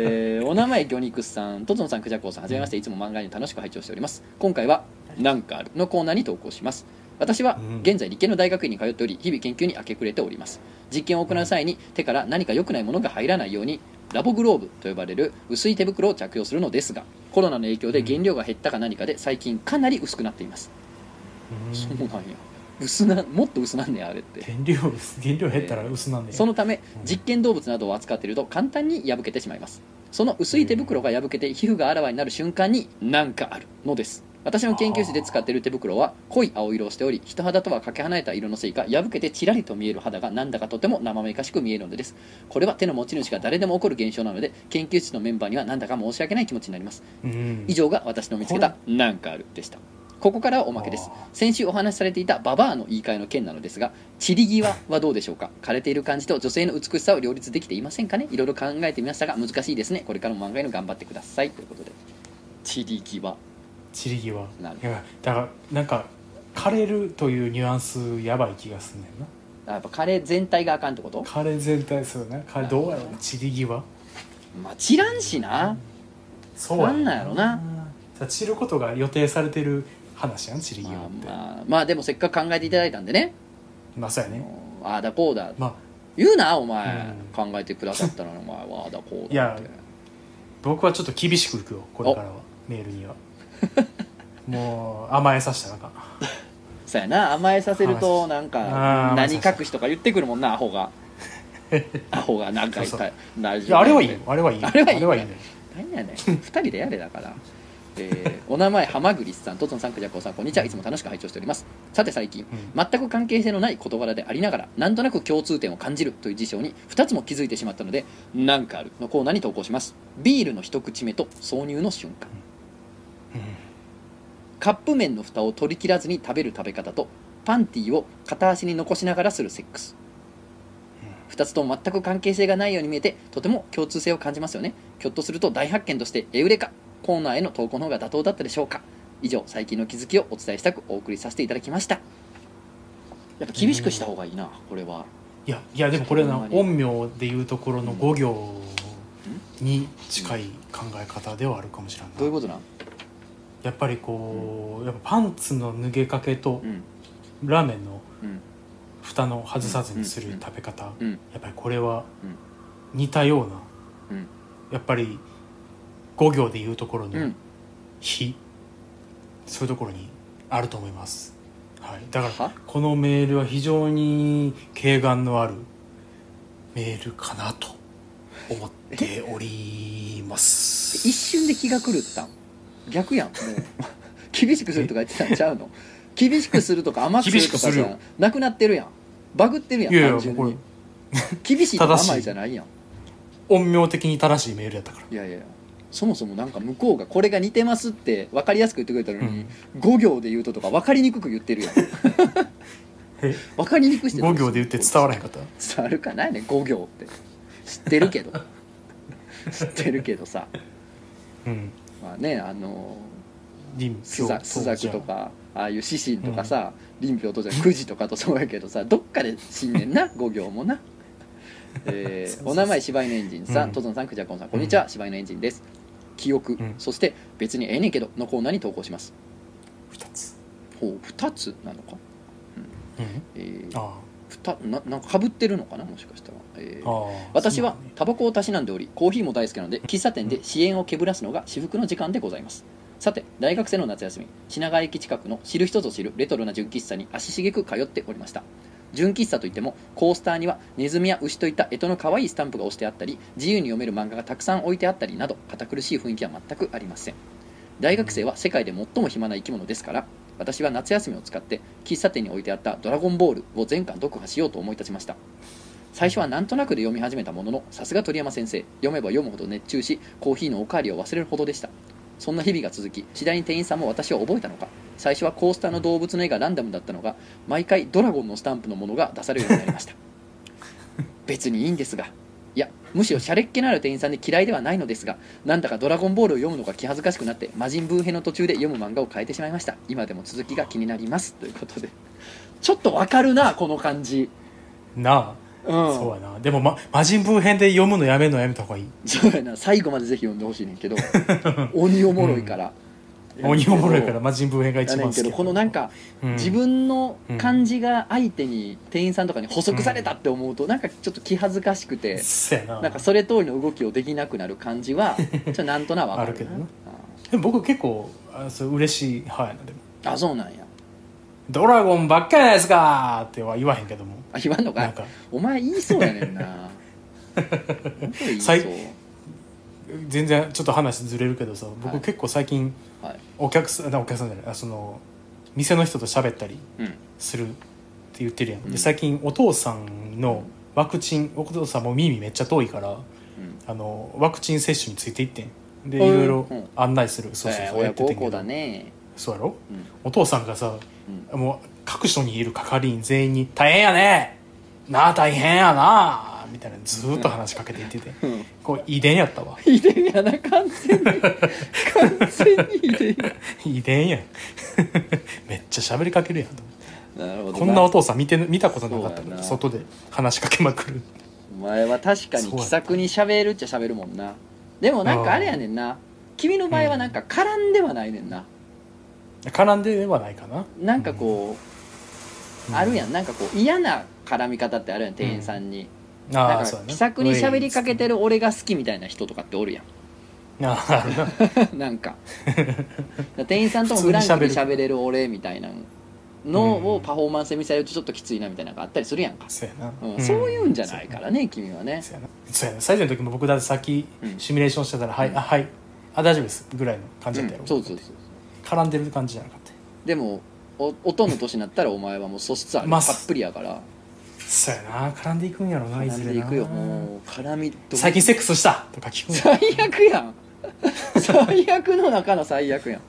[SPEAKER 2] えーお名前魚肉さんとつのさんくじゃこうさんはじめましていつも漫画に楽しく拝聴しております今回は「なんかある」のコーナーに投稿します私は
[SPEAKER 1] うん
[SPEAKER 2] 現在理系の大学院に通っており日々研究に明け暮れております実験を行う際に手から何か良くないものが入らないようにラボグローブと呼ばれる薄い手袋を着用するのですがコロナの影響で原料が減ったか何かで最近かなり薄くなっています、
[SPEAKER 1] うん
[SPEAKER 2] そうなんや薄なもっと薄なんねやあれって
[SPEAKER 1] 原料原料減ったら薄なんで
[SPEAKER 2] そのため
[SPEAKER 1] うん
[SPEAKER 2] 実験動物などを扱っていると簡単に破けてしまいますその薄い手袋が破けて皮膚があらわになる瞬間に何かあるのです私の研究室で使っている手袋は濃い青色をしており人肌とはかけ離れた色のせいか破けてちらりと見える肌がなんだかとても生めかしく見えるのですこれは手の持ち主が誰でも起こる現象なので研究室のメンバーにはなんだか申し訳ない気持ちになります
[SPEAKER 1] うん
[SPEAKER 2] 以上が私の見つけた「なんかある」でしたここからはおまけです先週お話しされていたババアの言い換えの件なのですが散り際はどうでしょうか枯れている感じと女性の美しさを両立できていませんかねいろいろ考えてみましたが難しいですねこれからも漫画への頑張ってくださいということで散り際
[SPEAKER 1] 散り際
[SPEAKER 2] なる
[SPEAKER 1] いやだからなんか枯れるというニュアンスやばい気がすんねんな
[SPEAKER 2] あやっぱ枯れ全体があかんってこと
[SPEAKER 1] 枯れ全体そうだね枯れどうやろうね散り際
[SPEAKER 2] まあ散らんしな
[SPEAKER 1] そう
[SPEAKER 2] なんなんやろな
[SPEAKER 1] さ散ることが予定されてる話やん散り
[SPEAKER 2] ま
[SPEAKER 1] 際
[SPEAKER 2] あ
[SPEAKER 1] って、まあ、
[SPEAKER 2] まあ、まあでもせっかく考えていただいたんでね
[SPEAKER 1] そうやね
[SPEAKER 2] ああだこうだ
[SPEAKER 1] まあ
[SPEAKER 2] 言うなお前、
[SPEAKER 1] う
[SPEAKER 2] 考えてくださったのにお前はああだこう
[SPEAKER 1] い
[SPEAKER 2] だっ
[SPEAKER 1] や
[SPEAKER 2] て
[SPEAKER 1] 僕はちょっと厳しくいくよこれからはメールには もう甘えさせたらあかん
[SPEAKER 2] そうやな甘えさせるとなん
[SPEAKER 1] あ
[SPEAKER 2] か
[SPEAKER 1] ー
[SPEAKER 2] 何隠しとか言ってくるもんなア ホがアホがなんか言っ
[SPEAKER 1] そう
[SPEAKER 2] た
[SPEAKER 1] そ
[SPEAKER 2] ない
[SPEAKER 1] やあれはいいよあれはいいよ
[SPEAKER 2] あれはいいね
[SPEAKER 1] ね
[SPEAKER 2] 何やねん2人でやれだからえーお名前はまぐりさんとつのさんくじゃこうさんこんにちはいつも楽しく拝聴しておりますさて最近
[SPEAKER 1] うん
[SPEAKER 2] 全く関係性のない事柄でありながらなんとなく共通点を感じるという事象に2つも気づいてしまったので「なんかある」のコーナーに投稿しますビールの一口目と挿入の瞬間カップ麺の蓋を取り切らずに食べる食べ方とパンティを片足に残しながらするセックス2つとも全く関係性がないように見えてとても共通性を感じますよねひょっとすると大発見としてエウレカコーナーへの投稿の方が妥当だったでしょうか以上最近の気づきをお伝えしたくお送りさせていただきましたやっぱ厳しくした方がいいなこれはい
[SPEAKER 1] やいやでもこれ
[SPEAKER 2] ほん
[SPEAKER 1] な
[SPEAKER 2] まに
[SPEAKER 1] 陰陽でいうところの五行に近い考え方ではあるかもしれない
[SPEAKER 2] どういうことなん
[SPEAKER 1] やっぱりこう、やっぱパンツの脱げかけと
[SPEAKER 2] うん
[SPEAKER 1] ラーメンの
[SPEAKER 2] うん
[SPEAKER 1] 蓋の外さずにする食べ方、
[SPEAKER 2] うん
[SPEAKER 1] やっぱりこれは
[SPEAKER 2] うん
[SPEAKER 1] 似たような、
[SPEAKER 2] うん
[SPEAKER 1] やっぱり五行でいうところ
[SPEAKER 2] う
[SPEAKER 1] の
[SPEAKER 2] ん
[SPEAKER 1] 火、そういうところにあると思います、はい、だから
[SPEAKER 2] は
[SPEAKER 1] このメールは非常に軽眼のあるメールかなと思っております
[SPEAKER 2] 一瞬で気が狂ったん逆やんもう 厳しくするとか言ってたんちゃうの厳しくするとか甘くすると
[SPEAKER 1] 厳
[SPEAKER 2] か
[SPEAKER 1] しくする
[SPEAKER 2] さ
[SPEAKER 1] よ
[SPEAKER 2] なくなってるやんバグってるやん
[SPEAKER 1] いやいや
[SPEAKER 2] 単純
[SPEAKER 1] もう
[SPEAKER 2] に厳しいとか
[SPEAKER 1] 正しい
[SPEAKER 2] 甘いじゃないやん
[SPEAKER 1] 陰陽的に正しいメールやったから
[SPEAKER 2] いやいやいやそもそもなんか向こうがこれが似てますって分かりやすく言ってくれたのに、5行で言うととか分かりにくく言ってるやん
[SPEAKER 1] え
[SPEAKER 2] 分かりにくくしてどう
[SPEAKER 1] 5
[SPEAKER 2] する
[SPEAKER 1] 行で言って伝わらへんかった
[SPEAKER 2] 伝わるかないね5行って知ってるけ ど知ってるけどさ
[SPEAKER 1] うん
[SPEAKER 2] まあねあのー
[SPEAKER 1] 臨
[SPEAKER 2] 朱雀朱雀とかああいう四神とかさ林彪 とじゃんくじとかとそうやけどさどっかで死んねんな五行もな。え ー
[SPEAKER 1] そうそうそう
[SPEAKER 2] お名前柴犬エンジンさ、
[SPEAKER 1] うんん
[SPEAKER 2] とぞんさん、くじゃこんさん、こんにちは、柴犬エンジンです。記憶、
[SPEAKER 1] うん
[SPEAKER 2] そして別にええねんけどのコーナーに投稿します。
[SPEAKER 1] 2つ、
[SPEAKER 2] ほう2つなのか、
[SPEAKER 1] うん、
[SPEAKER 2] えー、
[SPEAKER 1] あ
[SPEAKER 2] ふたななんかかぶってるのかなもしかしたら、え
[SPEAKER 1] ー
[SPEAKER 2] ー、
[SPEAKER 1] あー
[SPEAKER 2] 私
[SPEAKER 1] そ
[SPEAKER 2] は
[SPEAKER 1] うなんだね
[SPEAKER 2] タバコをたしなんでおりコーヒーも大好きなので喫茶店で支援をけぶらすのが至福の時間でございますさて大学生の夏休み品川駅近くの知る人ぞ知るレトロな純喫茶に足しげく通っておりました純喫茶といってもコースターにはネズミや牛といった干支の可愛いスタンプが押してあったり自由に読める漫画がたくさん置いてあったりなど堅苦しい雰囲気は全くありません大学生は世界で最も暇な生き物ですから私は夏休みを使って喫茶店に置いてあった「ドラゴンボール」を全巻読破しようと思い立ちました最初はなんとなくで読み始めたもののさすが鳥山先生読めば読むほど熱中しコーヒーのおかわりを忘れるほどでしたそんな日々が続き次第に店員さんも私を覚えたのか最初はコースターの動物の絵がランダムだったのが毎回ドラゴンのスタンプのものが出されるようになりました 別にいいんですがいやむしろシャレっ気のある店員さんで嫌いではないのですがなんだか「ドラゴンボール」を読むのが気恥ずかしくなって魔人ブー編の途中で読む漫画を変えてしまいました今でも続きが気になりますということでちょっとわかるなこの感じ
[SPEAKER 1] な
[SPEAKER 2] うん
[SPEAKER 1] あ、そうやなでも、ま、魔人ブー編で読むのやめるのやめた方がいい
[SPEAKER 2] そうやな最後までぜひ読んでほしいねんけ ど鬼おもろいから、
[SPEAKER 1] 鬼おもろいから魔人ブー編が
[SPEAKER 2] や
[SPEAKER 1] 一
[SPEAKER 2] ね
[SPEAKER 1] 番
[SPEAKER 2] ん
[SPEAKER 1] 好
[SPEAKER 2] け
[SPEAKER 1] き
[SPEAKER 2] どこのなんか、
[SPEAKER 1] うん
[SPEAKER 2] 自分の感じが相手に店員さんとかに補足されたって思うと、なんかちょっと気恥ずかしくて、
[SPEAKER 1] そうやな
[SPEAKER 2] なんかそれ通りの動きをできなくなる感じはちょっとなんとなわか る
[SPEAKER 1] あるけどな
[SPEAKER 2] うん
[SPEAKER 1] でも僕結構あそう嬉しい派やなでも
[SPEAKER 2] あそうなんや
[SPEAKER 1] 「ドラゴンばっかりないですか!」っては言わへんけども
[SPEAKER 2] あ言わんのか
[SPEAKER 1] なんか
[SPEAKER 2] お前言いそうやね んな本当言いそう
[SPEAKER 1] 最全然ちょっと話ずれるけどさ
[SPEAKER 2] は
[SPEAKER 1] 僕
[SPEAKER 2] い
[SPEAKER 1] 結構最近
[SPEAKER 2] はい
[SPEAKER 1] お客さん、なお客さんじゃないあその店の人と喋ったり
[SPEAKER 2] うん
[SPEAKER 1] するって言ってるやん、
[SPEAKER 2] うん
[SPEAKER 1] で最近お父さんのワクチンお父さんも耳めっちゃ遠いから
[SPEAKER 2] うん
[SPEAKER 1] あのワクチン接種についていってんでい
[SPEAKER 2] うん
[SPEAKER 1] ろいろ
[SPEAKER 2] うん
[SPEAKER 1] 案内する、そうそう
[SPEAKER 2] えー
[SPEAKER 1] そうや
[SPEAKER 2] 親
[SPEAKER 1] ってて
[SPEAKER 2] 孝
[SPEAKER 1] んけ
[SPEAKER 2] 行
[SPEAKER 1] ど
[SPEAKER 2] だね
[SPEAKER 1] そうやろ
[SPEAKER 2] うん
[SPEAKER 1] お父さんがさ
[SPEAKER 2] うん
[SPEAKER 1] もう各所にいる係員全員に「大変やねなあ大変やな」みたいなずーっと話しかけていってて、
[SPEAKER 2] うん
[SPEAKER 1] こう遺伝やったわ
[SPEAKER 2] 遺伝やな完全に完全に遺伝や
[SPEAKER 1] 遺伝やん めっちゃ喋りかけるやんと思って
[SPEAKER 2] なるほど
[SPEAKER 1] こんなお父さん見て見たことなかった
[SPEAKER 2] そう
[SPEAKER 1] か
[SPEAKER 2] や
[SPEAKER 1] ら
[SPEAKER 2] な
[SPEAKER 1] 外で話しかけまくる
[SPEAKER 2] お前は確かに気さくに喋るっちゃ喋るもんなでもなんかあれやねんな君の場合はなんか絡んではないねんな、
[SPEAKER 1] 絡んではないかな
[SPEAKER 2] なんかこう、あるや
[SPEAKER 1] ん
[SPEAKER 2] んなんかこう嫌な絡み方ってあるやん店員さんに、
[SPEAKER 1] あ
[SPEAKER 2] な
[SPEAKER 1] あ
[SPEAKER 2] ん
[SPEAKER 1] そう
[SPEAKER 2] か
[SPEAKER 1] やな
[SPEAKER 2] 気さくに喋りかけてる俺が好きみたいな人とかっておるや
[SPEAKER 1] あああるなん
[SPEAKER 2] なんか店員さんともフランクに喋れる俺みたいなの
[SPEAKER 1] う
[SPEAKER 2] を
[SPEAKER 1] ん
[SPEAKER 2] パフォーマンスで見せられるとちょっときついなみたいなのがあったりするやんか、
[SPEAKER 1] そうやな、
[SPEAKER 2] うんそういうんじゃないかららね君はね
[SPEAKER 1] そうやなそうやな最初の時も僕だってさっき
[SPEAKER 2] うん
[SPEAKER 1] シミュレーションしてたら「はい
[SPEAKER 2] うん
[SPEAKER 1] あはいあ大丈夫です」ぐらいの感じだったや
[SPEAKER 2] う
[SPEAKER 1] ろ
[SPEAKER 2] んそうそうそう
[SPEAKER 1] 絡んでる感じじゃなかった
[SPEAKER 2] でもお音の年になったらお前はもう素質ある
[SPEAKER 1] ま
[SPEAKER 2] た
[SPEAKER 1] あ
[SPEAKER 2] っぷりやから
[SPEAKER 1] そうやな絡んでいくんやろな
[SPEAKER 2] 絡
[SPEAKER 1] いず
[SPEAKER 2] ん
[SPEAKER 1] れ
[SPEAKER 2] でい
[SPEAKER 1] な
[SPEAKER 2] くよもう絡みと
[SPEAKER 1] 最近セックスしたとか聞くんや
[SPEAKER 2] 最悪やん最悪の中の最悪やん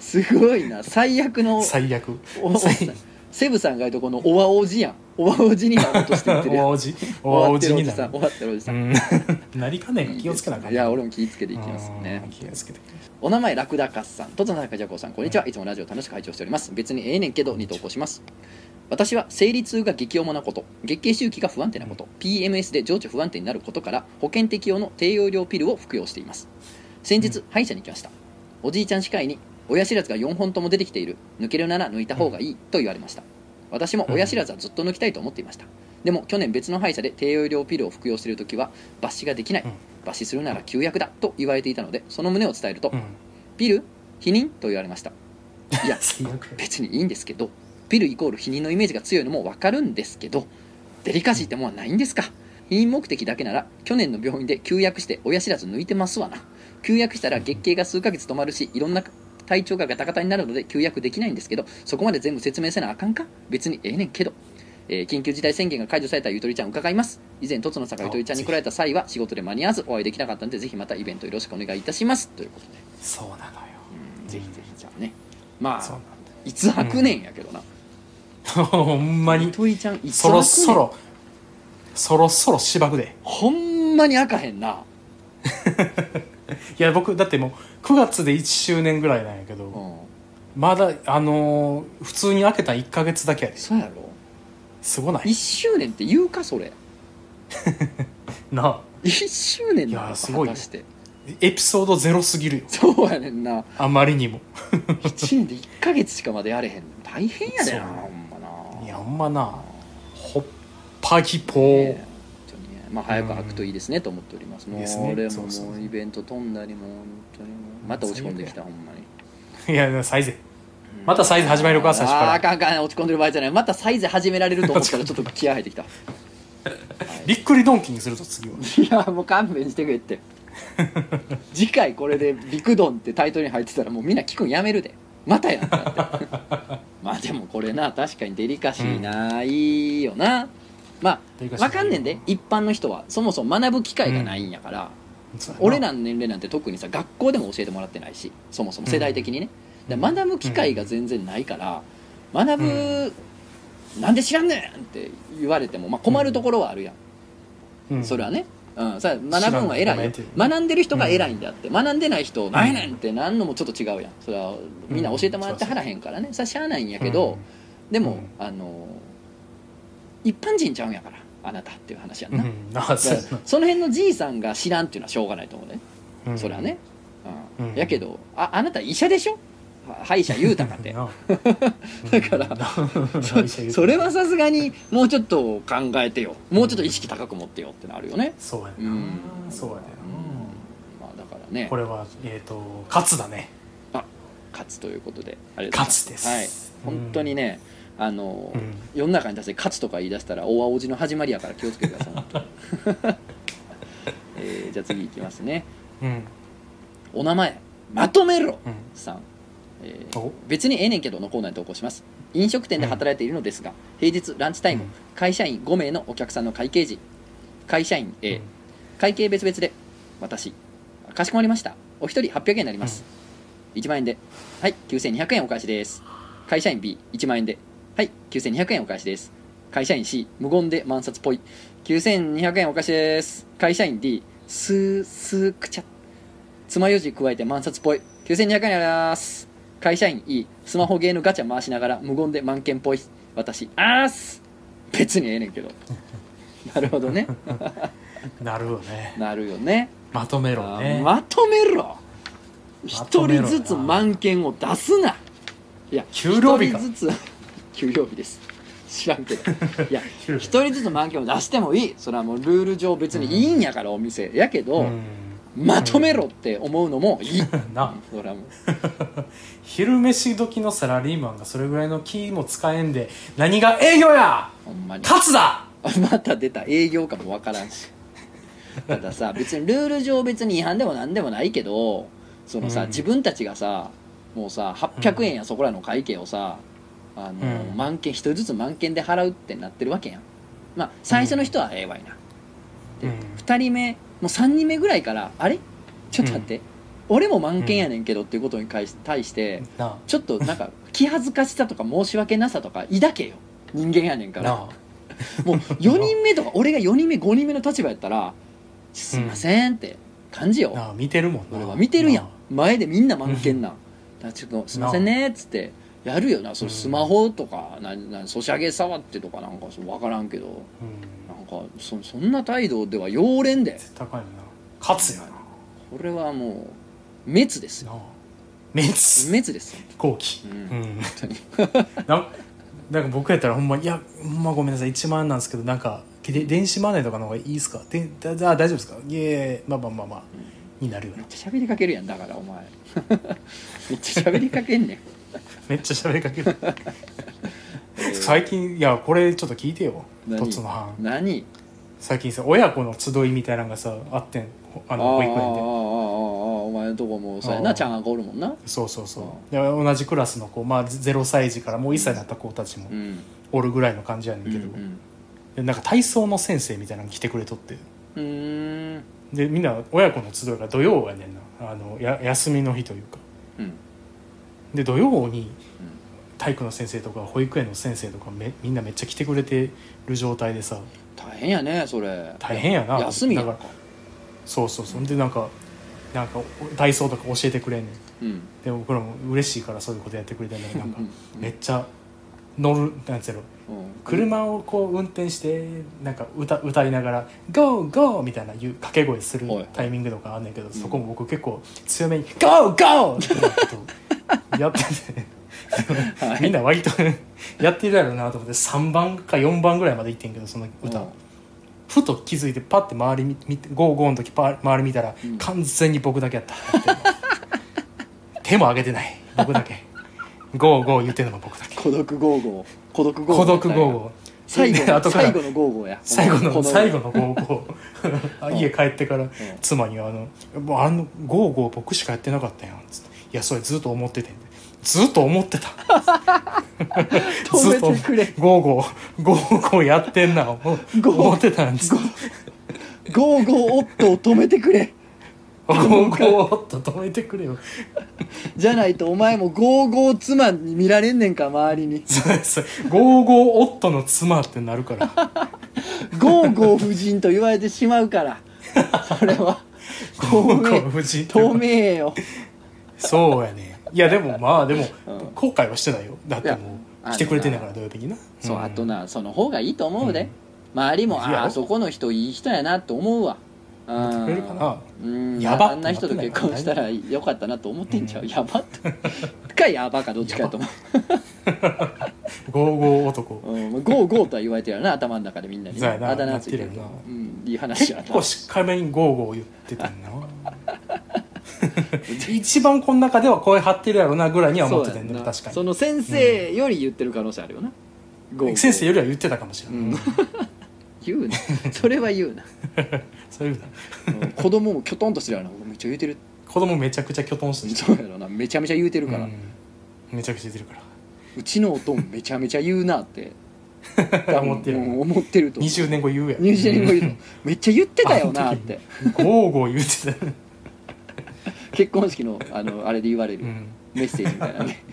[SPEAKER 2] すごいな最悪の
[SPEAKER 1] 最悪
[SPEAKER 2] おお
[SPEAKER 1] 最
[SPEAKER 2] セブさんがいとこのおわおじやんおわおじになろうとしていってるやん
[SPEAKER 1] おおじおあおじにな
[SPEAKER 2] 終
[SPEAKER 1] る
[SPEAKER 2] わってるおじさん終わってるおじさん
[SPEAKER 1] うん なりかねん気をつけなあかん
[SPEAKER 2] いや俺も気ぃつけていきますね
[SPEAKER 1] うん気をつけて
[SPEAKER 2] お名前ラクダカスさんと田中ジャコウさんこんにちは、いつもラジオ楽しく拝聴しております別にええねんけどに投稿します私は生理痛が激重なこと月経周期が不安定なこと PMS で情緒不安定になることから保険適用の低用量ピルを服用しています先日、歯医者に行きましたおじいちゃん歯科医に親知らずが4本とも出てきている抜けるなら抜いた方がいいと言われました私も親知らずはずっと抜きたいと思っていましたでも去年別の歯医者で低用量ピルを服用している時は抜歯ができない
[SPEAKER 1] うん
[SPEAKER 2] 抜歯するなら休薬だと言われていたのでその旨を伝えると、
[SPEAKER 1] うん
[SPEAKER 2] ピル否認と言われましたいや
[SPEAKER 1] 最悪
[SPEAKER 2] 別にいいんですけどピルイコール否認のイメージが強いのも分かるんですけどデリカシーってもんはないんですか否認目的だけなら去年の病院で休薬して親知らず抜いてますわな休薬したら月経が数ヶ月止まるしいろんな体調がガタガタになるので休薬できないんですけどそこまで全部説明せなあかんか別にええねんけど、えー緊急事態宣言が解除されたゆとりちゃん伺います以前とつの坂ゆとりちゃんに来られた際は仕事で間に合わずお会いできなかったのでぜひまたイベントよろしくお願いいたしますということで
[SPEAKER 1] そうなのよ
[SPEAKER 2] ぜひぜひじゃあねま
[SPEAKER 1] そう
[SPEAKER 2] あいつ白年やけどな、
[SPEAKER 1] なんだ ほんまに
[SPEAKER 2] ゆとりちゃんいつ白年
[SPEAKER 1] そろそろそろそろ芝生で
[SPEAKER 2] ほんまにあかへんない
[SPEAKER 1] や僕だってもう9月で1周年ぐらいなんやけ
[SPEAKER 2] う
[SPEAKER 1] ど
[SPEAKER 2] ん
[SPEAKER 1] まだあのー普通に開けた1か月だけやです
[SPEAKER 2] そうやろ
[SPEAKER 1] すごない
[SPEAKER 2] 1周年って言うかそれ
[SPEAKER 1] なあ
[SPEAKER 2] 1周年なの
[SPEAKER 1] い
[SPEAKER 2] か
[SPEAKER 1] やす
[SPEAKER 2] 果
[SPEAKER 1] ごいよ
[SPEAKER 2] たして
[SPEAKER 1] エピソードゼロすぎるよ
[SPEAKER 2] そうやねんな
[SPEAKER 1] あまりにも
[SPEAKER 2] 1年で1か月しかまだやれへん大変やで
[SPEAKER 1] そう
[SPEAKER 2] なほんまない
[SPEAKER 1] や
[SPEAKER 2] ね
[SPEAKER 1] ほんまなほっぱぎぽー、
[SPEAKER 2] え本当にねまあ早く開くといいですねと思っておりますもう
[SPEAKER 1] ですね
[SPEAKER 2] 俺も
[SPEAKER 1] そうそう
[SPEAKER 2] も
[SPEAKER 1] そう
[SPEAKER 2] うイベント飛んだりもう本当にもうまた落ち込んできたほんまに
[SPEAKER 1] いやサイズまたサイズ始まるか最初か
[SPEAKER 2] あー
[SPEAKER 1] ら
[SPEAKER 2] あかんあかん落ち込んでる場合じゃないまたサイズ始められると思ったらちょっと気合入ってきた
[SPEAKER 1] びっくりドンキにすると次はい
[SPEAKER 2] やもう勘弁してくれって 次回これで「ビクドン」ってタイトルに入ってたらもうみんな聞くんやめるでまたやんってなって まあでもこれな確かにデリカシーないよな、ま
[SPEAKER 1] デリカ
[SPEAKER 2] あ
[SPEAKER 1] シー
[SPEAKER 2] わかんねんで一般の人はそもそも学ぶ機会がないんやから、
[SPEAKER 1] そうやな
[SPEAKER 2] 俺らの年齢なんて特にさ学校でも教えてもらってないしそもそも世代的にね、
[SPEAKER 1] う
[SPEAKER 2] で
[SPEAKER 1] ん
[SPEAKER 2] 学ぶ機会が全然ないから、学ぶ、
[SPEAKER 1] う
[SPEAKER 2] なんで知らんねんって言われても、まあ、困るところはあるやん
[SPEAKER 1] うん
[SPEAKER 2] それはね、うん、さ学ぶ
[SPEAKER 1] 知らん
[SPEAKER 2] のは偉いよ
[SPEAKER 1] ごめん
[SPEAKER 2] 学んでる人が偉いんであって、学んでない人「何やねん!」ってなんのもちょっと違うやんそれはみんな教えてもらってはらへんからね、さしゃあないんやけど、でも、あの一般人ちゃうんやからあなたっていう話やん
[SPEAKER 1] うん
[SPEAKER 2] な、
[SPEAKER 1] う
[SPEAKER 2] だか
[SPEAKER 1] んなそう
[SPEAKER 2] ら
[SPEAKER 1] やな
[SPEAKER 2] その辺のじいさんが知らんっていうのはしょうがないと思うね、
[SPEAKER 1] うん
[SPEAKER 2] それはね、うん
[SPEAKER 1] うん
[SPEAKER 2] やけどああなた医者でしょは歯医者言うたか て だからそそれはさすがにもうちょっと考えてよもうちょっと意識高く持ってよってなるよね
[SPEAKER 1] そうや
[SPEAKER 2] う
[SPEAKER 1] なんそうやな
[SPEAKER 2] まあだからね
[SPEAKER 1] これはえっと勝つだね
[SPEAKER 2] 勝つということでありがとう
[SPEAKER 1] 勝
[SPEAKER 2] ございます
[SPEAKER 1] つです
[SPEAKER 2] はい本当にねあの、
[SPEAKER 1] うん
[SPEAKER 2] 世の中に出して勝つとか言い出したら大青じの始まりやから気をつけてください本当に、 えーじゃあ次いきますね
[SPEAKER 1] うん
[SPEAKER 2] お名前まとめろ
[SPEAKER 1] うん
[SPEAKER 2] さん、えー
[SPEAKER 1] お
[SPEAKER 2] 別にええねんけどのコーナーに投稿します飲食店で働いているのですが、平日ランチタイム、
[SPEAKER 1] うん
[SPEAKER 2] 会社員5名のお客さんの会計時会社員 A、
[SPEAKER 1] うん
[SPEAKER 2] 会計別々で私かしこまりましたお一人800円になります、1万円ではい9200円お返しです会社員 B1 万円ではい9200円お返しです会社員 C 無言で満札ぽい9200円お返しです会社員 D スースーくちゃつまようじ加えて満札ぽい9200円になります会社員 E スマホゲーのガチャ回しながら無言で満件ぽい私あーす別にええねんけどなるほどね
[SPEAKER 1] なるよね
[SPEAKER 2] なるよね
[SPEAKER 1] まとめろ
[SPEAKER 2] あ
[SPEAKER 1] ね
[SPEAKER 2] ーまとめろ
[SPEAKER 1] ま
[SPEAKER 2] 一
[SPEAKER 1] とめろ
[SPEAKER 2] 人
[SPEAKER 1] な
[SPEAKER 2] ずつ満件を出すな
[SPEAKER 1] 給料日
[SPEAKER 2] 一
[SPEAKER 1] か
[SPEAKER 2] 人ずつ 給料日です知らんけどいや
[SPEAKER 1] 給料
[SPEAKER 2] 一
[SPEAKER 1] 日
[SPEAKER 2] 人ずつ満件を出してもいいそれはもうルール上別にいいんやからお店やけど、
[SPEAKER 1] うん
[SPEAKER 2] まとめろって思うのもいい
[SPEAKER 1] な
[SPEAKER 2] それはもう
[SPEAKER 1] 昼飯時のサラリーマンがそれぐらいの気も使えんで何が営業や
[SPEAKER 2] ほんまに
[SPEAKER 1] 勝つだ
[SPEAKER 2] また出た営業かもわから んしたださ別にルール上別に違反でも何でもないけどそのさ、
[SPEAKER 1] うん
[SPEAKER 2] 自分たちがさもうさ800円やそこらの会計をさ、あの
[SPEAKER 1] うん
[SPEAKER 2] 満件一人ずつ満件で払うってなってるわけやんまあ最初の人はええわい
[SPEAKER 1] う
[SPEAKER 2] な、
[SPEAKER 1] ん
[SPEAKER 2] 2人目もう3人目ぐらいからあれちょっと待って、俺も満件やねんけどっていうことに対し対して
[SPEAKER 1] な
[SPEAKER 2] ちょっとなんか気恥ずかしさとか申し訳なさとか抱けよ人間やねんから
[SPEAKER 1] な
[SPEAKER 2] もう4人目とか俺が4人目5人目の立場やったら「すいません」って感じよ、
[SPEAKER 1] な見てるもんな
[SPEAKER 2] 俺は見てるや
[SPEAKER 1] なん
[SPEAKER 2] 前でみんな満見なん、だからちょっと「すいませんね」っつってやるよなそのスマホとかななソシャゲ触ってとかなんかそう分からんけど
[SPEAKER 1] うん
[SPEAKER 2] なんかそそんな態度では要連で
[SPEAKER 1] 絶対高いよな勝つよな
[SPEAKER 2] これはもう滅ですよ
[SPEAKER 1] なメンツ
[SPEAKER 2] 滅ですよ
[SPEAKER 1] 後期う
[SPEAKER 2] う
[SPEAKER 1] んん ななんか僕やったらほんま「いやほんまごめんなさい1万円なんですけどなんかで電子マネーとかの方がいいですかでだだ大丈夫ですかいえまあまあまあまあ」になるよ
[SPEAKER 2] め
[SPEAKER 1] な
[SPEAKER 2] っちゃ喋りかけるやんだからお前 めっちゃ喋りかけんねん
[SPEAKER 1] めっちゃ喋りか ける最近いやこれちょっと聞いてよ
[SPEAKER 2] 何
[SPEAKER 1] とつの班
[SPEAKER 2] 何
[SPEAKER 1] 最近さ親子の集いみたいなのがさあってんほあ
[SPEAKER 2] ああ
[SPEAKER 1] の
[SPEAKER 2] ああ
[SPEAKER 1] 保
[SPEAKER 2] ああ
[SPEAKER 1] 育園で
[SPEAKER 2] お前のとこもそうやな
[SPEAKER 1] あー
[SPEAKER 2] ちゃんがおるもんな
[SPEAKER 1] そうそうそうで同じクラスの子、まあ、ゼ0歳児からもう1歳になった子たちも
[SPEAKER 2] うん
[SPEAKER 1] おるぐらいの感じやねん
[SPEAKER 2] うん
[SPEAKER 1] けど、でなんか体操の先生みたいなの来てくれとって
[SPEAKER 2] うんうん
[SPEAKER 1] でみんな親子の集いが土曜やねんなあのや休みの日というか
[SPEAKER 2] うん
[SPEAKER 1] で土曜に体育の先生とか保育園の先生とかめみんなめっちゃ来てくれてる状態でさ
[SPEAKER 2] 大変やねそれ
[SPEAKER 1] 大変やな
[SPEAKER 2] 休みや
[SPEAKER 1] だからそうそうそうでなんかなんか体操とか教えてくれんねん
[SPEAKER 2] うん
[SPEAKER 1] で僕らも嬉しいからそういうことやってくれてんねんなんか
[SPEAKER 2] うん
[SPEAKER 1] めっちゃ乗るなんつうやろ
[SPEAKER 2] うん
[SPEAKER 1] 車をこう運転してなんか歌歌いながら「ゴーゴー!」みたいな言う掛け声する
[SPEAKER 2] はいはい
[SPEAKER 1] タイミングとかあんねんけど、そこも僕結構強めに「ゴーゴー!」って やってて
[SPEAKER 2] はい
[SPEAKER 1] みんな割と やってるやろうなと思って3番か4番ぐらいまで行ってんけどその歌、
[SPEAKER 2] うん
[SPEAKER 1] ふと気づいてパッて周り見見てゴーゴーの時パ周り見たら、
[SPEAKER 2] うん
[SPEAKER 1] 完全に僕だけやった やってんの手も上げてない僕だけゴーゴー言ってるのも僕だけ
[SPEAKER 2] 孤独ゴーゴー孤独ゴー
[SPEAKER 1] 孤
[SPEAKER 2] ゴー
[SPEAKER 1] 独ゴーゴー
[SPEAKER 2] 最後
[SPEAKER 1] で
[SPEAKER 2] の
[SPEAKER 1] 後から
[SPEAKER 2] 最後のゴーゴーや
[SPEAKER 1] 最後
[SPEAKER 2] こ
[SPEAKER 1] の最後のゴー ゴーあ家帰ってから
[SPEAKER 2] ん
[SPEAKER 1] 妻にはあの「もうあのゴーゴー僕しかやってなかったやん」つって「いやそれずっと思っててんで」ずっと思ってた
[SPEAKER 2] 止めてくれ
[SPEAKER 1] ゴーゴーゴーゴーやってんな思う
[SPEAKER 2] ゴー
[SPEAKER 1] 思ってたんですゴ
[SPEAKER 2] ゴーゴー夫を止めてくれ
[SPEAKER 1] ーゴーっと止めてくれよ
[SPEAKER 2] じゃないとお前もゴーゴー妻に見られんねんか周りに
[SPEAKER 1] そうそうゴーゴー夫の妻ってなるから
[SPEAKER 2] ゴーゴー夫人と言われてしまうからそれは
[SPEAKER 1] ゴ
[SPEAKER 2] 透
[SPEAKER 1] ーゴー
[SPEAKER 2] 明
[SPEAKER 1] 夫人
[SPEAKER 2] 透明よ
[SPEAKER 1] そうやねいやでもまあでも
[SPEAKER 2] うん
[SPEAKER 1] 後悔はしてないよだっても
[SPEAKER 2] いや
[SPEAKER 1] う来てくれてんだから土曜日にな
[SPEAKER 2] そう、
[SPEAKER 1] ん
[SPEAKER 2] あとなその方がいいと思うで、
[SPEAKER 1] うん
[SPEAKER 2] 周りも
[SPEAKER 1] いいや
[SPEAKER 2] あ
[SPEAKER 1] ろ
[SPEAKER 2] あそこの人いい人やなと思うわうん
[SPEAKER 1] てくれるかな
[SPEAKER 2] うん
[SPEAKER 1] やばっ
[SPEAKER 2] あんな人と結婚したらよかったなと思ってんちゃう、やばってかやばかどっちかやと思
[SPEAKER 1] ゴーゴー男
[SPEAKER 2] う、うん、ゴーゴーとは言われてるよな頭の中でみんなに
[SPEAKER 1] そうやな
[SPEAKER 2] あだ名ついてる
[SPEAKER 1] なってるよ
[SPEAKER 2] うん、いい話
[SPEAKER 1] 結
[SPEAKER 2] やな
[SPEAKER 1] 構しっかりめにゴーゴー言ってたんだな一番この中では声張ってるやろなぐらいには思ってたんだ
[SPEAKER 2] そう
[SPEAKER 1] よ
[SPEAKER 2] やな
[SPEAKER 1] 確か
[SPEAKER 2] そ
[SPEAKER 1] に
[SPEAKER 2] の先生より言ってる可能性あるよな、ゴーゴー
[SPEAKER 1] 先生よりは言ってたかもしれ
[SPEAKER 2] う
[SPEAKER 1] ない、
[SPEAKER 2] ん言うなそれは言うな、
[SPEAKER 1] そういうの
[SPEAKER 2] うん子供もきょとんとしてるやろなめっちゃ言うてる
[SPEAKER 1] 子供めちゃくちゃきょとんして
[SPEAKER 2] そうやろなめちゃめちゃ言うてる
[SPEAKER 1] る
[SPEAKER 2] から、
[SPEAKER 1] うんめちゃくちゃ言ってるから
[SPEAKER 2] うちのおとんめちゃめちゃ言うなって
[SPEAKER 1] 思ってる
[SPEAKER 2] うん思ってると思う
[SPEAKER 1] 20年後言うやん
[SPEAKER 2] 20年後言うとめっちゃ言ってたよなって
[SPEAKER 1] うんゴーゴー言ってた、
[SPEAKER 2] 結婚式のあのあれで言われる、
[SPEAKER 1] うん、
[SPEAKER 2] メッセージみたいなね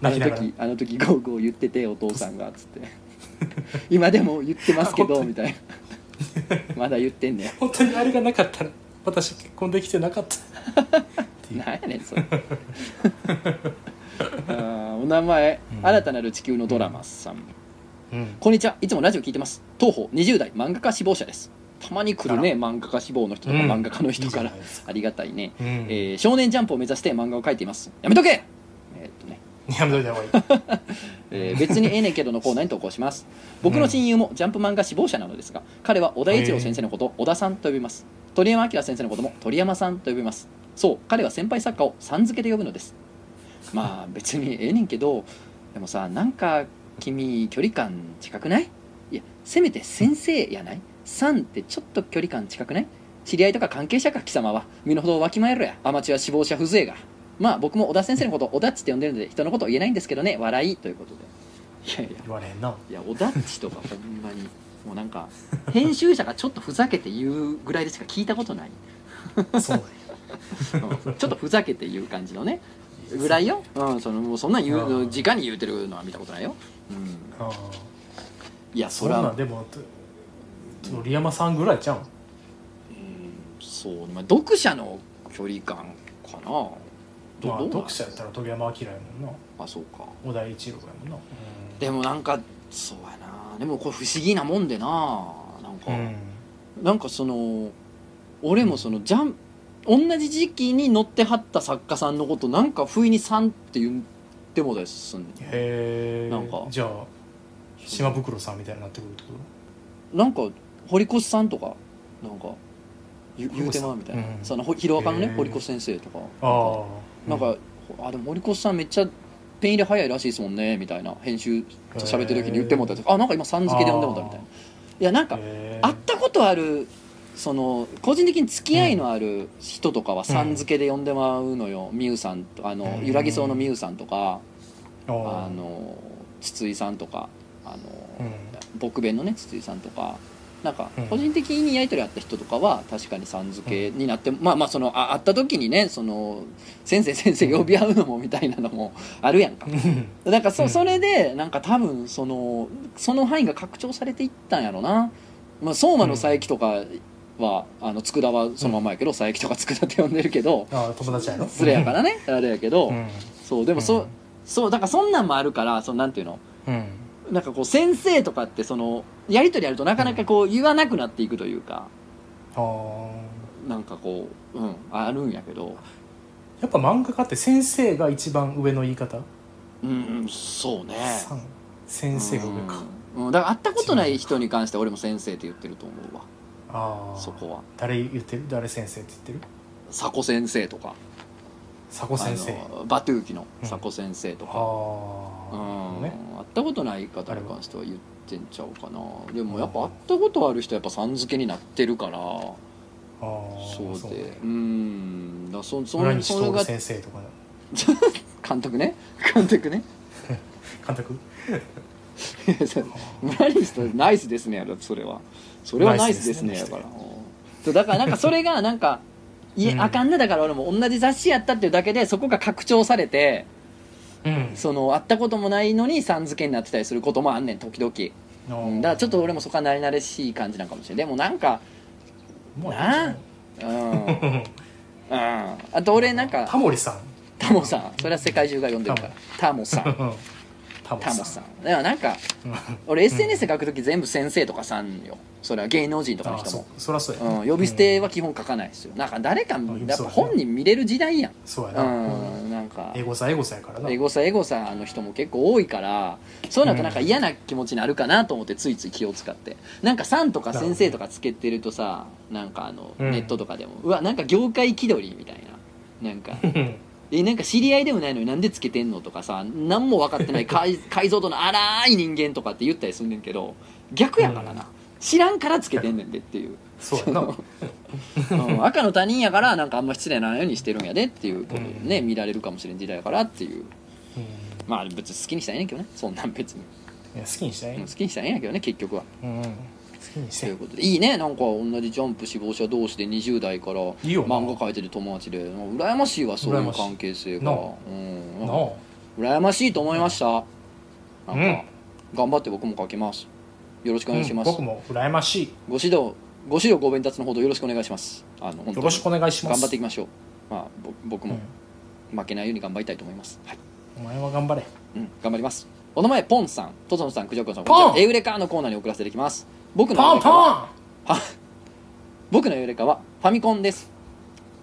[SPEAKER 2] あ
[SPEAKER 1] 泣きな
[SPEAKER 2] の
[SPEAKER 1] がら
[SPEAKER 2] 時あの時ゴーゴー言っててお父さんがつって今でも言ってますけどみたいなまだ言ってんね
[SPEAKER 1] 本当にあれがなかったら私結婚できてなかったって
[SPEAKER 2] ん
[SPEAKER 1] いう
[SPEAKER 2] なんやねんそれあーお名前、
[SPEAKER 1] うん
[SPEAKER 2] 新たなる地球のドラマさん、
[SPEAKER 1] うん
[SPEAKER 2] こんにちは。いつもラジオ聞いてます。東宝20代漫画家志望者です。たまに来るね、漫画家志望の人とか、
[SPEAKER 1] うん
[SPEAKER 2] 漫画家の人から
[SPEAKER 1] いいじゃないです。
[SPEAKER 2] ありがたいね、
[SPEAKER 1] うん
[SPEAKER 2] えー少年ジャンプを目指して漫画を描いています。やめとけえーっとね。
[SPEAKER 1] やめといた方がいい
[SPEAKER 2] えー別にええねんけどのコーナーに投稿 します僕の親友もジャンプ漫画志望者なのですが彼は小田栄一郎先生のことを小田さんと呼びます鳥山明先生のことも鳥山さんと呼びますそう彼は先輩作家をさん付けで呼ぶのですまあ別にええねんけどでもさなんか君距離感近くないいやせめて先生やないさんってちょっと距離感近くない知り合いとか関係者か貴様は身の程をわきまえろやアマチュア志望者風情がまあ僕も小田先生のことを小田っちって呼んでるので人のことを言えないんですけどね笑いということでいやいや
[SPEAKER 1] 言われへんない
[SPEAKER 2] や小田っちとかほんまにもうなんか編集者がちょっとふざけて言うぐらいでしか聞いたことない、
[SPEAKER 1] そう
[SPEAKER 2] うんちょっとふざけて言う感じのねぐらいよ、うん、そのもうそんなん言う
[SPEAKER 1] う
[SPEAKER 2] の
[SPEAKER 1] ん
[SPEAKER 2] 直に言うてるのは見たことないよ、うん、
[SPEAKER 1] ああ
[SPEAKER 2] いや
[SPEAKER 1] そ
[SPEAKER 2] そ
[SPEAKER 1] ん
[SPEAKER 2] れ
[SPEAKER 1] なん
[SPEAKER 2] は
[SPEAKER 1] でもと鳥山さんぐらいちゃうん
[SPEAKER 2] うんそう、まあ、読者の距離感かなど
[SPEAKER 1] まあ
[SPEAKER 2] どうなん
[SPEAKER 1] 読者やったら鳥山明やもんな
[SPEAKER 2] あそうか
[SPEAKER 1] 小田栄一郎やもんな
[SPEAKER 2] でもなんかそうやなでもこれ不思議なもんでななん
[SPEAKER 1] う
[SPEAKER 2] か、
[SPEAKER 1] ん
[SPEAKER 2] なんかその俺もそのジャン同じ時期に乗ってはった作家さんのことなんか不意に「さん」って言ってもですん
[SPEAKER 1] へえ
[SPEAKER 2] なんか
[SPEAKER 1] じゃあ島袋さんみたいになってくるってこ
[SPEAKER 2] なんか堀越さんとかなんか言
[SPEAKER 1] 堀
[SPEAKER 2] 言う
[SPEAKER 1] 越
[SPEAKER 2] て
[SPEAKER 1] さん
[SPEAKER 2] まうみたいな、
[SPEAKER 1] うん
[SPEAKER 2] そのほヒロアカのね
[SPEAKER 1] へー
[SPEAKER 2] 堀越先生とか
[SPEAKER 1] とああ
[SPEAKER 2] なんか、あでも森越さんめっちゃペン入れ早いらしいですもんねみたいな編集喋ってる時に言ってもらったりとかあなんか今さん付けで呼んでもらったみたいないやなんか
[SPEAKER 1] へえ
[SPEAKER 2] 会ったことあるその個人的に付き合いのある人とかはさん付けで呼んでもらうのよ、みゆさんとあの
[SPEAKER 1] うん
[SPEAKER 2] ゆらぎそうのみゆさんとか、
[SPEAKER 1] ああ
[SPEAKER 2] あの筒井さんとかあ
[SPEAKER 1] う
[SPEAKER 2] の、
[SPEAKER 1] ん
[SPEAKER 2] 僕弁のね筒井さんとかなんか
[SPEAKER 1] うん
[SPEAKER 2] 個人的にやり取りあった人とかは確かにさん付けになって、まあまあそのあ会った時にねその先生先生呼び合うのもみたいなのも あるやんか。
[SPEAKER 1] うん
[SPEAKER 2] なんかそ,、
[SPEAKER 1] うん
[SPEAKER 2] それでなんか多分そのその範囲が拡張されていったんやろな、まあ、相馬の佐伯とかは、あの佃はそのままやけど、佐伯とか佃って呼んでるけど
[SPEAKER 1] ああ友達やろ
[SPEAKER 2] 失礼やからねあれやけど、
[SPEAKER 1] うん
[SPEAKER 2] そうでもそ,、うそうだからそんなんもあるからそのなんていうの
[SPEAKER 1] うん
[SPEAKER 2] なんかこう先生とかってそのやり取りやるとなかなかこう言わなくなっていくというか、
[SPEAKER 1] あー
[SPEAKER 2] なんかこう、うん、あるんやけど、
[SPEAKER 1] やっぱ漫画家って先生が一番上の言い方、
[SPEAKER 2] うん、うんそうね
[SPEAKER 1] さん先生が上か、
[SPEAKER 2] うん、うんだから会ったことない人に関しては俺も先生って言ってると思うわ
[SPEAKER 1] ああ
[SPEAKER 2] そこは
[SPEAKER 1] 誰言ってる誰先生って言ってる
[SPEAKER 2] 佐古先生とか
[SPEAKER 1] 佐古先生
[SPEAKER 2] あのバトゥーキの佐古先生と
[SPEAKER 1] あ
[SPEAKER 2] か、
[SPEAKER 1] あ
[SPEAKER 2] うん
[SPEAKER 1] ね
[SPEAKER 2] 会ったことない方に関しては言ってんちゃうかなでもやっぱ会ったことある人はやっぱさん付けになってるから
[SPEAKER 1] あー
[SPEAKER 2] そう
[SPEAKER 1] ね
[SPEAKER 2] でうんだそそ
[SPEAKER 1] 村
[SPEAKER 2] ん
[SPEAKER 1] 西
[SPEAKER 2] それが
[SPEAKER 1] 徹先生とか
[SPEAKER 2] 監督ね 監督ね
[SPEAKER 1] 監督
[SPEAKER 2] 村西とナイスですねやろそれはそれはナイスですね
[SPEAKER 1] ナイ
[SPEAKER 2] や
[SPEAKER 1] スです
[SPEAKER 2] か
[SPEAKER 1] ね
[SPEAKER 2] らそうだからなんかそれが なんかいえ、
[SPEAKER 1] うん
[SPEAKER 2] あかんねだから俺も同じ雑誌やったっていうだけでそこが拡張されて
[SPEAKER 1] うん
[SPEAKER 2] その会ったこともないのにさん付けになってたりすることもあんねん時々
[SPEAKER 1] あー
[SPEAKER 2] うんだからちょっと俺もそこは慣れ慣れしい感じなんかもしれないでもなんか
[SPEAKER 1] もういいんじゃない
[SPEAKER 2] うん、うん、 あと俺なん
[SPEAKER 1] タ
[SPEAKER 2] か
[SPEAKER 1] モリさん
[SPEAKER 2] タモさんそれは世界中が呼んでるからタモさん
[SPEAKER 1] タモ
[SPEAKER 2] タモ
[SPEAKER 1] さ
[SPEAKER 2] さ
[SPEAKER 1] ん
[SPEAKER 2] んだからなんか
[SPEAKER 1] うん
[SPEAKER 2] 俺 SNS で書く時全部先生とかさんよそれは芸能人とかの
[SPEAKER 1] あー
[SPEAKER 2] 人
[SPEAKER 1] そ
[SPEAKER 2] も、
[SPEAKER 1] そらそうや
[SPEAKER 2] うん、呼び捨ては基本書かないですよなんか誰か
[SPEAKER 1] ん
[SPEAKER 2] やっぱ本人見れる時代やん
[SPEAKER 1] そうや
[SPEAKER 2] う
[SPEAKER 1] な、うん
[SPEAKER 2] んなんか
[SPEAKER 1] エゴサエゴサやからな
[SPEAKER 2] エゴサエゴサの人も結構多いからそうなるとなんか嫌な気持ちになるかなと思ってついつい気を使ってなんか「さん」とか「先生」とかつけてるとさなんかあの
[SPEAKER 1] うん
[SPEAKER 2] ネットとかでもうわなんか業界気取りみたいななんか
[SPEAKER 1] うん
[SPEAKER 2] えなんか知り合いでもないのになんでつけてんのとかさ何も分かっ てない解解像度の荒い人間とかって言ったりすんねんけど逆やからな、
[SPEAKER 1] うん
[SPEAKER 2] 知らんからつけてんねんでっていう、
[SPEAKER 1] そうやな
[SPEAKER 2] うん、赤の他人やからなんかあんま失礼なようにしてるんやでっていうことでね、見られるかもしれん時代やからって
[SPEAKER 1] う
[SPEAKER 2] いう
[SPEAKER 1] ん
[SPEAKER 2] まあ別に好きにしたらええねんけどねそんなん別に
[SPEAKER 1] いや好きにしたい、
[SPEAKER 2] うん好きにしたらええんやけどね結局は
[SPEAKER 1] うん、好きにし
[SPEAKER 2] と
[SPEAKER 1] て
[SPEAKER 2] いうことでいいねなんか同じジャンプ志望者同士で20代から
[SPEAKER 1] いいよな
[SPEAKER 2] 漫画描いてる友達でもう羨ましいわそうい
[SPEAKER 1] 羨
[SPEAKER 2] う
[SPEAKER 1] ましい
[SPEAKER 2] 関係性が
[SPEAKER 1] なあ
[SPEAKER 2] うん
[SPEAKER 1] なあ
[SPEAKER 2] 羨ましいと思いましたなんか、
[SPEAKER 1] うん
[SPEAKER 2] 頑張って僕も書きますよろしくお願いします、
[SPEAKER 1] うん僕も羨ましい
[SPEAKER 2] ご指導ご指導ご鞭達のほどよろしくお願いしますあの本当に
[SPEAKER 1] よろしくお願いしま
[SPEAKER 2] 頑
[SPEAKER 1] す
[SPEAKER 2] 張っていきましょうまあぼ僕も
[SPEAKER 1] う
[SPEAKER 2] 負けないように頑張りたいと思います、はい
[SPEAKER 1] ん、お前は頑張れ
[SPEAKER 2] うん、頑張りますお名前ポンさんトトノさんクジョコさん
[SPEAKER 1] ポン
[SPEAKER 2] こんにちはエウレカのコーナーに送らせていただきます僕のエウ
[SPEAKER 1] ポン
[SPEAKER 2] レカは
[SPEAKER 1] ポン
[SPEAKER 2] 僕のエウレカはファミコンです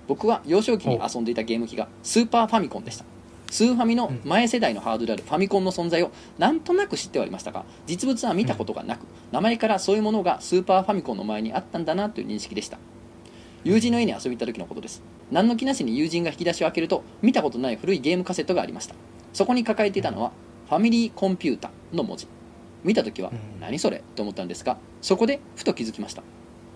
[SPEAKER 2] 僕は幼少期に遊んでいたゲーム機がスーパーファミコンでしたスーファミの前世代のハードであるファミコンの存在をなんとなく知ってはいましたが実物は見たことがなく名前からそういうものがスーパーファミコンの前にあったんだなという認識でした友人の家に遊びに行った時のことです何の気なしに友人が引き出しを開けると見たことない古いゲームカセットがありましたそこに抱えていたのは「ファミリーコンピュータ」の文字見た時は
[SPEAKER 1] う
[SPEAKER 2] 「
[SPEAKER 1] ん
[SPEAKER 2] 何それ?」と思ったんですがそこでふと気づきました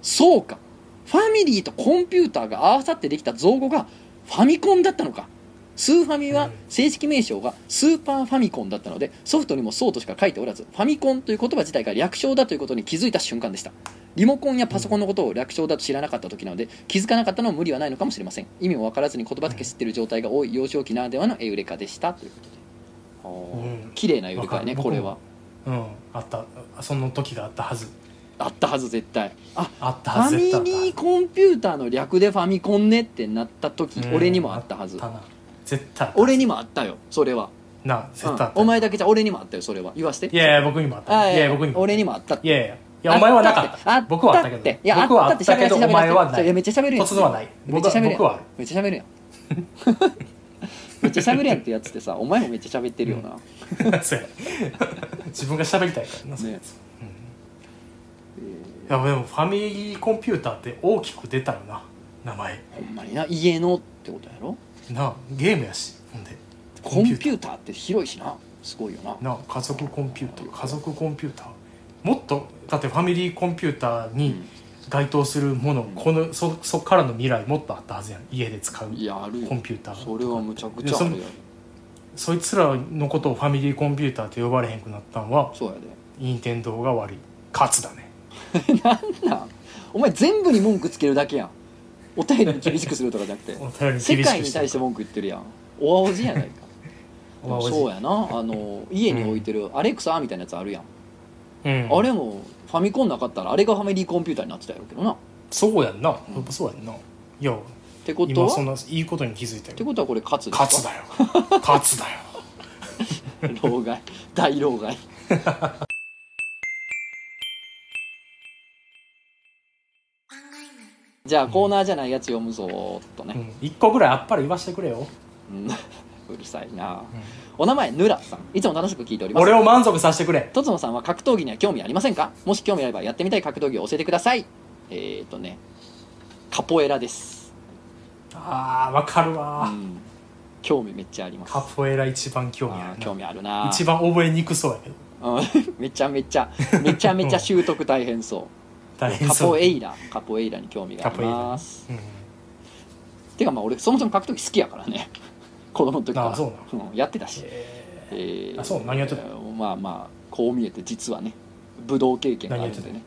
[SPEAKER 2] そうかファミリーとコンピューターが合わさってできた造語がファミコンだったのかスーファミ
[SPEAKER 1] う
[SPEAKER 2] は
[SPEAKER 1] ん
[SPEAKER 2] 正式名称がスーパーファミコンだったのでソフトにもそうとしか書いておらずファミコンという言葉自体が略称だということに気づいた瞬間でしたリモコンやパソコンのことを略称だと知らなかった時なので気づかなかったのは無理はないのかもしれません意味も分からずに言葉だけ知ってる状態が多い幼少期ならではのエウレカでしたということで
[SPEAKER 1] うん
[SPEAKER 2] 綺麗なエウレカやね
[SPEAKER 1] わか
[SPEAKER 2] こ
[SPEAKER 1] る
[SPEAKER 2] れは
[SPEAKER 1] うんあったその時があったはず
[SPEAKER 2] あったはず絶対あ
[SPEAKER 1] あった
[SPEAKER 2] フ
[SPEAKER 1] はず絶対あ
[SPEAKER 2] ァ
[SPEAKER 1] っ
[SPEAKER 2] ミ
[SPEAKER 1] たはず
[SPEAKER 2] リーコンピューターの略でファミコンねってなった時
[SPEAKER 1] うん
[SPEAKER 2] 俺にもあったは
[SPEAKER 1] あ
[SPEAKER 2] ず
[SPEAKER 1] ったな絶対あった
[SPEAKER 2] 俺にもあったよそれは、
[SPEAKER 1] なあ絶
[SPEAKER 2] う
[SPEAKER 1] 対
[SPEAKER 2] ん
[SPEAKER 1] あった、
[SPEAKER 2] お前だけじゃ俺にもあったよそれは言わせて
[SPEAKER 1] いやいや僕にもあっ
[SPEAKER 2] あ
[SPEAKER 1] たいやいや僕にも
[SPEAKER 2] 俺にもあったって
[SPEAKER 1] いやいやいやお前はなかった
[SPEAKER 2] あっ
[SPEAKER 1] 僕はあったけど
[SPEAKER 2] ていや
[SPEAKER 1] 僕は
[SPEAKER 2] あ
[SPEAKER 1] あ
[SPEAKER 2] っ
[SPEAKER 1] ったた
[SPEAKER 2] って
[SPEAKER 1] けどお前はな
[SPEAKER 2] それめ
[SPEAKER 1] い
[SPEAKER 2] っちゃ喋るやん
[SPEAKER 1] 突然はない
[SPEAKER 2] めっちゃ喋るやん
[SPEAKER 1] 僕は
[SPEAKER 2] めっちゃ 喋るやんめっちゃ喋るやんってやつってさお前もめっちゃ喋ってるよな、
[SPEAKER 1] そうや自分が喋りたいからなそういうやつ
[SPEAKER 2] ね
[SPEAKER 1] いやでもファミリーコンピューターって大きく出たよな名前
[SPEAKER 2] ほんまにな家のってことやろ
[SPEAKER 1] なあゲームやしほんで
[SPEAKER 2] コンピ
[SPEAKER 1] コンピ
[SPEAKER 2] ューターって広いしなすごいよな
[SPEAKER 1] なあ家族コンピューター家族コンピューターもっとだってファミリーコンピューターに該当するもの、このそそっからの未来もっとあったはずやん家で使う
[SPEAKER 2] いやあるよ
[SPEAKER 1] コンピューター
[SPEAKER 2] それはむちゃくちゃあるやん
[SPEAKER 1] そいつらのことをファミリーコンピューターと呼ばれへんくなったんは
[SPEAKER 2] そうやで
[SPEAKER 1] 任天堂が悪い勝つだね
[SPEAKER 2] なお前全部に文句つけるだけやんお便りに厳しくするとかじゃなくて
[SPEAKER 1] お便りに厳しくして
[SPEAKER 2] 世界に対して文句言ってるやんお青じやないかでもそう
[SPEAKER 1] や
[SPEAKER 2] やなあの家に置いてるアレクサみたいなやつあるやん、
[SPEAKER 1] うん、
[SPEAKER 2] あれもファミコンなかったらあれがファミリーコンピューターになってたやろうけどなっ
[SPEAKER 1] そうやんな、やっぱそうやんないや
[SPEAKER 2] てこと
[SPEAKER 1] 今
[SPEAKER 2] は
[SPEAKER 1] そん
[SPEAKER 2] っ
[SPEAKER 1] ないいことに気づいた
[SPEAKER 2] て
[SPEAKER 1] よ
[SPEAKER 2] ことはこれ勝つ
[SPEAKER 1] 勝つだよ勝つだよ
[SPEAKER 2] よ老害大老害じゃあコーナーじゃないやつ読むぞーっと
[SPEAKER 1] う
[SPEAKER 2] ね、
[SPEAKER 1] ん、1個ぐらいあっぱれ言わしてくれよ、
[SPEAKER 2] うん うるさいなお名前ヌラさんいつも楽しく聞いております
[SPEAKER 1] 俺を満足させてくれ
[SPEAKER 2] とつのさんは格闘技には興味ありませんかもし興味あればやってみたい格闘技を教えてくださいえー、とねカポエラです、
[SPEAKER 1] あーわかる
[SPEAKER 2] う
[SPEAKER 1] わ、
[SPEAKER 2] ん、興味めっちゃあります
[SPEAKER 1] カポエラ一番興味あ
[SPEAKER 2] あー
[SPEAKER 1] る
[SPEAKER 2] 興
[SPEAKER 1] な
[SPEAKER 2] 味あるな
[SPEAKER 1] 一番覚えにくそうやけど
[SPEAKER 2] うん めちゃめちゃめちゃめちゃ習得大変そ
[SPEAKER 1] 大
[SPEAKER 2] う
[SPEAKER 1] 変
[SPEAKER 2] カ
[SPEAKER 1] そう
[SPEAKER 2] ポエイラカポエイラに興味があります
[SPEAKER 1] うん、
[SPEAKER 2] てかまあ俺そもそも格闘技好きやからね 子供の時から
[SPEAKER 1] あそう
[SPEAKER 2] うんやってたし、
[SPEAKER 1] え
[SPEAKER 2] えー
[SPEAKER 1] あそう何やってた
[SPEAKER 2] まあまあこう見えて実はね武道経験があるんでね
[SPEAKER 1] ー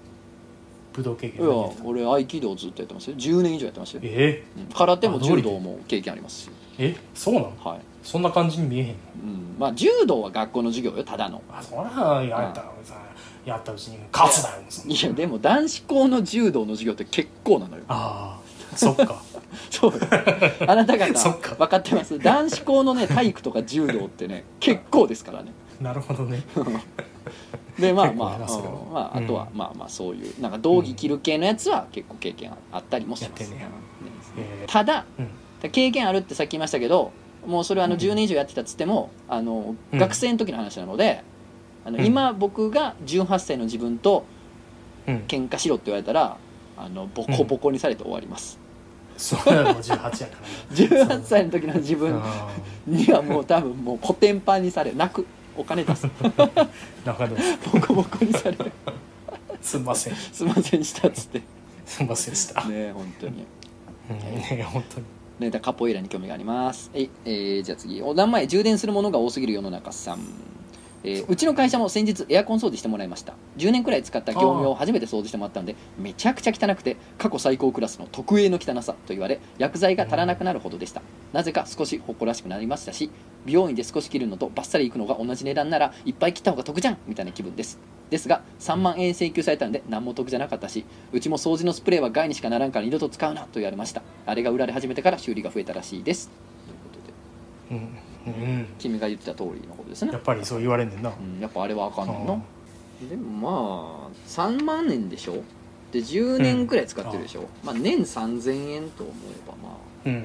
[SPEAKER 1] 武道経
[SPEAKER 2] い
[SPEAKER 1] 験
[SPEAKER 2] や
[SPEAKER 1] 何やってた
[SPEAKER 2] 俺合気道ずっとやってますよ10年以上やってますよ、
[SPEAKER 1] え
[SPEAKER 2] うん空手も柔道も経験ありますし、
[SPEAKER 1] ー、えそうなの
[SPEAKER 2] はい
[SPEAKER 1] そんな感じに見えへんの
[SPEAKER 2] うん、まあ柔道は学校の授業よただの
[SPEAKER 1] あそらやったらさやったうちに勝つだよそんない
[SPEAKER 2] やでも男子校の柔道の授業って結構なのよ
[SPEAKER 1] ああそっか
[SPEAKER 2] そうよあなた
[SPEAKER 1] そっか
[SPEAKER 2] 方分かってます男子校のね体育とか柔道っ てね結構ですからね
[SPEAKER 1] なるほどね
[SPEAKER 2] でまあ
[SPEAKER 1] 結構
[SPEAKER 2] ま
[SPEAKER 1] やな
[SPEAKER 2] あ、
[SPEAKER 1] それは
[SPEAKER 2] うんまあ、あとは、
[SPEAKER 1] う
[SPEAKER 2] まあまあそういうなんか道着着る系のやつは結構経験あったりもしま
[SPEAKER 1] やっ
[SPEAKER 2] す、
[SPEAKER 1] てんねや
[SPEAKER 2] ね
[SPEAKER 1] え
[SPEAKER 2] ただ
[SPEAKER 1] うん
[SPEAKER 2] 経験あるってさっき言いましたけどもうそれはあの
[SPEAKER 1] うん
[SPEAKER 2] 10年以上やってたっつっても、あの
[SPEAKER 1] うん
[SPEAKER 2] 学生の時の話なので、あ
[SPEAKER 1] う
[SPEAKER 2] の
[SPEAKER 1] ん
[SPEAKER 2] 今僕が18歳の自分と
[SPEAKER 1] うん
[SPEAKER 2] 喧嘩しろって言われたらあのボコボコにされて終わります、
[SPEAKER 1] そうやろ18やからね
[SPEAKER 2] 18歳の時の自
[SPEAKER 1] うん
[SPEAKER 2] 分にはもう多分もうコテンパンにされ泣くお金出す
[SPEAKER 1] なんかでも
[SPEAKER 2] ボコボコにされる
[SPEAKER 1] すんません
[SPEAKER 2] すいませんでしたっつってね
[SPEAKER 1] すんませんでした、
[SPEAKER 2] え本当に
[SPEAKER 1] うんね本当に
[SPEAKER 2] ねだからカポエイラに興味がありますえい、えーじゃあ次お名前充電するものが多すぎる世の中さんえーうちの会社も先日エアコン掃除してもらいました10年くらい使った業務用を初めて掃除してもらったのでめちゃくちゃ汚くて過去最高クラスの特 A の汚さと言われ薬剤が足らなくなるほどでした、なぜか少し誇らしくなりましたし美容院で少し切るのとバッサリいくのが同じ値段ならいっぱい切った方が得じゃんみたいな気分ですですが3万円請求されたので何も得じゃなかったしうちも掃除のスプレーは害にしかならんから二度と使うなと言われましたあれが売られ始めてから修理が増えたらしいですということで
[SPEAKER 1] うん、うん、
[SPEAKER 2] 君が言ってた通りのことですね
[SPEAKER 1] やっぱりそう言われんねんな
[SPEAKER 2] うん、やっぱあれはあかんねん
[SPEAKER 1] う
[SPEAKER 2] なんでもまあ3万円でしょで10年くらい使ってるでしょ、まあ年3000円と思えばま
[SPEAKER 1] うん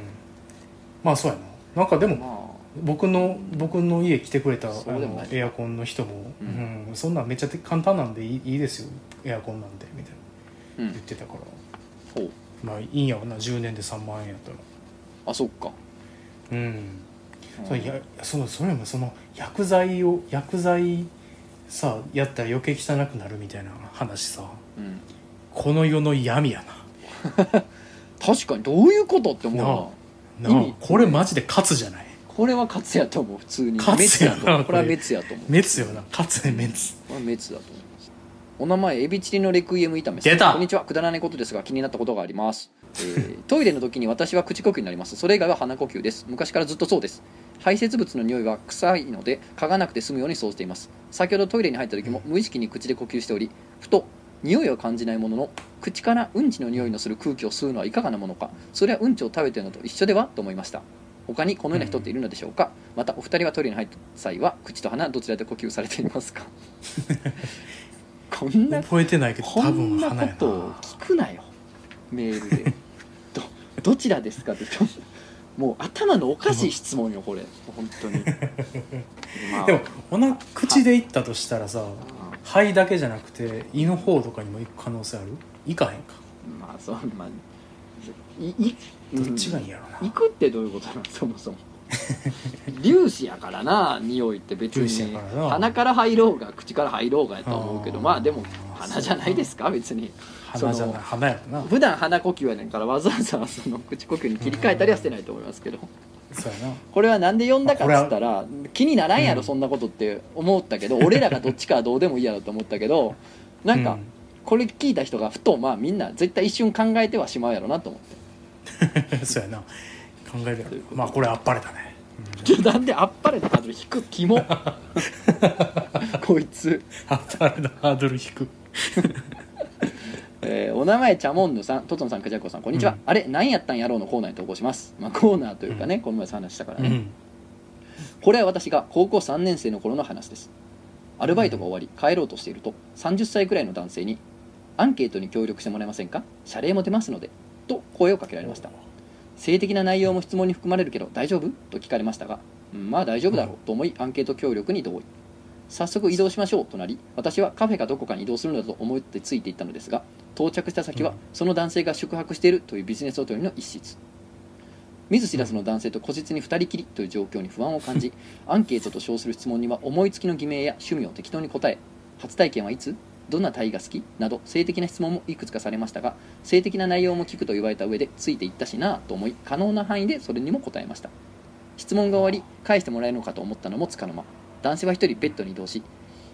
[SPEAKER 1] まあそうやななんかで
[SPEAKER 2] あ
[SPEAKER 1] も
[SPEAKER 2] ま
[SPEAKER 1] 僕の僕の家来てくれたあ
[SPEAKER 2] そうでもな
[SPEAKER 1] の
[SPEAKER 2] い
[SPEAKER 1] エアコンの人も、う
[SPEAKER 2] う
[SPEAKER 1] んんそんなんめっちゃ簡単なんでいいいいですよエアコンなんでみたいな
[SPEAKER 2] あうん
[SPEAKER 1] 言ってたから、
[SPEAKER 2] ほう
[SPEAKER 1] まあいいんやろな10年で3万円やったら
[SPEAKER 2] あそっか、
[SPEAKER 1] うん
[SPEAKER 2] うん
[SPEAKER 1] そのやそのそれよりもその薬剤を薬剤さやったら余計汚くなるみたいな話さ
[SPEAKER 2] うん、
[SPEAKER 1] この世の闇や
[SPEAKER 2] 確かにどういうことって思うな
[SPEAKER 1] なあななあ
[SPEAKER 2] 意味
[SPEAKER 1] これマジで勝つじゃない
[SPEAKER 2] これは勝つやと思う普通に
[SPEAKER 1] 勝つやな
[SPEAKER 2] 滅と思うこれは
[SPEAKER 1] これ
[SPEAKER 2] 滅やと思う
[SPEAKER 1] 滅よな勝つね滅
[SPEAKER 2] これは滅だと思いますお名前エビチリのレクイエム炒めさん
[SPEAKER 1] 出た
[SPEAKER 2] こんにちはくだらないことですが気になったことがあります、えー トイレの時に私は口呼吸になりますそれ以外は鼻呼吸です昔からずっとそうです排泄物の匂いは臭いので嗅がなくて済むように掃除しています先ほどトイレに入った時も無意識に口で呼吸しておりふと匂いを感じないものの口からうんちの匂いのする空気を吸うのはいかがなものかそれはうんちを食べているのと一緒ではと思いました他にこのような人っているのでしょうか、またお二人はトイレに入った際は口と鼻どちらで呼吸されていますかこんな
[SPEAKER 1] 覚えてないけど
[SPEAKER 2] こ
[SPEAKER 1] 多分
[SPEAKER 2] んな
[SPEAKER 1] 花
[SPEAKER 2] こ
[SPEAKER 1] や
[SPEAKER 2] とを
[SPEAKER 1] な
[SPEAKER 2] 聞くなよメールでどどちらですかってもう頭のおかしい質問よこれ本 当にまあ
[SPEAKER 1] でもおな口でいったとしたらさ肺だけじゃなくて胃の方とかにも行く可能性ある行かへんか
[SPEAKER 2] まあそうまあいい
[SPEAKER 1] どっちが
[SPEAKER 2] い
[SPEAKER 1] いいやろな、
[SPEAKER 2] 行くってどういうことなの そもそも粒子やからな匂いって別
[SPEAKER 1] 粒子
[SPEAKER 2] に
[SPEAKER 1] やからな
[SPEAKER 2] 鼻から入ろうが口から入ろうがやと思うけど
[SPEAKER 1] あー
[SPEAKER 2] まあでも鼻じゃないですか別に
[SPEAKER 1] 花じゃない花やろな
[SPEAKER 2] 普段鼻呼吸やねんからわざわざその口呼吸に切り替えたりはしてないと思いますけど
[SPEAKER 1] そうやな
[SPEAKER 2] これはなんで呼んだかっつったら気にならんやろそんなことって思ったけど俺らがどっちかはどうでもいいやろと思ったけどなん
[SPEAKER 1] う
[SPEAKER 2] かこれ聞いた人がふとまあみんな絶対一瞬考えてはしまうやろなと思って。
[SPEAKER 1] そうやな考えるや
[SPEAKER 2] と
[SPEAKER 1] ろ
[SPEAKER 2] いうことで
[SPEAKER 1] まあこれあっぱれだね、
[SPEAKER 2] じゃなんであっぱれのハードル引くキ モこいつ、
[SPEAKER 1] あっぱれのハードル低く
[SPEAKER 2] えーお名前チャモンヌさんトトンさんカジャコさんこんにちは、
[SPEAKER 1] うん
[SPEAKER 2] あれ何やったんやろうのコーナーに投稿します、まあ、コーナーというかね、この前話したから
[SPEAKER 1] う
[SPEAKER 2] ね、
[SPEAKER 1] ん
[SPEAKER 2] これは私が高校3年生の頃の話ですアルバイトが終わり帰ろうとしていると30歳くらいの男性に「アンケートに協力してもらえませんか謝礼も出ますので」と声をかけられました性的な内容も質問に含まれるけど大丈夫と聞かれましたがうんまあ大丈夫だろうと思いアンケート協力に同意早速移動しましょうとなり私はカフェかどこかに移動するのだと思ってついていったのですが到着した先
[SPEAKER 1] う
[SPEAKER 2] は
[SPEAKER 1] ん
[SPEAKER 2] その男性が宿泊しているというビジネスホテルの一室見ず知らずの男性と個室に2人きりという状況に不安を感 じアンケートと称する質問には思いつきの偽名や趣味を適当に答え初体験はいつどんな体位が好きなど性的な質問もいくつかされましたが性的な内容も聞くと言われた上でついていったしなあと思い可能な範囲でそれにも答えました質問が終わり返してもらえるのかと思ったのもつかの間男性は一人ベッドに移動し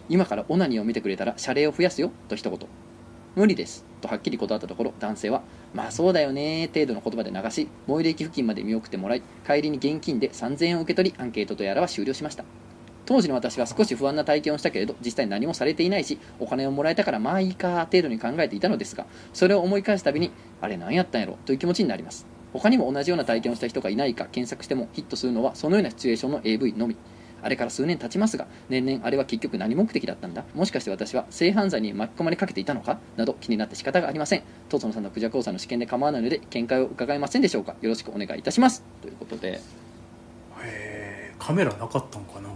[SPEAKER 2] 今からオナニーを見てくれたら謝礼を増やすよと一言無理ですとはっきり断ったところ男性はまあそうだよねー程度の言葉で流し最寄り駅付近まで見送ってもらい帰りに現金で3000円を受け取りアンケートとやらは終了しました当時の私は少し不安な体験をしたけれど実際何もされていないしお金をもらえたからまあいいか程度に考えていたのですがそれを思い返すたびにあれ何やったんやろという気持ちになります他にも同じような体験をした人がいないか検索してもヒットするのはそのようなシチュエーションの AV のみあれから数年経ちますが年々あれは結局何目的だったんだもしかして私は性犯罪に巻き込まれかけていたのかなど気になって仕方がありませんとそのさんのクジャコウさんの試験で構わないので見解を伺えませんでしょうかよろしくお願いいたしますということで
[SPEAKER 1] へえカメラなかったんかな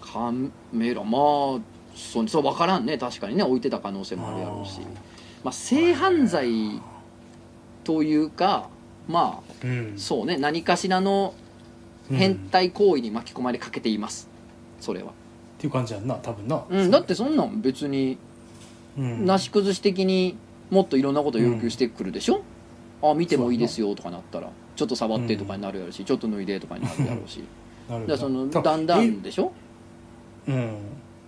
[SPEAKER 2] カメラまあそうそう分からんね確かにね置いてた可能性もあるやろうし
[SPEAKER 1] あー
[SPEAKER 2] まあ、性犯罪というかまあ
[SPEAKER 1] うん
[SPEAKER 2] そうね何かしらの変態行為に巻き込まれかけています、それは、
[SPEAKER 1] うんっていう感じやんな多分な、
[SPEAKER 2] うん、だってそんなん別に
[SPEAKER 1] うん
[SPEAKER 2] なし崩し的にもっといろんなこと要求してくるでしょ、あ見てもいいですよとかなったらちょっと触ってとかになるやろうし、ちょっと脱いでとかになるや ろうし
[SPEAKER 1] なる
[SPEAKER 2] だ
[SPEAKER 1] ほ
[SPEAKER 2] か
[SPEAKER 1] ど
[SPEAKER 2] らそのだんだんでしょ、
[SPEAKER 1] え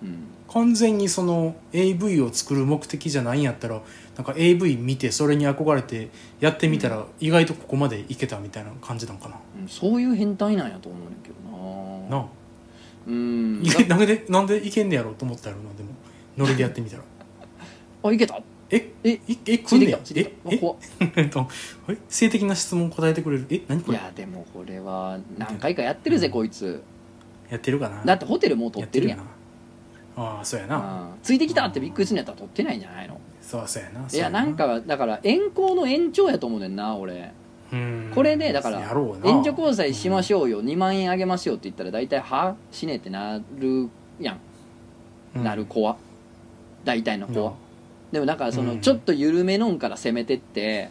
[SPEAKER 1] うん
[SPEAKER 2] うん、
[SPEAKER 1] 完全にその AV を作る目的じゃないんやったらなんか AV 見てそれに憧れてやってみたら意外とここまでいけたみたいな感じなんかな、
[SPEAKER 2] うんそういう変態なんやと思うねんけどな
[SPEAKER 1] なあ
[SPEAKER 2] うん
[SPEAKER 1] いけなんでなんでいけんねやろうと思ったやろなでもノリでやってみたら
[SPEAKER 2] あいけた
[SPEAKER 1] え
[SPEAKER 2] え
[SPEAKER 1] いえ
[SPEAKER 2] つ
[SPEAKER 1] 来
[SPEAKER 2] い
[SPEAKER 1] んね
[SPEAKER 2] てきた
[SPEAKER 1] や
[SPEAKER 2] ついて
[SPEAKER 1] え
[SPEAKER 2] きたあ
[SPEAKER 1] え
[SPEAKER 2] 怖っ
[SPEAKER 1] えっ とえ性的な質問答えてくれるえ何こ
[SPEAKER 2] い
[SPEAKER 1] れ
[SPEAKER 2] やでもこれは何回かやってるぜこいつ
[SPEAKER 1] やってるかな
[SPEAKER 2] だってホテルもう取ってるやん
[SPEAKER 1] やってるよなああそうやな
[SPEAKER 2] うんついてきたってびっくりするんやったら取ってないんじゃないの
[SPEAKER 1] そうそうやなそ
[SPEAKER 2] いうやなんかだから遠行の延長やと思うねんな俺
[SPEAKER 1] うん
[SPEAKER 2] これねだから
[SPEAKER 1] やろうな
[SPEAKER 2] 援助交際しましょうよ2万円あげましょうって言ったら大体はしねえってなるやん
[SPEAKER 1] うん
[SPEAKER 2] なる子は大体の子はでもなんかそうの
[SPEAKER 1] ん
[SPEAKER 2] ちょっと緩めのんから攻めてって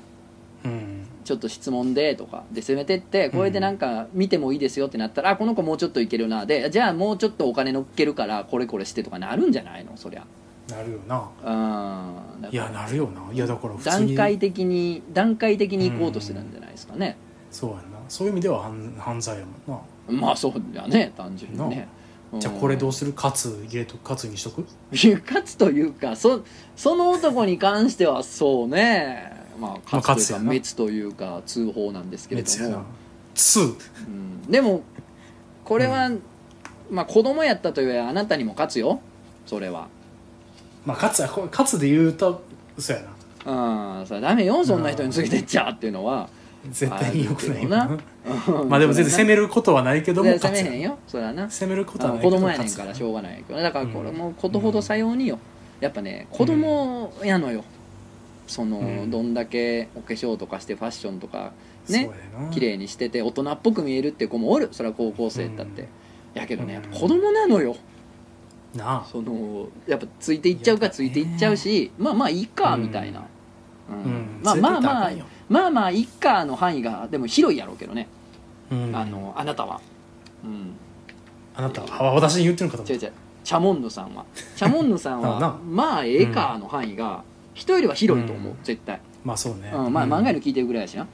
[SPEAKER 1] うん
[SPEAKER 2] ちょっと質問でとかで攻めてってこれでなんか見てもいいですよってなったら、あこの子もうちょっといけるなでじゃあもうちょっとお金乗っけるからこれこれしてとかなるんじゃないのそりゃ
[SPEAKER 1] なるよな
[SPEAKER 2] うんだ
[SPEAKER 1] い
[SPEAKER 2] から
[SPEAKER 1] やなるよないやだから普通に
[SPEAKER 2] 段階的に段階的に行こうとしてたんじゃないですかね、
[SPEAKER 1] そうやんなそういう意味では犯犯罪やもんな、
[SPEAKER 2] まあそうだね単純にね、
[SPEAKER 1] じゃあこれど
[SPEAKER 2] う
[SPEAKER 1] うするカツ入れとくカツにしとく
[SPEAKER 2] んかつと いうかそその男に関してはそうねま
[SPEAKER 1] ま
[SPEAKER 2] あ
[SPEAKER 1] あ
[SPEAKER 2] かつというか
[SPEAKER 1] 勝つやな
[SPEAKER 2] 滅というか通報なんですけれ
[SPEAKER 1] 別
[SPEAKER 2] ど
[SPEAKER 1] や
[SPEAKER 2] も
[SPEAKER 1] な2
[SPEAKER 2] うんでもこれは、まあ子供やったというあなたにも勝つよそれは
[SPEAKER 1] まあカツやこれカツで言うとそうやな
[SPEAKER 2] うんそれはダメよそんな人についてっちゃっていうのは
[SPEAKER 1] 絶対に良くないよ
[SPEAKER 2] あ
[SPEAKER 1] な
[SPEAKER 2] る
[SPEAKER 1] まあでも全然
[SPEAKER 2] 攻
[SPEAKER 1] 責めることはないけども
[SPEAKER 2] 攻
[SPEAKER 1] カ
[SPEAKER 2] め
[SPEAKER 1] ツ
[SPEAKER 2] へん
[SPEAKER 1] や
[SPEAKER 2] よそれはな
[SPEAKER 1] 責めること
[SPEAKER 2] あ
[SPEAKER 1] はな
[SPEAKER 2] の
[SPEAKER 1] いけ
[SPEAKER 2] 子
[SPEAKER 1] ど
[SPEAKER 2] 供やね
[SPEAKER 1] カ
[SPEAKER 2] ん
[SPEAKER 1] ツ
[SPEAKER 2] か
[SPEAKER 1] や
[SPEAKER 2] ら
[SPEAKER 1] な
[SPEAKER 2] しょうがないけどだからこれ
[SPEAKER 1] うん
[SPEAKER 2] もことほどさようによやっぱね子供やのよその、
[SPEAKER 1] うん
[SPEAKER 2] どんだけお化粧とかしてファッションとかね
[SPEAKER 1] そうやな
[SPEAKER 2] 綺麗にしてて大人っぽく見えるって子もおるそれは高校生だって、
[SPEAKER 1] うん
[SPEAKER 2] やけどねや
[SPEAKER 1] う
[SPEAKER 2] っ
[SPEAKER 1] ん
[SPEAKER 2] ぱ子供なのよ
[SPEAKER 1] なあ
[SPEAKER 2] そのやっぱついていっちゃうかついていっちゃうしまあまあいいかみたいな、うん
[SPEAKER 1] うん
[SPEAKER 2] まあまあまあ
[SPEAKER 1] 連れて行ったらあかんよ
[SPEAKER 2] まあまあいいかの範囲がでも広いやろうけどね、
[SPEAKER 1] うん
[SPEAKER 2] あのあなたは、うん、
[SPEAKER 1] あなたあ私に言ってるのかと思
[SPEAKER 2] 違う
[SPEAKER 1] っ
[SPEAKER 2] 違うチャモンヌさ んはチャモンヌさん
[SPEAKER 1] あな
[SPEAKER 2] はまあええかの範囲が人よりは広いと思う、
[SPEAKER 1] うん
[SPEAKER 2] 絶対、
[SPEAKER 1] たまあそうね
[SPEAKER 2] うん、まあ漫画の聞いてるぐらいやしな、
[SPEAKER 1] うん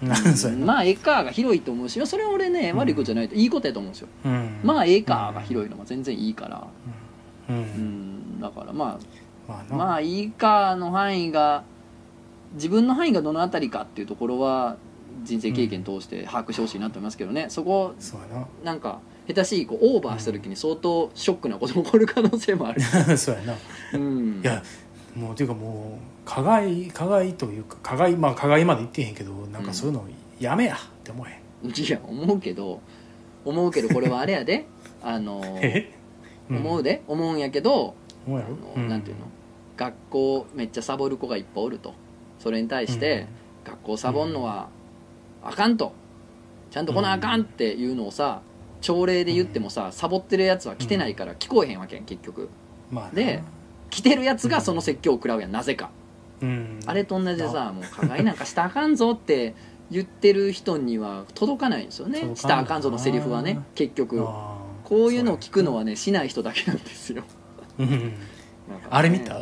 [SPEAKER 1] そうやな
[SPEAKER 2] まあええかが広いと思うしそれは俺ね
[SPEAKER 1] うん
[SPEAKER 2] 悪いことじゃないといいことやと思うんですよ、
[SPEAKER 1] うん
[SPEAKER 2] まあええかが広いのは全然いいから、
[SPEAKER 1] う
[SPEAKER 2] うんん、だからま
[SPEAKER 1] まあ
[SPEAKER 2] あ
[SPEAKER 1] な
[SPEAKER 2] まあいいかの範囲が自分の範囲がどのあたりかっていうところは人生経験通して把握してほしいなと思いますけどね、そこ
[SPEAKER 1] そうや
[SPEAKER 2] なんか下手しいこうオーバーした時に相当ショックなことが起こる可能性もあ る、
[SPEAKER 1] な そうやな
[SPEAKER 2] うん
[SPEAKER 1] いやもうというかもう加害加害というか加害まあ加害まで言ってへんけどなんかそういうのやめやって思えへん
[SPEAKER 2] いや思うけど思うけどこれはあれやであの
[SPEAKER 1] え
[SPEAKER 2] 思うで、思うんやけど
[SPEAKER 1] 思うや
[SPEAKER 2] あ
[SPEAKER 1] ろ
[SPEAKER 2] の、なんていうの学校めっちゃサボる子がいっぱいおるとそれに対して、学校サボんのはあかんとちゃんと来なあかんっていうのをさ朝礼で言ってもさサボってるやつは来てないから聞こえへんわけやん結局
[SPEAKER 1] うんまあな
[SPEAKER 2] で来てるやつがその説教を食らうやんなぜか
[SPEAKER 1] うん
[SPEAKER 2] あれと同じでさもう加害なんかしたらあかんぞって 言ってる人には届かないんですよね
[SPEAKER 1] 届
[SPEAKER 2] し
[SPEAKER 1] かんのかな
[SPEAKER 2] たらあかんぞのセリフはね結局
[SPEAKER 1] あー
[SPEAKER 2] こういうのを聞くのはねしない人だけなんですよ
[SPEAKER 1] そうやうん
[SPEAKER 2] なんかね
[SPEAKER 1] あれ見た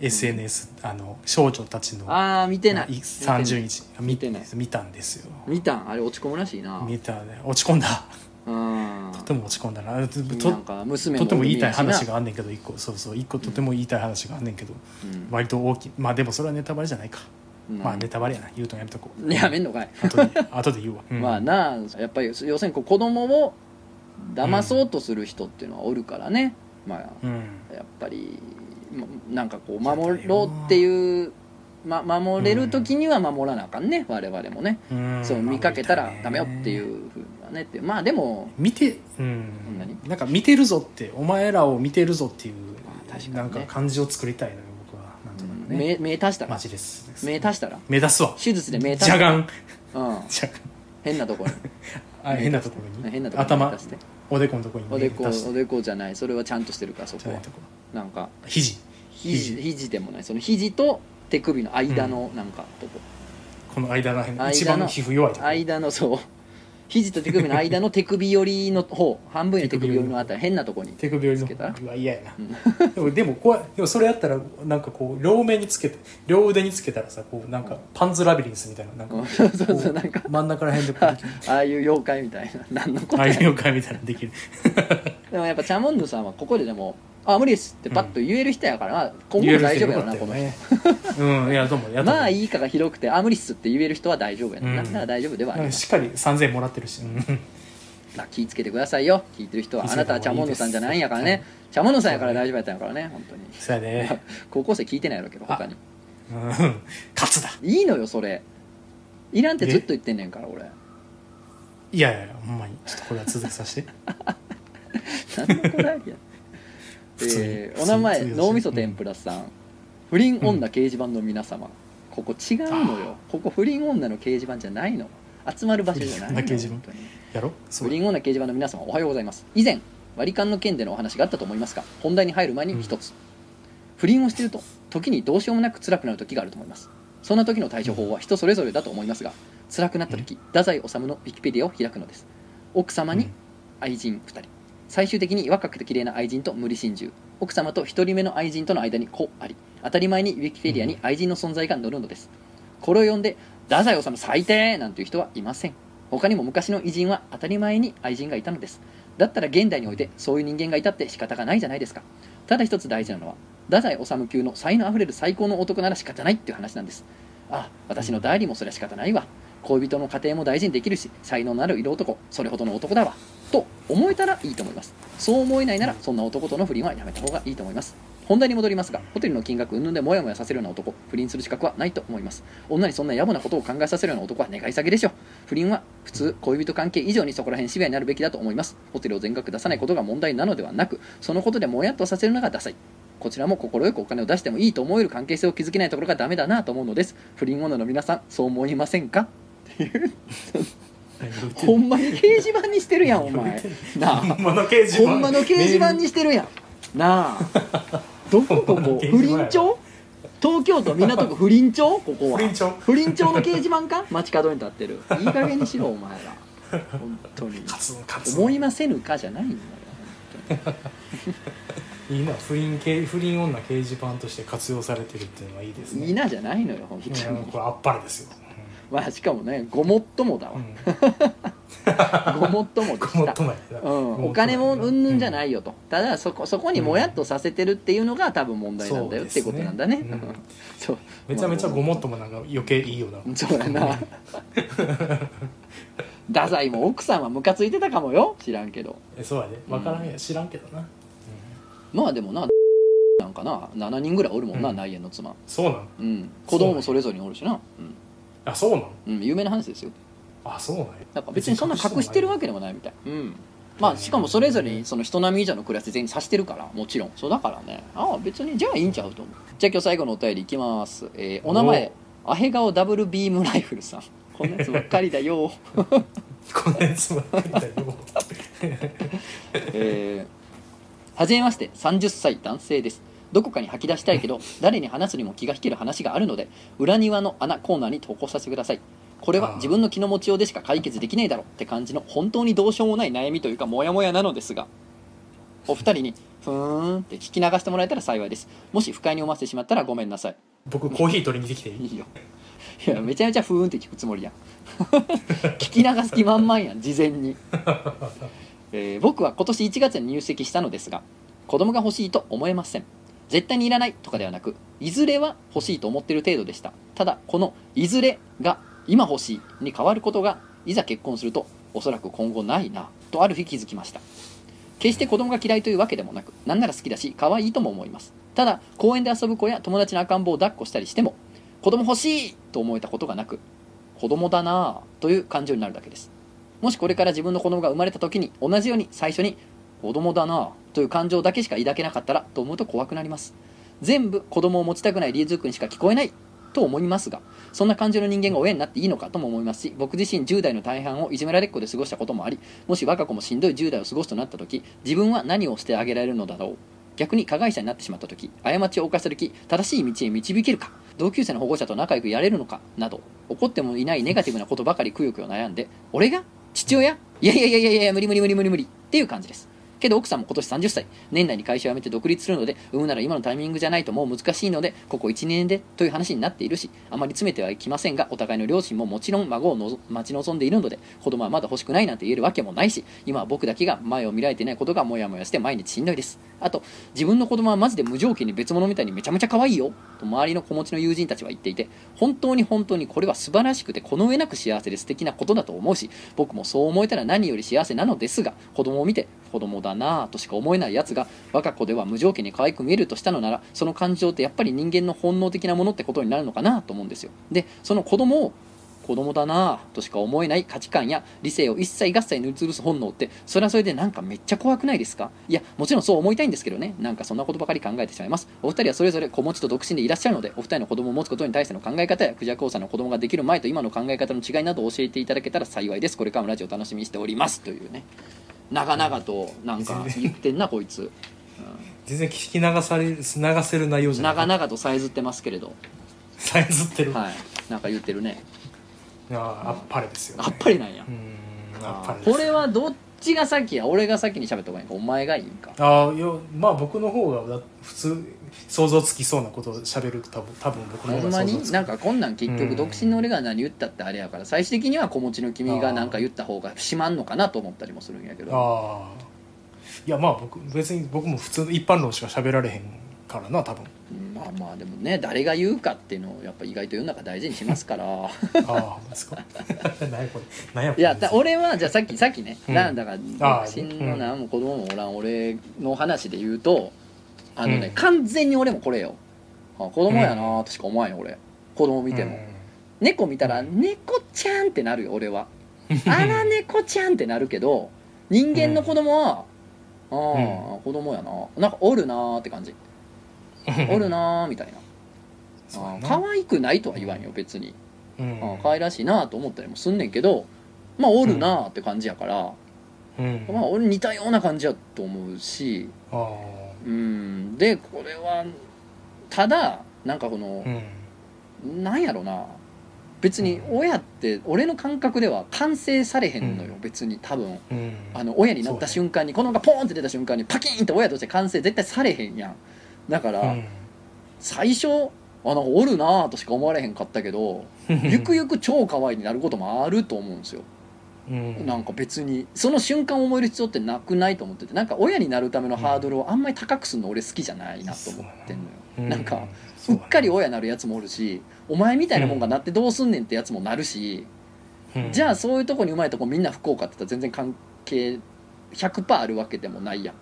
[SPEAKER 1] SNS あの少女たちの
[SPEAKER 2] ああ見てない
[SPEAKER 1] 30日
[SPEAKER 2] 見てない
[SPEAKER 1] 見たんですよ
[SPEAKER 2] 見たんあれ落ち込むらしいな
[SPEAKER 1] 見たね落ち込んだ
[SPEAKER 2] うん
[SPEAKER 1] とても落ち込んだなと
[SPEAKER 2] 君
[SPEAKER 1] と
[SPEAKER 2] なんか娘
[SPEAKER 1] とても言いたい話
[SPEAKER 2] が、
[SPEAKER 1] があんねんけど一個そうそう一個とても言いたい話があんねんけど
[SPEAKER 2] うん
[SPEAKER 1] 割と大きいまあでもそれはネタバレじゃないか
[SPEAKER 2] うん
[SPEAKER 1] まあネタバレやな言うとんやめとこう
[SPEAKER 2] やめんのかい、
[SPEAKER 1] 後で後で言 うわうん
[SPEAKER 2] まあなあやっぱり要するにこう子供を騙そうとする人っていうのはおるからね、まあ
[SPEAKER 1] うん
[SPEAKER 2] やっぱりまなんかこう守ろうっていう、ま、守れる時には守らなあかんね我々もね、
[SPEAKER 1] うん
[SPEAKER 2] そう
[SPEAKER 1] まあ
[SPEAKER 2] 見かけたらダメよってい
[SPEAKER 1] 見たね
[SPEAKER 2] うふうにはねってまあでも
[SPEAKER 1] 見てうん
[SPEAKER 2] 何
[SPEAKER 1] なんか見てるぞってお前らを見てるぞっていう
[SPEAKER 2] あ確かにね
[SPEAKER 1] なんか感じを作りたいのよ僕はなんとなくね
[SPEAKER 2] 目目足した
[SPEAKER 1] マ
[SPEAKER 2] ら
[SPEAKER 1] ジです
[SPEAKER 2] 目足したら
[SPEAKER 1] 目指す わ
[SPEAKER 2] 手術で目足
[SPEAKER 1] じ
[SPEAKER 2] し
[SPEAKER 1] ゃ
[SPEAKER 2] たら、
[SPEAKER 1] がん
[SPEAKER 2] うん、
[SPEAKER 1] じゃがん
[SPEAKER 2] 変な ところに
[SPEAKER 1] あ変なところに
[SPEAKER 2] 変なところに
[SPEAKER 1] 頭
[SPEAKER 2] 目足して
[SPEAKER 1] おでこのところに
[SPEAKER 2] おでこ
[SPEAKER 1] 出して
[SPEAKER 2] おでこじゃないそれはちゃんとしてるからそ
[SPEAKER 1] じゃ
[SPEAKER 2] こ
[SPEAKER 1] ない
[SPEAKER 2] は
[SPEAKER 1] とこ
[SPEAKER 2] なんか
[SPEAKER 1] 肘
[SPEAKER 2] 肘肘でもないその肘と手首の間のなんかとこ、
[SPEAKER 1] この間の辺
[SPEAKER 2] 間の
[SPEAKER 1] 一番皮膚弱いとこ
[SPEAKER 2] 間のそう肘と手首の間の手首寄り の方半分に手首寄りのあたり変なとこに
[SPEAKER 1] 手首より
[SPEAKER 2] つけたら
[SPEAKER 1] のうわ嫌やなでもでも怖いでもそれやったらなんかこう両目につけて両腕につけたらさこうなんかパンツラビリンスみたいななんか
[SPEAKER 2] う
[SPEAKER 1] こ
[SPEAKER 2] んそうそうそうなんか
[SPEAKER 1] う真ん中ら辺でこう
[SPEAKER 2] あ ああいう妖怪みたいな何のこ
[SPEAKER 1] あ
[SPEAKER 2] と
[SPEAKER 1] あ
[SPEAKER 2] や
[SPEAKER 1] いう妖怪みたいなのできる
[SPEAKER 2] でもやっぱチャモンヌさんはここででも「あ無理です」ってパッと言える人やから、あ今後も大丈 夫やろなこの人
[SPEAKER 1] 人うんいやどうもやっ
[SPEAKER 2] まあいいかが広くて「あ無理っす」って言える人は大丈夫やな、
[SPEAKER 1] うん
[SPEAKER 2] だから大丈夫ではあります
[SPEAKER 1] しっかり3000円もらってるしうん
[SPEAKER 2] まあ、気ぃつけてくださいよ聞いてる人は
[SPEAKER 1] 気ぃ
[SPEAKER 2] あ
[SPEAKER 1] つ
[SPEAKER 2] な
[SPEAKER 1] け
[SPEAKER 2] た
[SPEAKER 1] た
[SPEAKER 2] は
[SPEAKER 1] 方
[SPEAKER 2] チ
[SPEAKER 1] がいいです
[SPEAKER 2] ャモンヌさんじゃないんやからねチャモンヌさんやから大丈夫やったんやからね本当に
[SPEAKER 1] そうやね
[SPEAKER 2] 高校生聞いてないやろうけど他に
[SPEAKER 1] うん勝つだ
[SPEAKER 2] いいのよそれいらんってずっと言ってんねんから俺
[SPEAKER 1] いやいやいやほんまにちょっとこれは続けさせて
[SPEAKER 2] 何のこだわりや
[SPEAKER 1] 普通に
[SPEAKER 2] え
[SPEAKER 1] 普通
[SPEAKER 2] ー
[SPEAKER 1] に
[SPEAKER 2] お名前
[SPEAKER 1] 普通に
[SPEAKER 2] 脳みそ天ぷらさん、不倫女掲示板の皆様ここ違うのよここ不倫女の掲示板じゃないの集まる場所じゃないの
[SPEAKER 1] 不倫女掲示板
[SPEAKER 2] 本当に
[SPEAKER 1] やろそ
[SPEAKER 2] 不
[SPEAKER 1] う
[SPEAKER 2] 倫女掲示板の皆様おはようございます以前割り勘の件でのお話があったと思いますが本題に入る前に一つ、不倫をしていると時にどうしようもなく辛くなる時があると思いますそんな時の対処法は人それぞれだと思いますが辛くなった時、太宰治のウィキペディアを開くのです奥様
[SPEAKER 1] う
[SPEAKER 2] に
[SPEAKER 1] ん
[SPEAKER 2] 愛人2人最終的に若くて綺麗な愛人と無理心中奥様と1人目の愛人との間に子あり当たり前にウィキペディアに愛人の存在が載るのですこれを読んで「太宰治最低!」なんていう人はいません他にも昔の偉人は当たり前に愛人がいたのですだったら現代においてそういう人間がいたって仕方がないじゃないですかただ一つ大事なのは太宰治級の才能あふれる最高の男なら仕方ないっていう話なんですあ私の代理もそれは仕方ないわ恋人の家庭も大事にできるし才能のある色男それほどの男だわと思えたらいいと思いますそう思えないならそんな男との不倫はやめた方がいいと思います本題に戻りますがホテルの金額云々でモヤモヤさせるような男不倫する資格はないと思います女にそんな野暮なことを考えさせるような男は願い下げでしょう不倫は普通恋人関係以上にそこら辺シビアになるべきだと思いますホテルを全額出さないことが問題なのではなくそのことでもやっとさせるのがダサいこちらも快くお金を出してもいいと思える関係性を築けないところがダメだなと思うのです不倫女の皆さんそう思いませんか
[SPEAKER 1] 何言うてん
[SPEAKER 2] ほ
[SPEAKER 1] の
[SPEAKER 2] んまに掲示板にしてるやんお前な
[SPEAKER 1] ほ
[SPEAKER 2] あ
[SPEAKER 1] んまの掲示板
[SPEAKER 2] ほんまの掲示板にしてるやんなあどここ
[SPEAKER 1] ほんまの
[SPEAKER 2] こ
[SPEAKER 1] 掲
[SPEAKER 2] 不
[SPEAKER 1] 示板
[SPEAKER 2] 倫
[SPEAKER 1] や
[SPEAKER 2] 町東京都港区不倫町ここは
[SPEAKER 1] 不倫町
[SPEAKER 2] 不倫町の掲示板か街角に立ってるいい加減にしろお前ら本当に
[SPEAKER 1] 勝つ勝つ
[SPEAKER 2] 思いませぬかじゃないんだよ
[SPEAKER 1] いいな不倫系不倫女掲示板として活用されてるっていうのはいいですね
[SPEAKER 2] いいなじゃないのよ本当
[SPEAKER 1] うん
[SPEAKER 2] に
[SPEAKER 1] これあっぱれですよ、
[SPEAKER 2] まあしかもねごもっとも
[SPEAKER 1] う
[SPEAKER 2] だわ
[SPEAKER 1] ん、
[SPEAKER 2] ごもっともで
[SPEAKER 1] ご
[SPEAKER 2] し
[SPEAKER 1] もったともやな、
[SPEAKER 2] うん、お金もうんぬんじゃないいよと、ただそこそこにもやっとさせてるっていうのが多分問題なんだよってことなんだ
[SPEAKER 1] そ
[SPEAKER 2] ね
[SPEAKER 1] うですねうん
[SPEAKER 2] そう
[SPEAKER 1] めちゃめちゃごもっともなんか余計いいよな
[SPEAKER 2] そうやな 太宰も奥さんはムカついてたかもよ知らんけど
[SPEAKER 1] えそうやで分からんや知らんけどな、うん
[SPEAKER 2] まあでもな なんかな7人ぐらいおるもんな、
[SPEAKER 1] うん
[SPEAKER 2] 内縁の妻
[SPEAKER 1] そうなん
[SPEAKER 2] うん子供もそれぞれにおるしなうん、
[SPEAKER 1] あそうなん
[SPEAKER 2] うん、有名な話ですよ
[SPEAKER 1] あそうなんや
[SPEAKER 2] なんか別にそんな隠してるわけでもないみたいうんまあしかもそれぞれにその人並み以上のクラス全員さしてるからもちろんそうだからねああ別にじゃあいいんちゃうと思うじゃあ今日最後のお便りいきます、えーお名前アヘ顔ダブルビームライフルさんこんなやつばっかりだよ、
[SPEAKER 1] このやつもあったよ
[SPEAKER 2] えーはじめまして30歳男性ですどこかに吐き出したいけど誰に話すにも気が引ける話があるので裏庭の穴コーナーに投稿させてくださいこれ
[SPEAKER 1] あ
[SPEAKER 2] は
[SPEAKER 1] ー
[SPEAKER 2] 自分の気の持ちようでしか解決できないだろうって感じの本当にどうしようもない悩みというかモヤモヤなのですがお二人にふーんって聞き流してもらえたら幸いですもし不快に思わせてしまったらごめんなさい
[SPEAKER 1] 僕コーヒー取りに行ってきていい
[SPEAKER 2] いいよいやめちゃめちゃふーんって聞くつもりやん 聞き流す気満々やん事前に、えー僕は今年1月に入籍したのですが子供が欲しいと思えません絶対にいらないとかではなくいずれは欲しいと思ってる程度でしたただこの「いずれ」が「今欲しい」に変わることがいざ結婚するとおそらく今後ないなとある日気づきました決して子供が嫌いというわけでもなくなんなら好きだし可愛いとも思いますただ公園で遊ぶ子や友達の赤ん坊を抱っこしたりしても子供欲しいと思えたことがなく子供だなぁという感情になるだけですもしこれから自分の子供が生まれた時に同じように最初に子供だなぁという感情だけしか抱けなかったらと思うと怖くなります全部子供を持ちたくないリーズー君にしか聞こえないと思いますがそんな感情の人間が親になっていいのかとも思いますし僕自身10代の大半をいじめられっ子で過ごしたこともありもし我が子もしんどい10代を過ごすとなった時自分は何をしてあげられるのだろう逆に加害者になってしまった時過ちを犯した時正しい道へ導けるか同級生の保護者と仲良くやれるのかなど怒ってもいないネガティブなことばかりくよくよ悩んで俺が父親いやいやいやいやいや無理無理無理無理無理っていう感じですけど奥さんも今年30歳年内に会社を辞めて独立するので産むなら今のタイミングじゃないともう難しいのでここ12年でという話になっているしあまり詰めてはいきませんがお互いの両親ももちろん孫をのぞ待ち望んでいるので子供はまだ欲しくないなんて言えるわけもないし今は僕だけが前を見られていないことがモヤモヤして毎日しんどいですあと自分の子供はマジで無条件に別物みたいにめちゃめちゃ可愛いよと周りの子持ちの友人たちは言っていて本当に本当にこれは素晴らしくてこの上なく幸せで素敵なことだと思うし僕もそう思えたら何より幸せなのですが子供を見て子供だなぁとしか思えないやつが我が子では無条件に可愛く見えるとしたのならその感情ってやっぱり人間の本能的なものってことになるのかなと思うんですよでその子供を子供だなぁとしか思えない価値観や理性を一切合切塗りつぶす本能ってそれはそれでなんかめっちゃ怖くないですかいやもちろんそう思いたいんですけどねなんかそんなことばかり考えてしまいますお二人はそれぞれ子持ちと独身でいらっしゃるのでお二人の子供を持つことに対しての考え方やクジャコウさんの子供ができる前と今の考え方の違いなどを教えていただけたら幸いですこれからもラジオ楽しみにしておりますというね長々となんか言ってんなこい つ
[SPEAKER 1] 全然聞き流される流せる内容じゃない
[SPEAKER 2] 長々とさえずってますけれ ど
[SPEAKER 1] さえずってる、
[SPEAKER 2] はいなんか言ってるね
[SPEAKER 1] いやーあっぱれですよ、ね、
[SPEAKER 2] あっぱれなんや
[SPEAKER 1] うーんあっぱれです
[SPEAKER 2] これはどっちが先や俺が先に喋った方がいいんかお前がいいんか
[SPEAKER 1] ああいやまあ僕の方がだ普通想像つきそうなことをしゃべる多分多分僕の
[SPEAKER 2] ほ
[SPEAKER 1] 方
[SPEAKER 2] ん
[SPEAKER 1] が
[SPEAKER 2] ま
[SPEAKER 1] 想像
[SPEAKER 2] に
[SPEAKER 1] つ
[SPEAKER 2] な
[SPEAKER 1] く
[SPEAKER 2] んかこんなん結
[SPEAKER 1] う
[SPEAKER 2] 局
[SPEAKER 1] ん
[SPEAKER 2] 独身の俺が何言ったってあれやから最終的には子持ちの君が何か言った方がしまんのかなと思ったりもするんやけど
[SPEAKER 1] ああいやまあ僕別に僕も普通の一般論しか喋られへんからな多分
[SPEAKER 2] まあまあでもね誰が言うかっていうのをやっぱ意外と世の中大事にしますから
[SPEAKER 1] ああそう ですか 何やこれ何やこ
[SPEAKER 2] い
[SPEAKER 1] れ
[SPEAKER 2] やだ俺はじゃあさっきさっきね、
[SPEAKER 1] うん
[SPEAKER 2] なんだから
[SPEAKER 1] あ
[SPEAKER 2] 独
[SPEAKER 1] ー
[SPEAKER 2] 身の何も子供もおらん俺の話で言うとあのね、
[SPEAKER 1] うん
[SPEAKER 2] 完全に俺もこれよあ子供やなとしか思わんよ俺子供見ても、猫見たら「猫ちゃん」ってなるよ俺は「あら猫ちゃん」ってなるけど人間の子供は「ああ、子供やななんかおるな」ーって感じ「おるな」ーみたいな
[SPEAKER 1] そう
[SPEAKER 2] あ
[SPEAKER 1] や
[SPEAKER 2] ー
[SPEAKER 1] な
[SPEAKER 2] 可愛くないとは言わんよ別に
[SPEAKER 1] うん
[SPEAKER 2] あー可愛らしいなーと思ったりもすんねんけどまあおるなーって感じやから、
[SPEAKER 1] うん
[SPEAKER 2] まあ俺似たような感じやと思うし
[SPEAKER 1] ああ
[SPEAKER 2] うんでこれはただなんかこの、
[SPEAKER 1] うん
[SPEAKER 2] なんやろな別に親って俺の感覚では完成されへんのよ、
[SPEAKER 1] うん
[SPEAKER 2] 別に多分
[SPEAKER 1] うん
[SPEAKER 2] あの親にな
[SPEAKER 1] そ
[SPEAKER 2] っ
[SPEAKER 1] う
[SPEAKER 2] た
[SPEAKER 1] ね
[SPEAKER 2] 瞬間に、子供がポーンって出た瞬間にパキーンって親として完成絶対されへんやんだから、最初あのおるなぁとしか思われへんかったけど
[SPEAKER 1] うん
[SPEAKER 2] ゆくゆく超可愛いになることもあると思うんですよ、
[SPEAKER 1] うん
[SPEAKER 2] なんか別にその瞬間を思える必要ってなくないと思っててなんか親になるためのハードルをあんまり高くするの俺好きじゃないなと思ってんのよ、なんかうっかり親なるやつもおるしお前みたいなもんがなってどうすんねんってやつもなるし、じゃあそういうとこにうまいとこみんな不幸かって言ったら全然関係100%あるわけでもないや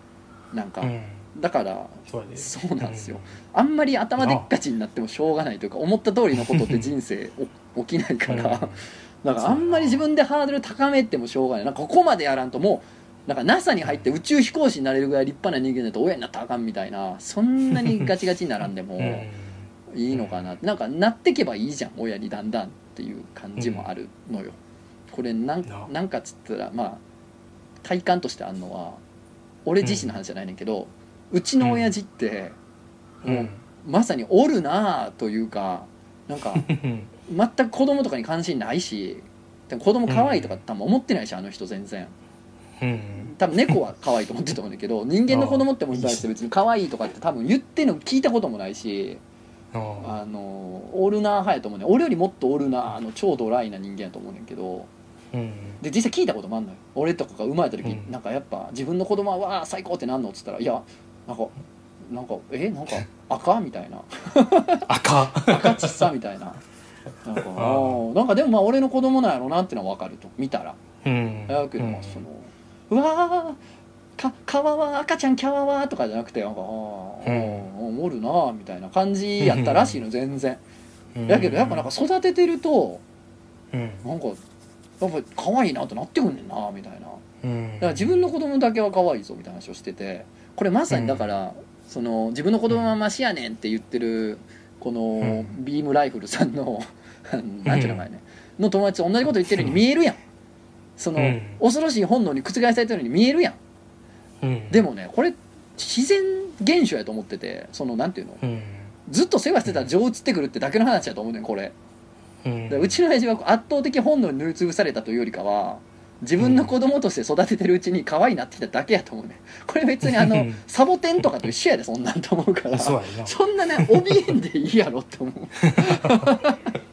[SPEAKER 2] んなんか、
[SPEAKER 1] うん
[SPEAKER 2] だから
[SPEAKER 1] そうやで
[SPEAKER 2] そうなんですよあんまり頭でっかちになってもしょうがないというか思った通りのことって人生 お起きないから、
[SPEAKER 1] うん
[SPEAKER 2] だからあんまり自分でハードル高めてもしょうがないなんかここまでやらんともうなんか NASA に入って宇宙飛行士になれるぐらい立派な人間だと親になったらあかんみたいな そんなにガチガチにならんでも
[SPEAKER 1] うん
[SPEAKER 2] いいのかなってなんかなってけばいいじゃん親にだんだんっていう感じもあるのよ、これなん
[SPEAKER 1] な
[SPEAKER 2] なんかっつったらまあ体感としてあるのは俺自身の話じゃないねんけど、うちの親父って、
[SPEAKER 1] うん
[SPEAKER 2] もうまさにおるなあというかなん か
[SPEAKER 1] うん
[SPEAKER 2] 全く子供とかに関心ないしでも子供可愛いとか多分思ってないしあの人全然
[SPEAKER 1] うん
[SPEAKER 2] 多分猫は可愛いと思ってると思うんだけ ど人間の子供ってもに対して別に可愛いとかって多分言ってんの聞いたこともないし
[SPEAKER 1] あ
[SPEAKER 2] あのオルナー派やと思うねん俺よりもっとオルナーの超ドライな人間やと思うねんけど
[SPEAKER 1] ーうん
[SPEAKER 2] で実際聞いたこともあんのよ俺とかが生まれた時、
[SPEAKER 1] うん
[SPEAKER 2] なんかやっぱ自分の子供はわあ最高ってなんのっつったらいやなんかなんかえな んか赤みたいな
[SPEAKER 1] 赤
[SPEAKER 2] 赤ちっさみたいななん かあーなんかでもまあ俺の子供なんやろなってのは分かると見たら
[SPEAKER 1] うん
[SPEAKER 2] だけどまあその「うわーかかわわ赤ちゃんキャワワ」とかじゃなくてなんか「あー
[SPEAKER 1] うん
[SPEAKER 2] おるな」みたいな感じやったらしいの全然。
[SPEAKER 1] うん
[SPEAKER 2] だけどやっぱなんか育ててると
[SPEAKER 1] うん
[SPEAKER 2] なんかやっぱ可愛いなとなってくんねんなみたいなだか
[SPEAKER 1] うん
[SPEAKER 2] ら自分の子供だけは可愛いぞみたいな話をしててこれまさにだからその自分の子供はマシやねんって言ってるこの
[SPEAKER 1] うん
[SPEAKER 2] ビームライフルさん のなんていう名前ねの友達と同じこと言ってるように見えるやんその
[SPEAKER 1] うん
[SPEAKER 2] 恐ろしい本能に覆されてるように見えるや
[SPEAKER 1] う
[SPEAKER 2] ん
[SPEAKER 1] ん
[SPEAKER 2] でもねこれ自然現象やと思っててそのなんていうの
[SPEAKER 1] うん
[SPEAKER 2] ずっと世話してたら情移ってくるってだけの話やと思うねんこれ
[SPEAKER 1] うん
[SPEAKER 2] でうちの親父は圧倒的本能に塗りつぶされたというよりかは自分の子供として育ててるうちに可愛いなってきただけやと思うねこれ別にあ
[SPEAKER 1] う
[SPEAKER 2] の
[SPEAKER 1] ん
[SPEAKER 2] サボテンとかと一緒やでそんなんと思うから
[SPEAKER 1] そうやな
[SPEAKER 2] そんなね怯えんでいいやろって思うだ か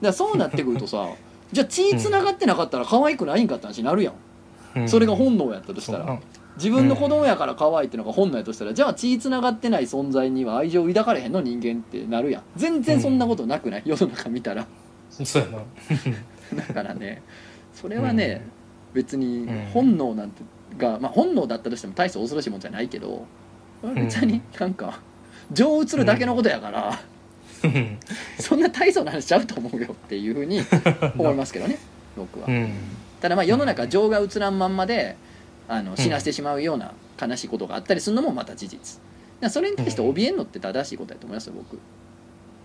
[SPEAKER 2] らそうなってくるとさじゃあ血つながってなかったら可愛くないんかって話になるやん、
[SPEAKER 1] うん
[SPEAKER 2] それが本能やったとしたら、
[SPEAKER 1] そうな
[SPEAKER 2] 自分の子供やから可愛いってのが本能やとしたら、じゃあ血つながってない存在には愛情抱かれへんの人間ってなるやん全然そんなことなくない、世の中見たら
[SPEAKER 1] そうやな
[SPEAKER 2] だからねそれはね、別に
[SPEAKER 1] うん
[SPEAKER 2] 本能なんてが、まあ、本能だったとしても大して恐ろしいもんじゃないけど別になんか情移るだけのことやから、
[SPEAKER 1] うん
[SPEAKER 2] そんな大層な話しちゃうと思うよっていうふう に思いますけどね僕は、
[SPEAKER 1] うん
[SPEAKER 2] ただまあ世の中情が移らんまんまであの死なせてしまうような悲しいことがあったりするのもまた事実だからそれに対して怯えんのって正しいことやと思いますよ僕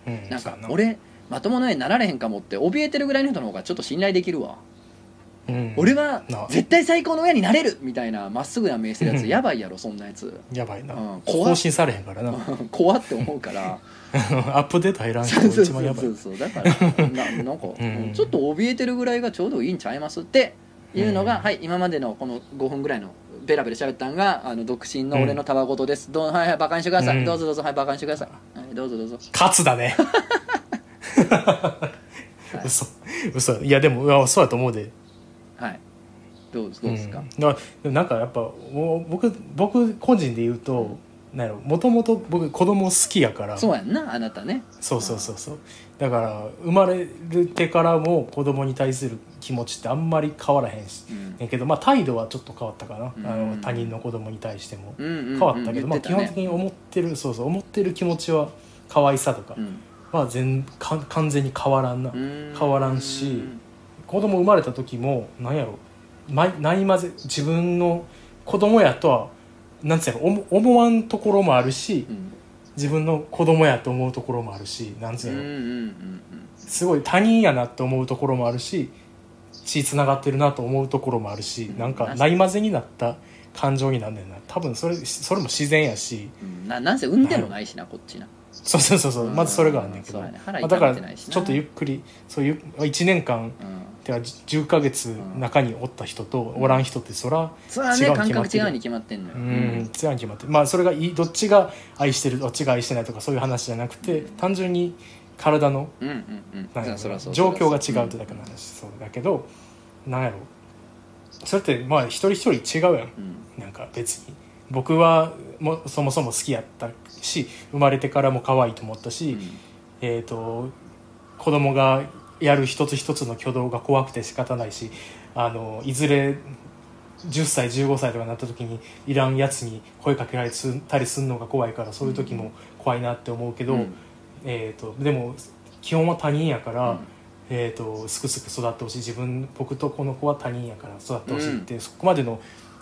[SPEAKER 1] うん
[SPEAKER 2] なん
[SPEAKER 1] そう
[SPEAKER 2] か
[SPEAKER 1] やな
[SPEAKER 2] 俺まともな絵になられへんかもって怯えてるぐらいの人の方がちょっと信頼できるわ
[SPEAKER 1] うん
[SPEAKER 2] 俺は
[SPEAKER 1] な
[SPEAKER 2] 絶対最高の親になれるみたいなまっすぐな目してるや
[SPEAKER 1] う
[SPEAKER 2] つ
[SPEAKER 1] ん
[SPEAKER 2] やばいやろそんなやつ
[SPEAKER 1] やばいな
[SPEAKER 2] うん怖っ
[SPEAKER 1] 更新されへんからなア
[SPEAKER 2] 怖って思うから
[SPEAKER 1] ップデート入らん人
[SPEAKER 2] そう
[SPEAKER 1] が
[SPEAKER 2] そう
[SPEAKER 1] 一
[SPEAKER 2] そ
[SPEAKER 1] 番や
[SPEAKER 2] う
[SPEAKER 1] ば
[SPEAKER 2] そ
[SPEAKER 1] いう
[SPEAKER 2] そうだから ななんか、
[SPEAKER 1] うん
[SPEAKER 2] ちょっと怯えてるぐらいがちょうどいいんちゃいますっていうのが、
[SPEAKER 1] うん
[SPEAKER 2] はい今までのこの5分ぐらいのベラベラ喋ったんがあの独身の俺のたわごとです、どうはいはいバカにしてください、
[SPEAKER 1] うん
[SPEAKER 2] どうぞどうぞはいバカにしてください、はい、どうぞどうぞ
[SPEAKER 1] 勝つだね嘘嘘いやでもうわそうやと思うで
[SPEAKER 2] はいどうどうですか、
[SPEAKER 1] うんだからなんかやっぱもう僕僕個人で言うとなんやろもともと僕子供好きやから
[SPEAKER 2] そうやんなあなたね
[SPEAKER 1] そうそうそうそうだから生まれてからも子供に対する気持ちってあんまり変わらへんし、
[SPEAKER 2] うん
[SPEAKER 1] ねんけどまあ態度はちょっと変わったかな、
[SPEAKER 2] うん
[SPEAKER 1] あの他人の子供に対しても、
[SPEAKER 2] うんうんう
[SPEAKER 1] 変
[SPEAKER 2] ん
[SPEAKER 1] わったけど、まあ、
[SPEAKER 2] 言って
[SPEAKER 1] 基
[SPEAKER 2] たね
[SPEAKER 1] 本的に思ってるそうそう思ってる気持ちは可愛さとか
[SPEAKER 2] うん
[SPEAKER 1] は全か完全に変わらんな、
[SPEAKER 2] うん
[SPEAKER 1] 変わらんし子供生まれた時もなんやろまないまぜ自分の子供やとはなんつうやろ思思わんところもあるし
[SPEAKER 2] うん
[SPEAKER 1] 自分の子供やと思うところもあるしなんつ
[SPEAKER 2] う
[SPEAKER 1] うんや
[SPEAKER 2] うん
[SPEAKER 1] ろ、
[SPEAKER 2] うん
[SPEAKER 1] すごい他人やなって思うところもあるし血つながってるなと思うところもあるし
[SPEAKER 2] うん
[SPEAKER 1] なんかないまぜになった感情になんねんな多分それそれも自然やし
[SPEAKER 2] うんななんせ産んでもないしなこっちな
[SPEAKER 1] そうそうそうそうまずそれがあんねんけど、
[SPEAKER 2] そうやね腹
[SPEAKER 1] まあだか
[SPEAKER 2] 痛め
[SPEAKER 1] ら
[SPEAKER 2] てないしな
[SPEAKER 1] ちょっとゆっくりそういう1年間
[SPEAKER 2] うん
[SPEAKER 1] てか10ヶ月中におった人とおらん人ってそら
[SPEAKER 2] それは
[SPEAKER 1] 違
[SPEAKER 2] ね
[SPEAKER 1] う
[SPEAKER 2] 感
[SPEAKER 1] 決まっ
[SPEAKER 2] 覚
[SPEAKER 1] て
[SPEAKER 2] 違
[SPEAKER 1] る
[SPEAKER 2] うに決まってんのよ
[SPEAKER 1] う
[SPEAKER 2] うん
[SPEAKER 1] ん違うに決まってるまあそれがいいどっちが愛してるどっちが愛してないとかそういう話じゃなくて単純に体の
[SPEAKER 2] うんうん
[SPEAKER 1] なん
[SPEAKER 2] う
[SPEAKER 1] やろ
[SPEAKER 2] んそらそう
[SPEAKER 1] 状況が違うってだけの話そうだけどなんやろそれってまあ一人一人違うやん
[SPEAKER 2] うん
[SPEAKER 1] なんか別に僕はもそもそも好きやったし生まれてからも可愛いと思ったし、えー、と子供がやる一つ一つの挙動が怖くて仕方ないしあのいずれ10歳15歳とかになった時にいらんやつに声かけられたりするのが怖いからそういう時も怖いなって思うけど、
[SPEAKER 2] うん
[SPEAKER 1] えー、とでも基本は他人やから、
[SPEAKER 2] うん
[SPEAKER 1] えー、とすくすく育ってほしい自分僕とこの子は他人やから育ってほしいって、そこまでの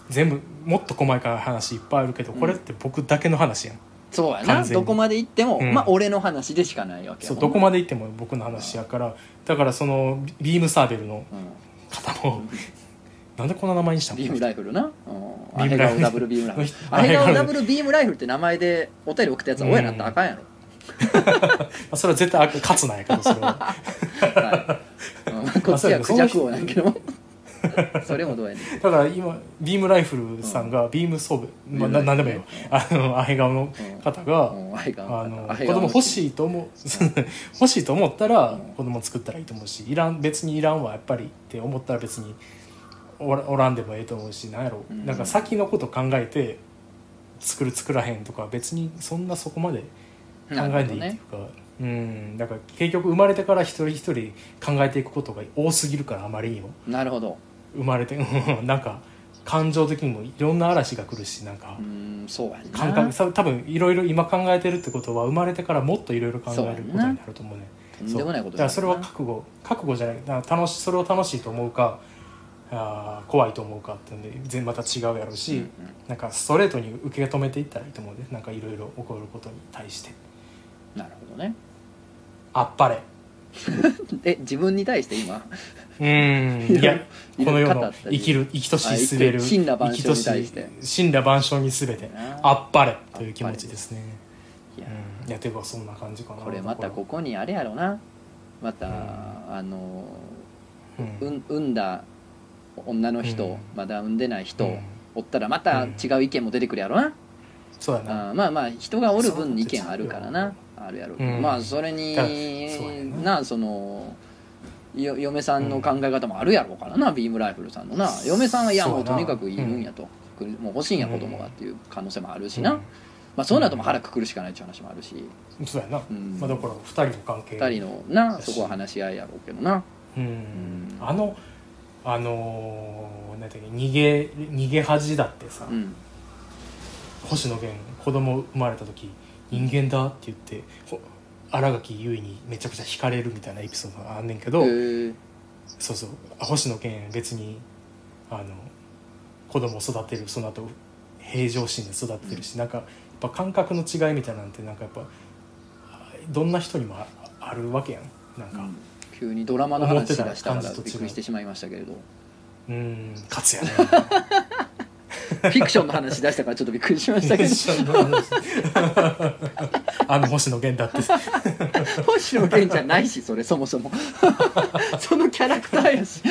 [SPEAKER 1] 全部もっと細かい話いっぱいあるけど、
[SPEAKER 2] うん
[SPEAKER 1] これって僕だけの話やん
[SPEAKER 2] そうや
[SPEAKER 1] 完
[SPEAKER 2] な
[SPEAKER 1] 全に
[SPEAKER 2] どこまで行っても、
[SPEAKER 1] うん
[SPEAKER 2] まあ俺の話でしかないわけや
[SPEAKER 1] そう
[SPEAKER 2] もん
[SPEAKER 1] ど
[SPEAKER 2] な
[SPEAKER 1] こまで行っても僕の話やからだからそのビビームサーベルの方もなんでこんな名前にした
[SPEAKER 2] うん
[SPEAKER 1] の
[SPEAKER 2] ビームライフルな、うん、
[SPEAKER 1] ビ
[SPEAKER 2] ア
[SPEAKER 1] ーム
[SPEAKER 2] ヘ
[SPEAKER 1] ライ
[SPEAKER 2] ガ
[SPEAKER 1] フル
[SPEAKER 2] オダブルビーム ライフル
[SPEAKER 1] あ
[SPEAKER 2] ア
[SPEAKER 1] れ
[SPEAKER 2] ヘ
[SPEAKER 1] が
[SPEAKER 2] ガオダブルビームライフルって名前でお便り送ったやつは親なんてあかんや ろ、
[SPEAKER 1] まあそれは絶対勝つなんやけどそれは
[SPEAKER 2] はいうんまあこっちはクジャク王なんやけどもそれもどうやねん
[SPEAKER 1] だから今ビームライフルさんがビームソーベル、まあ、ななんでもいいよあのアヘ顔の方が、
[SPEAKER 2] うんアヘガ オ
[SPEAKER 1] あの子
[SPEAKER 2] アヘガオ
[SPEAKER 1] 供欲しいと思う 欲しいと思ったら子供作ったらいいと思うしいらん別にいらんはやっぱりって思ったら別におらおらんでもええと思うしなんやろ、
[SPEAKER 2] うん
[SPEAKER 1] なんか先のこと考えて作る作らへんとか別にそんなそこまで考
[SPEAKER 2] な
[SPEAKER 1] え
[SPEAKER 2] るほ
[SPEAKER 1] て
[SPEAKER 2] ど
[SPEAKER 1] いいっていう
[SPEAKER 2] ね
[SPEAKER 1] か、うんだから結局生まれてから一人一人考えていくことが多すぎるからあまりにも
[SPEAKER 2] なるほど
[SPEAKER 1] 生まれてなん か感情的にもいろんな嵐が来るしなんか。
[SPEAKER 2] うーんそうやんな
[SPEAKER 1] 感覚さ多分いろいろ今考えてるってことは生まれてからもっといろいろ考えることになると思うね
[SPEAKER 2] とんでもないこ
[SPEAKER 1] だ
[SPEAKER 2] と
[SPEAKER 1] からそれは覚悟覚悟じゃないだから楽しそれを楽しいと思うかあー怖いと思うかってんで全然また違うやろうし、
[SPEAKER 2] うんうん
[SPEAKER 1] なんかストレートに受け止めていったらいいと思うねなんかいろいろ起こることに対して
[SPEAKER 2] なるほどね
[SPEAKER 1] あっぱれ
[SPEAKER 2] え自分に対して 今
[SPEAKER 1] うーんいや
[SPEAKER 2] いろいろ
[SPEAKER 1] この世
[SPEAKER 2] 語
[SPEAKER 1] の
[SPEAKER 2] ったり
[SPEAKER 1] 生きる生きとしす
[SPEAKER 2] あ
[SPEAKER 1] べる
[SPEAKER 2] 生きる森羅万象に
[SPEAKER 1] 生
[SPEAKER 2] 対
[SPEAKER 1] き
[SPEAKER 2] して
[SPEAKER 1] とし森羅万象にすべてあっぱれという気持ちですね
[SPEAKER 2] いや
[SPEAKER 1] うんいやていうかそんな感じかな
[SPEAKER 2] これまた
[SPEAKER 1] こ
[SPEAKER 2] ここにあれやろなまた、
[SPEAKER 1] うん
[SPEAKER 2] あの
[SPEAKER 1] う
[SPEAKER 2] うんん産んだ女の人、
[SPEAKER 1] うん
[SPEAKER 2] まだ産んでない人、
[SPEAKER 1] うん
[SPEAKER 2] おったらまた違う意見も出てくるやろな、
[SPEAKER 1] そうやな
[SPEAKER 2] あーまあまあ人がおる分に意見あるからなあるやろうけど、
[SPEAKER 1] うん
[SPEAKER 2] まあそれに
[SPEAKER 1] だそうやな
[SPEAKER 2] なそのよ嫁さんの考え方もあるやろうからな、ビームライフルさんのな嫁さんはいや
[SPEAKER 1] そうや
[SPEAKER 2] もう
[SPEAKER 1] な
[SPEAKER 2] とにかくいるんやと、もう欲しいんや子供がっていう可能性もあるしな、まあそうなるともう腹くくるしかないっていう話もあるし、
[SPEAKER 1] うんそうやな、
[SPEAKER 2] うん
[SPEAKER 1] まあ、だから2人の関係
[SPEAKER 2] 二人のなそこは話し合いやろうけどな
[SPEAKER 1] うん
[SPEAKER 2] ん
[SPEAKER 1] あのあのー、なんていうか逃げ逃げ恥だってさ、
[SPEAKER 2] うん
[SPEAKER 1] 星野源子供生まれた時人間だって言ってほ新垣結衣にめちゃくちゃ惹かれるみたいなエピソードがあんねんけど、
[SPEAKER 2] へー
[SPEAKER 1] そうそう星野源別にあの子供を育てるその後平常心で育てるし、なんかやっぱ感覚の違いみたいなんてなんかやっぱどんな人にもああるわけやんなんか、
[SPEAKER 2] 急にドラマの話し
[SPEAKER 1] 思っ
[SPEAKER 2] だ
[SPEAKER 1] て
[SPEAKER 2] したたか
[SPEAKER 1] 感
[SPEAKER 2] ら
[SPEAKER 1] じと違う
[SPEAKER 2] びっくりしてしまいましたけれど
[SPEAKER 1] うーん、勝つやね。
[SPEAKER 2] フィクションの話しだしたからちょっとびっくりしましたけ ど
[SPEAKER 1] あの星野源だって。
[SPEAKER 2] 星野源じゃないしそれそも そもそのキャラクターやし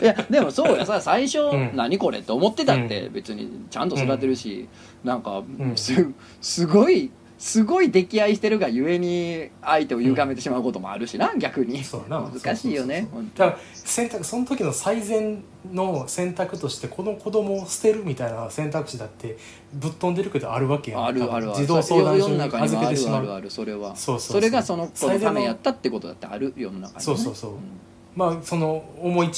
[SPEAKER 2] いやでもそうやさ最初
[SPEAKER 1] うん
[SPEAKER 2] 何これって思ってたって、
[SPEAKER 1] う
[SPEAKER 2] 別にちゃんと育てるし、なんか
[SPEAKER 1] ん
[SPEAKER 2] すすごいすごい溺愛してるがゆえに相手を歪めてしまうこともあるしな逆に
[SPEAKER 1] そうやな
[SPEAKER 2] 難しいよね
[SPEAKER 1] そうそうそうだから選択その時の最善の選択としてこの子供を捨てるみたいな選択肢だってぶっ飛んでるけどあるわけやん
[SPEAKER 2] あるあるある
[SPEAKER 1] 自動相談所
[SPEAKER 2] 世の
[SPEAKER 1] に
[SPEAKER 2] 中に
[SPEAKER 1] 預け
[SPEAKER 2] はあ
[SPEAKER 1] てし
[SPEAKER 2] る
[SPEAKER 1] ま
[SPEAKER 2] あ
[SPEAKER 1] う
[SPEAKER 2] るあるそれは
[SPEAKER 1] そうそうそう
[SPEAKER 2] れがその子のためやったってことだってある世の中に、ね、
[SPEAKER 1] そうそうそうんまあその思い違い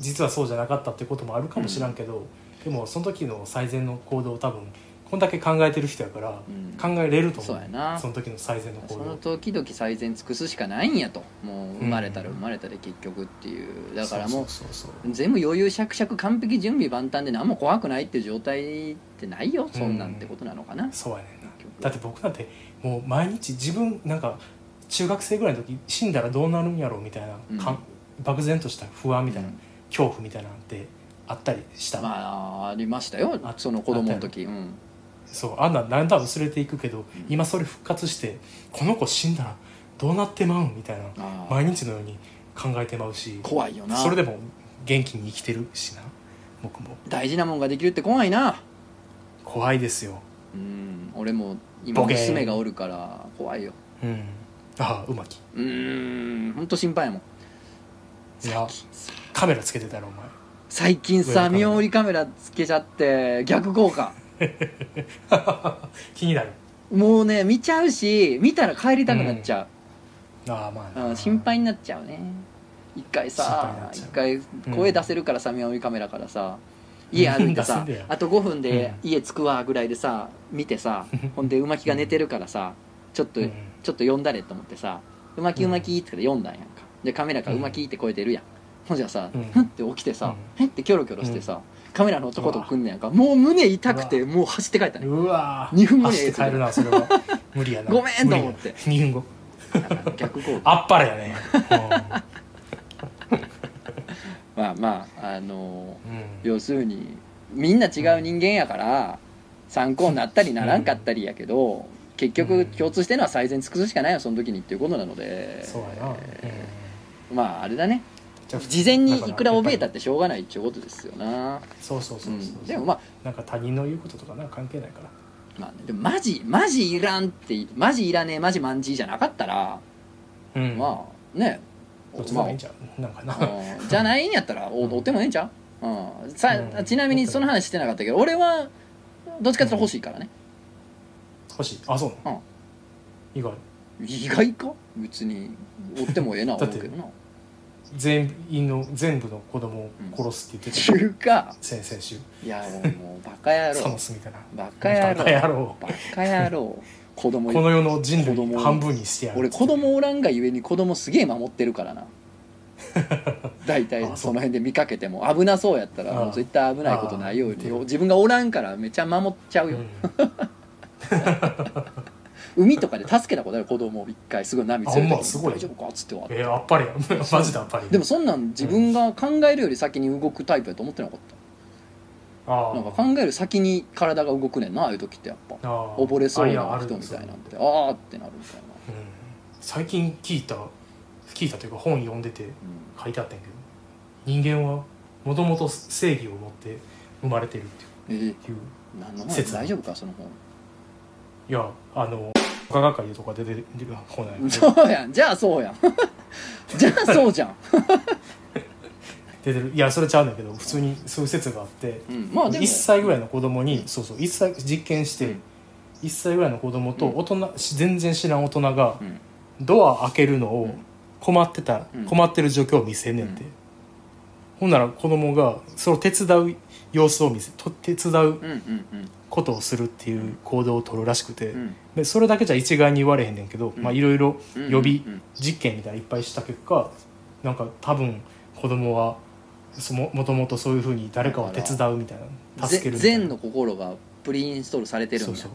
[SPEAKER 1] 実はそうじゃなかったってこともあるかもしらんけど、でもその時の最善の行動を多分こんだけ考えてる人やから
[SPEAKER 2] うん
[SPEAKER 1] 考えれると思う、
[SPEAKER 2] そうやな
[SPEAKER 1] その時の最善の行
[SPEAKER 2] そ
[SPEAKER 1] 動
[SPEAKER 2] の時々最善尽くすしかないんやともう生まれたら生まれたで結局っていうだからもう
[SPEAKER 1] そうそうそうそう
[SPEAKER 2] 全部余裕しゃくしゃく完璧準備万端で何も怖くないっていう状態ってないよそんなんってことなのかな、
[SPEAKER 1] そうやねんなだって僕なんてもう毎日自分なんか中学生ぐらいの時死んだらどうなるんやろうみたいな、かん漠然とした不安みたいな、
[SPEAKER 2] うん
[SPEAKER 1] 恐怖みたいなのってあったりした、
[SPEAKER 2] まあありましたよ
[SPEAKER 1] あ
[SPEAKER 2] その子供の時うん
[SPEAKER 1] そうあんなんだんだん薄れていくけど、今それ復活してこの子死んだらどうなってまうんみたいな
[SPEAKER 2] あー
[SPEAKER 1] 毎日のように考えてまうし
[SPEAKER 2] 怖いよな
[SPEAKER 1] それでも元気に生きてるしな僕も
[SPEAKER 2] 大事なもんができるって怖いな
[SPEAKER 1] 怖いですよ
[SPEAKER 2] うん俺も今
[SPEAKER 1] ボケー
[SPEAKER 2] 娘がおるから怖いよ
[SPEAKER 1] うんああうまき
[SPEAKER 2] うーんほんと心配やもん
[SPEAKER 1] いやカメラつけてたらお前
[SPEAKER 2] 最近
[SPEAKER 1] 上
[SPEAKER 2] さ
[SPEAKER 1] のカメラ
[SPEAKER 2] 妙折りカメラつけちゃって逆効果
[SPEAKER 1] 気になる
[SPEAKER 2] もうね見ちゃうし見たら帰りたくなっちゃ
[SPEAKER 1] ああま
[SPEAKER 2] う、
[SPEAKER 1] あ
[SPEAKER 2] う
[SPEAKER 1] なん
[SPEAKER 2] 心配になっちゃうね一回
[SPEAKER 1] 心配にな
[SPEAKER 2] さ
[SPEAKER 1] っちゃう
[SPEAKER 2] 一回
[SPEAKER 1] うん
[SPEAKER 2] 声出せるからさ妙折りカメラからさ家歩いて
[SPEAKER 1] うん出
[SPEAKER 2] さ
[SPEAKER 1] せんだよ
[SPEAKER 2] あと5分で家着くわぐらいでさ見てさほんで馬木が寝てるからさちょっと、
[SPEAKER 1] うん
[SPEAKER 2] ちょっと呼んだれと思ってさ「うまきうまき」って言って呼んだんやんかでカメラから「うまき」って声出るやんほんじゃさ
[SPEAKER 1] うん
[SPEAKER 2] ふんって起きてさへってキョロキョロしてさカメラの男と組んねやんかもう胸痛くて
[SPEAKER 1] う
[SPEAKER 2] もう走って帰ったね
[SPEAKER 1] うわ
[SPEAKER 2] 二分後に
[SPEAKER 1] 走って帰るなそれは 無理やな
[SPEAKER 2] ごめんと思って
[SPEAKER 1] 2分後
[SPEAKER 2] 逆効果
[SPEAKER 1] あっぱれや ね
[SPEAKER 2] まあまああのー
[SPEAKER 1] うんうん
[SPEAKER 2] 要するにみんな違う人間やから参考になったりならんかったりやけど、結
[SPEAKER 1] う
[SPEAKER 2] 局
[SPEAKER 1] ん
[SPEAKER 2] 共通してるのは最善尽くすしかないよその時にっていうことなので
[SPEAKER 1] そうやなうん
[SPEAKER 2] まああれだね
[SPEAKER 1] じゃあ
[SPEAKER 2] 事前にいくら
[SPEAKER 1] だか
[SPEAKER 2] 怯
[SPEAKER 1] や
[SPEAKER 2] え
[SPEAKER 1] ったぱ
[SPEAKER 2] っ
[SPEAKER 1] り
[SPEAKER 2] てしょうがないっていうことですよな、
[SPEAKER 1] そうそう
[SPEAKER 2] う、
[SPEAKER 1] そうそうん
[SPEAKER 2] でもまあ
[SPEAKER 1] なんか他人の言うこととかなんか関係ないから
[SPEAKER 2] まあね、でもマジマジいらんってマジいらねえマジマンジじゃなかったら、
[SPEAKER 1] うん
[SPEAKER 2] まあね
[SPEAKER 1] どっちで
[SPEAKER 2] ま
[SPEAKER 1] も
[SPEAKER 2] あ
[SPEAKER 1] いいんちゃうなんかな
[SPEAKER 2] うんじゃないんやったらお
[SPEAKER 1] うん
[SPEAKER 2] おってもええんちゃう、うんさ
[SPEAKER 1] うん
[SPEAKER 2] ちなみにその話してなかったけど俺はどっちかっていうと欲しいからね
[SPEAKER 1] 欲しいあそうなの意外
[SPEAKER 2] 意外か別に追ってもええな
[SPEAKER 1] だ
[SPEAKER 2] 思
[SPEAKER 1] っ
[SPEAKER 2] う
[SPEAKER 1] て
[SPEAKER 2] けどな
[SPEAKER 1] 全員の全部の子供を殺すって言ってた
[SPEAKER 2] 中華
[SPEAKER 1] 先々週
[SPEAKER 2] いやもうもうバカ野
[SPEAKER 1] そ
[SPEAKER 2] 郎
[SPEAKER 1] の隅から
[SPEAKER 2] バカ野
[SPEAKER 1] 野
[SPEAKER 2] 郎
[SPEAKER 1] 郎
[SPEAKER 2] バカ野郎子供
[SPEAKER 1] この世の人
[SPEAKER 2] 子
[SPEAKER 1] 類
[SPEAKER 2] 供
[SPEAKER 1] 半分にしてやる
[SPEAKER 2] 俺子供おらんがゆえに子供すげえ守ってるからな大体
[SPEAKER 1] あそう
[SPEAKER 2] その辺で見かけても危なそうやったら
[SPEAKER 1] ああ
[SPEAKER 2] もう絶対危ないことないよう
[SPEAKER 1] ああ見て
[SPEAKER 2] に
[SPEAKER 1] る
[SPEAKER 2] 自分がおらんからめっちゃ守っちゃう
[SPEAKER 1] う
[SPEAKER 2] よ、
[SPEAKER 1] ん
[SPEAKER 2] 海とかで助けたことある子供を一回すごい波連れ
[SPEAKER 1] あほんま
[SPEAKER 2] て
[SPEAKER 1] す
[SPEAKER 2] き
[SPEAKER 1] ご
[SPEAKER 2] て
[SPEAKER 1] い
[SPEAKER 2] 大丈夫かっつっては
[SPEAKER 1] えー、あっぱれや マジであっぱれ
[SPEAKER 2] でもそんなん自分が考えるより先に動くタイプやと思ってなかった
[SPEAKER 1] あ
[SPEAKER 2] なんか
[SPEAKER 1] あ
[SPEAKER 2] 考える先に体が動くねんなああいう時ってやっぱ
[SPEAKER 1] あー
[SPEAKER 2] 溺れそう
[SPEAKER 1] あやあ
[SPEAKER 2] な
[SPEAKER 1] る
[SPEAKER 2] 人みたいなんてああーってなるみたいな、
[SPEAKER 1] そううん最近聞いた聞いたというか本読んでて書いてあったんやけど人間はもともと正義を持って生まれてるって
[SPEAKER 2] うん、ええ
[SPEAKER 1] いう
[SPEAKER 2] 何の
[SPEAKER 1] 切
[SPEAKER 2] 話
[SPEAKER 1] ない
[SPEAKER 2] 大丈夫かその本
[SPEAKER 1] いやあの科学界とか出てる本なんやけど
[SPEAKER 2] そうやんじゃあそうやん じゃあそうじゃん、
[SPEAKER 1] 出てるいやそれちゃうんだけど普通にそういう説があって
[SPEAKER 2] うん、まあでも
[SPEAKER 1] 1歳ぐらいの子供にそうそう1歳実験し
[SPEAKER 2] う
[SPEAKER 1] て
[SPEAKER 2] ん
[SPEAKER 1] 1歳ぐらいの子供と大人し全然知らん大人が
[SPEAKER 2] うん
[SPEAKER 1] ドア開けるの
[SPEAKER 2] う
[SPEAKER 1] を
[SPEAKER 2] ん
[SPEAKER 1] 困ってた
[SPEAKER 2] うん
[SPEAKER 1] 困ってる状況を見せんねんて
[SPEAKER 2] うん
[SPEAKER 1] ほんなら子供がそれを手伝う様子を見せと手伝う
[SPEAKER 2] うんうんうん
[SPEAKER 1] ことをするっていう行動を取るらしくて
[SPEAKER 2] うん
[SPEAKER 1] でそれだけじゃ一概に言われへんねんけど
[SPEAKER 2] うん
[SPEAKER 1] まあいろいろ
[SPEAKER 2] うん
[SPEAKER 1] 予備
[SPEAKER 2] うん
[SPEAKER 1] 実験みたいないっぱいした結果なんか多分子供はそももともとそういうふうに誰かを手伝うみたいな助け
[SPEAKER 2] ぜ
[SPEAKER 1] るみたいな
[SPEAKER 2] 善の心がプリインストールされてるん
[SPEAKER 1] そ
[SPEAKER 2] だ
[SPEAKER 1] う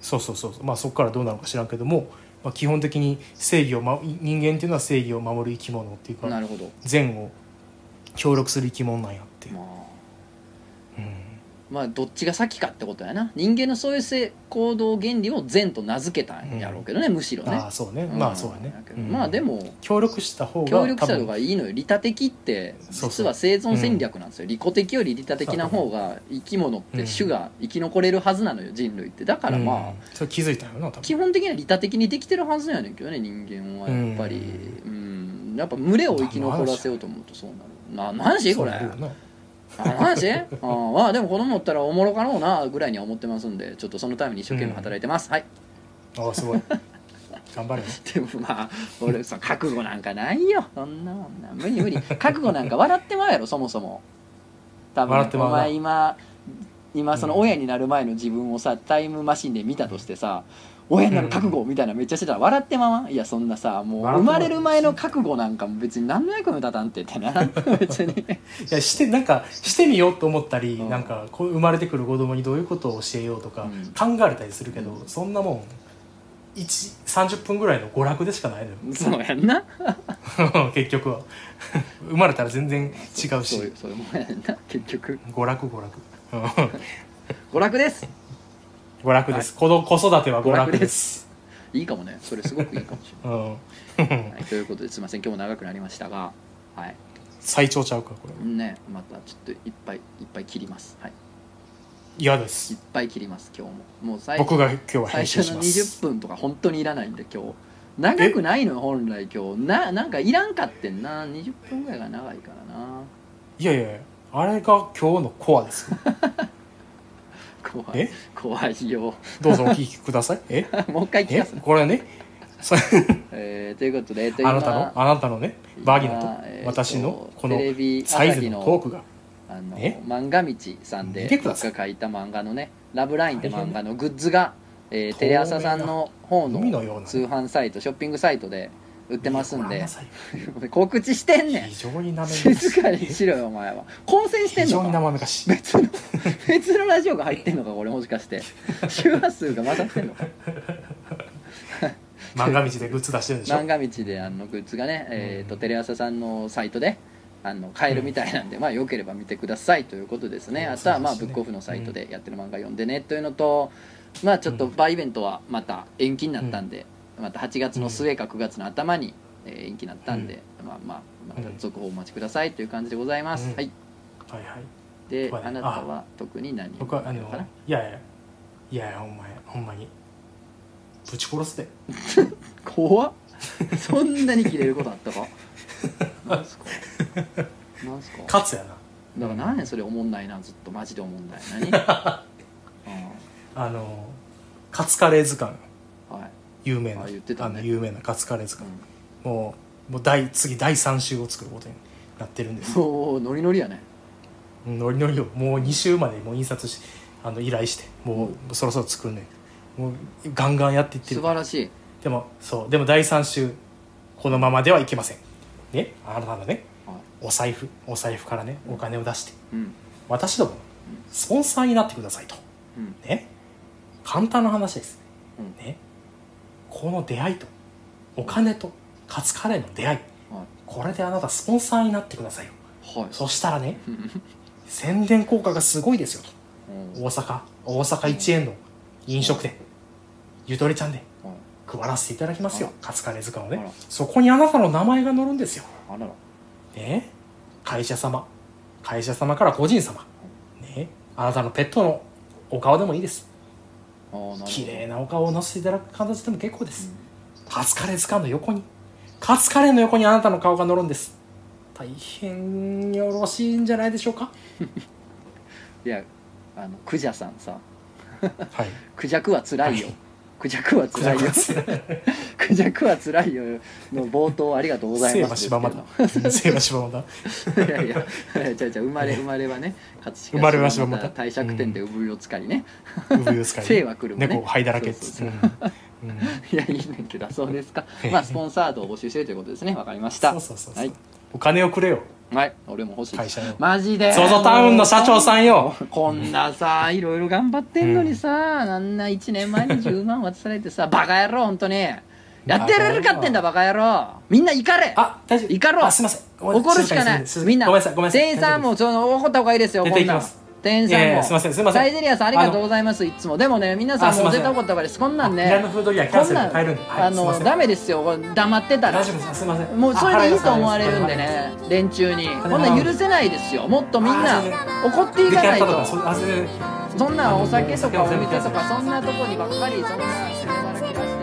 [SPEAKER 1] そうそうそうそうそうまあそこからどうなのか知らんけども、まあ、基本的に正義を、ま、人間っていうのは正義を守る生き物っていう
[SPEAKER 2] な
[SPEAKER 1] か
[SPEAKER 2] るほど
[SPEAKER 1] 善を協力する生き物なんやって、
[SPEAKER 2] まあ
[SPEAKER 1] うん
[SPEAKER 2] まあどっちが先かってことやな人間のそういうせ行動原理を善と名付けたんやろうけどね、むしろね
[SPEAKER 1] ああそうね、
[SPEAKER 2] うん
[SPEAKER 1] まあそうだね
[SPEAKER 2] や、けど
[SPEAKER 1] うん
[SPEAKER 2] まあでも
[SPEAKER 1] 協力した方が
[SPEAKER 2] 協力者と
[SPEAKER 1] 多分
[SPEAKER 2] かいいのよ利他的って
[SPEAKER 1] そうそう
[SPEAKER 2] 実は生存戦略なんですよ、利己的より利他的な方が生き物っ
[SPEAKER 1] う
[SPEAKER 2] て
[SPEAKER 1] ん
[SPEAKER 2] 種が生き残れるはずなのよ人類ってだからまあ、
[SPEAKER 1] うんそれ気づいたよな多
[SPEAKER 2] 基
[SPEAKER 1] 分
[SPEAKER 2] 本的には利他的にできてるはずやねんけどね人間はやっぱりうん、やっぱ群れを生き残らせようと思うとそうなるな何しこれ
[SPEAKER 1] そうなるよな
[SPEAKER 2] あマジあーまあでも子供おったらおもろかろうなぐらいには思ってますんでちょっとそのために一生懸命働いてます、はい
[SPEAKER 1] ああすごい 頑張れよ
[SPEAKER 2] でもまあ俺さ覚悟なんかないよそんなもんな無理無理覚悟なんか笑ってまうやろそもそも多分
[SPEAKER 1] 笑ってまう
[SPEAKER 2] お
[SPEAKER 1] な
[SPEAKER 2] 前今今その親になる前の自分をさタイムマシンで見たとしてさ親になる覚悟みたいなのめっちゃしてたら笑ってまわんいやそんなさもう
[SPEAKER 1] 笑
[SPEAKER 2] 生
[SPEAKER 1] ってまう
[SPEAKER 2] まれる前の覚悟なんかも別に何の役に立たん ってってな別に
[SPEAKER 1] いやしてなんかしてみようと思ったり、
[SPEAKER 2] うん
[SPEAKER 1] なんかこう生まれてくる子供にどういうことを教えようとか考えれたりするけど、
[SPEAKER 2] う
[SPEAKER 1] そんなもん一30分ぐらいの娯楽でしかないの
[SPEAKER 2] そうやんな
[SPEAKER 1] よ 結局は生まれたら全然違う
[SPEAKER 2] そうい
[SPEAKER 1] し
[SPEAKER 2] うそういうもんやねんな結局
[SPEAKER 1] 娯楽娯楽うん
[SPEAKER 2] 娯楽です
[SPEAKER 1] 娯楽です、子ど子育ては娯楽です
[SPEAKER 2] いいかもねそれすごくいいかもし
[SPEAKER 1] うん
[SPEAKER 2] れない、はい、ということですいません今日も長くなりましたがはい
[SPEAKER 1] 最長ちゃうかこれ
[SPEAKER 2] ねまたちょっといっぱいいっぱい切りますはい
[SPEAKER 1] 嫌で
[SPEAKER 2] いっ
[SPEAKER 1] す
[SPEAKER 2] ぱい切ります今日ももう最
[SPEAKER 1] 僕が今日は
[SPEAKER 2] 最
[SPEAKER 1] 編集
[SPEAKER 2] 初
[SPEAKER 1] し
[SPEAKER 2] の
[SPEAKER 1] ます
[SPEAKER 2] 20分とか本当にいらないんで今日長くないのよ本来今日ななんかいらんかってんな20分ぐらいが長いからない
[SPEAKER 1] やいやいやあれが今日のコアですよ
[SPEAKER 2] 怖い
[SPEAKER 1] え
[SPEAKER 2] 怖いよ
[SPEAKER 1] どうぞお聞きくださいえ
[SPEAKER 2] もう一回聞
[SPEAKER 1] え
[SPEAKER 2] かすな、
[SPEAKER 1] これねそ
[SPEAKER 2] えーということで、えっと、
[SPEAKER 1] あなたのあなたのね
[SPEAKER 2] 今
[SPEAKER 1] バーギナと
[SPEAKER 2] えーと
[SPEAKER 1] 私のこの
[SPEAKER 2] テレビ朝
[SPEAKER 1] サ
[SPEAKER 2] 日
[SPEAKER 1] イズのトークが
[SPEAKER 2] あの
[SPEAKER 1] え
[SPEAKER 2] 漫画道さんで
[SPEAKER 1] 見てく
[SPEAKER 2] 僕
[SPEAKER 1] だ
[SPEAKER 2] が
[SPEAKER 1] さ
[SPEAKER 2] 書いた漫画のね「ラブライン」って漫画のグッズが、えーテレ朝さんの方の
[SPEAKER 1] 海のようなね
[SPEAKER 2] 通販サイトショッピングサイトで売ってますん
[SPEAKER 1] ごめ
[SPEAKER 2] で
[SPEAKER 1] なさい
[SPEAKER 2] 告知してんねん
[SPEAKER 1] 非常になめめかしい
[SPEAKER 2] 静かにしろよお前は混戦して
[SPEAKER 1] 非
[SPEAKER 2] んの
[SPEAKER 1] 常にな
[SPEAKER 2] か
[SPEAKER 1] めめかしい
[SPEAKER 2] 別の別のラジオが入ってんのかこれもしかして周波数が混ざってんのか
[SPEAKER 1] 漫画道でグッズ出してるでしょ
[SPEAKER 2] 漫画道であのグッズがね、えー、とテレ朝さんのサイトであの買えるみたいなんで、まあよければ見てくださいということですね
[SPEAKER 1] うん
[SPEAKER 2] あとはまあ
[SPEAKER 1] そう
[SPEAKER 2] ブ
[SPEAKER 1] ですね
[SPEAKER 2] ックオフのサイトでやってる漫画読んでねというのとまあちょっとバーイベントはまた延期になったんで、また8月の末か9月の頭に、えー延期になったんで、まあまあまた続報お待ちくださいという感じでございます、
[SPEAKER 1] うん
[SPEAKER 2] はい
[SPEAKER 1] はいはい
[SPEAKER 2] で
[SPEAKER 1] 僕はね
[SPEAKER 2] あなたは特に何
[SPEAKER 1] 僕はあの
[SPEAKER 2] かない
[SPEAKER 1] やいやいやいやお前ほんまにぶち殺すで
[SPEAKER 2] 怖っそんなに切れることあったかなんすかなんすか
[SPEAKER 1] 勝つやな
[SPEAKER 2] だから何やそれおもんないなずっとマジでおもんない何、うん
[SPEAKER 1] あのカツカレー図鑑
[SPEAKER 2] はい
[SPEAKER 1] 有名な
[SPEAKER 2] あ言ってたね
[SPEAKER 1] あの有名なカツカレー図鑑、
[SPEAKER 2] う
[SPEAKER 1] もうもう第次第3週を作ることになってるんで
[SPEAKER 2] ん、
[SPEAKER 1] す
[SPEAKER 2] そうノリノリやね
[SPEAKER 1] ノリノリをもう2週までもう印刷しあの依頼してもうそろそろ作るねんけどもうガンガンやっていって
[SPEAKER 2] 素
[SPEAKER 1] る
[SPEAKER 2] 晴らしい
[SPEAKER 1] でもそうでも第3週このままではいけませんねあなたのね
[SPEAKER 2] はい
[SPEAKER 1] お財布お財布からねお金を出して
[SPEAKER 2] うん
[SPEAKER 1] 私どものスポンサーになってくださいと
[SPEAKER 2] うん
[SPEAKER 1] ね簡単な話です
[SPEAKER 2] うん
[SPEAKER 1] ねこの出会いとお金とカツカレーの出会い
[SPEAKER 2] は
[SPEAKER 1] これであなたスポンサーになってくださいよ
[SPEAKER 2] いはい
[SPEAKER 1] そしたらね
[SPEAKER 2] うんうん
[SPEAKER 1] 宣伝効果がすごいですよと
[SPEAKER 2] うん
[SPEAKER 1] 大阪大阪一円の飲食店ゆとりちゃんで
[SPEAKER 2] はい
[SPEAKER 1] 配らせていただきますよカツカレー図鑑を
[SPEAKER 2] あ
[SPEAKER 1] ね
[SPEAKER 2] ら
[SPEAKER 1] そこにあなたの名前が載るんですよ
[SPEAKER 2] あらら
[SPEAKER 1] ね会社様会社様から個人様ねあなたのペットのお顔でもいいです
[SPEAKER 2] あーなるほど
[SPEAKER 1] 綺麗なお顔を載せていただく形でも結構ですカツカレー図鑑の横にカツカレーの横にあなたの顔が載るんです大変よろしいんじゃないでしょうか
[SPEAKER 2] うんいやあのクジャさんさ
[SPEAKER 1] はい
[SPEAKER 2] クジャクは辛いよ
[SPEAKER 1] はい
[SPEAKER 2] クジャクは
[SPEAKER 1] ク
[SPEAKER 2] 辛
[SPEAKER 1] ジャ
[SPEAKER 2] い
[SPEAKER 1] ク
[SPEAKER 2] よ
[SPEAKER 1] は辛い
[SPEAKER 2] クジャクは辛いよの冒頭ありがとうございま
[SPEAKER 1] 聖
[SPEAKER 2] す
[SPEAKER 1] 馬柴又だ聖馬柴又
[SPEAKER 2] いやいや、じゃじゃ生まれ生まれはね、葛
[SPEAKER 1] 生まれは
[SPEAKER 2] 柴
[SPEAKER 1] 柴
[SPEAKER 2] 又
[SPEAKER 1] 又
[SPEAKER 2] 帝釈天で産湯を使いね、
[SPEAKER 1] 産湯使い
[SPEAKER 2] 生は来るもね
[SPEAKER 1] 猫を灰だらけっつって
[SPEAKER 2] そう
[SPEAKER 1] うんうん
[SPEAKER 2] いやいいねんけど、そうですか
[SPEAKER 1] え。え
[SPEAKER 2] まあスポンサードを募集してるということですね。わかりました。
[SPEAKER 1] そうそうそうそう
[SPEAKER 2] はい
[SPEAKER 1] お金をくれよ
[SPEAKER 2] はい、俺も欲しい。
[SPEAKER 1] 会社の
[SPEAKER 2] マジで。
[SPEAKER 1] ゾゾタウンの社長さんよ
[SPEAKER 2] こんなさ、いろいろ頑張ってんのにさ、なんな1年前に10万渡されて さ、バカ野郎、本当に。やってられるかってんだ、バカ野郎。みんな怒れ。
[SPEAKER 1] あ大丈夫
[SPEAKER 2] いかろう
[SPEAKER 1] あすいませんごめん
[SPEAKER 2] 怒るしかな
[SPEAKER 1] 静
[SPEAKER 2] い
[SPEAKER 1] かに静かに
[SPEAKER 2] みんな
[SPEAKER 1] ごめんなさいごめんなさい
[SPEAKER 2] 店員さんもその怒った方がいいですよ
[SPEAKER 1] 出
[SPEAKER 2] こ
[SPEAKER 1] て
[SPEAKER 2] ん
[SPEAKER 1] いき
[SPEAKER 2] な
[SPEAKER 1] ま
[SPEAKER 2] ん
[SPEAKER 1] す
[SPEAKER 2] 店員さん
[SPEAKER 1] いやい
[SPEAKER 2] も
[SPEAKER 1] やすいませんすいません
[SPEAKER 2] サイゼリアさんありがとうございますいつもでもね皆さん
[SPEAKER 1] あすい
[SPEAKER 2] も
[SPEAKER 1] ません
[SPEAKER 2] 絶対怒った方がいいですこんなん
[SPEAKER 1] ミラ
[SPEAKER 2] ね
[SPEAKER 1] ノフードリアキャ
[SPEAKER 2] こ
[SPEAKER 1] ンセ
[SPEAKER 2] ん
[SPEAKER 1] ル
[SPEAKER 2] な
[SPEAKER 1] で帰
[SPEAKER 2] ん
[SPEAKER 1] るんではい
[SPEAKER 2] あ
[SPEAKER 1] すいませ
[SPEAKER 2] の
[SPEAKER 1] ん
[SPEAKER 2] ダメですよこれ黙ってたら
[SPEAKER 1] 大丈夫ですすいません
[SPEAKER 2] もうそれでいいと思わ
[SPEAKER 1] あ
[SPEAKER 2] れるんでね連中にこんなん許せないですよもっとみんな
[SPEAKER 1] あすいま
[SPEAKER 2] 怒ってい
[SPEAKER 1] 出
[SPEAKER 2] か
[SPEAKER 1] 来上が
[SPEAKER 2] な
[SPEAKER 1] っ
[SPEAKER 2] い
[SPEAKER 1] たとかそう
[SPEAKER 2] と
[SPEAKER 1] いうあそういう
[SPEAKER 2] そんなお酒とかお店とかそんなとこにばっかりそんなしばらくいらっしゃい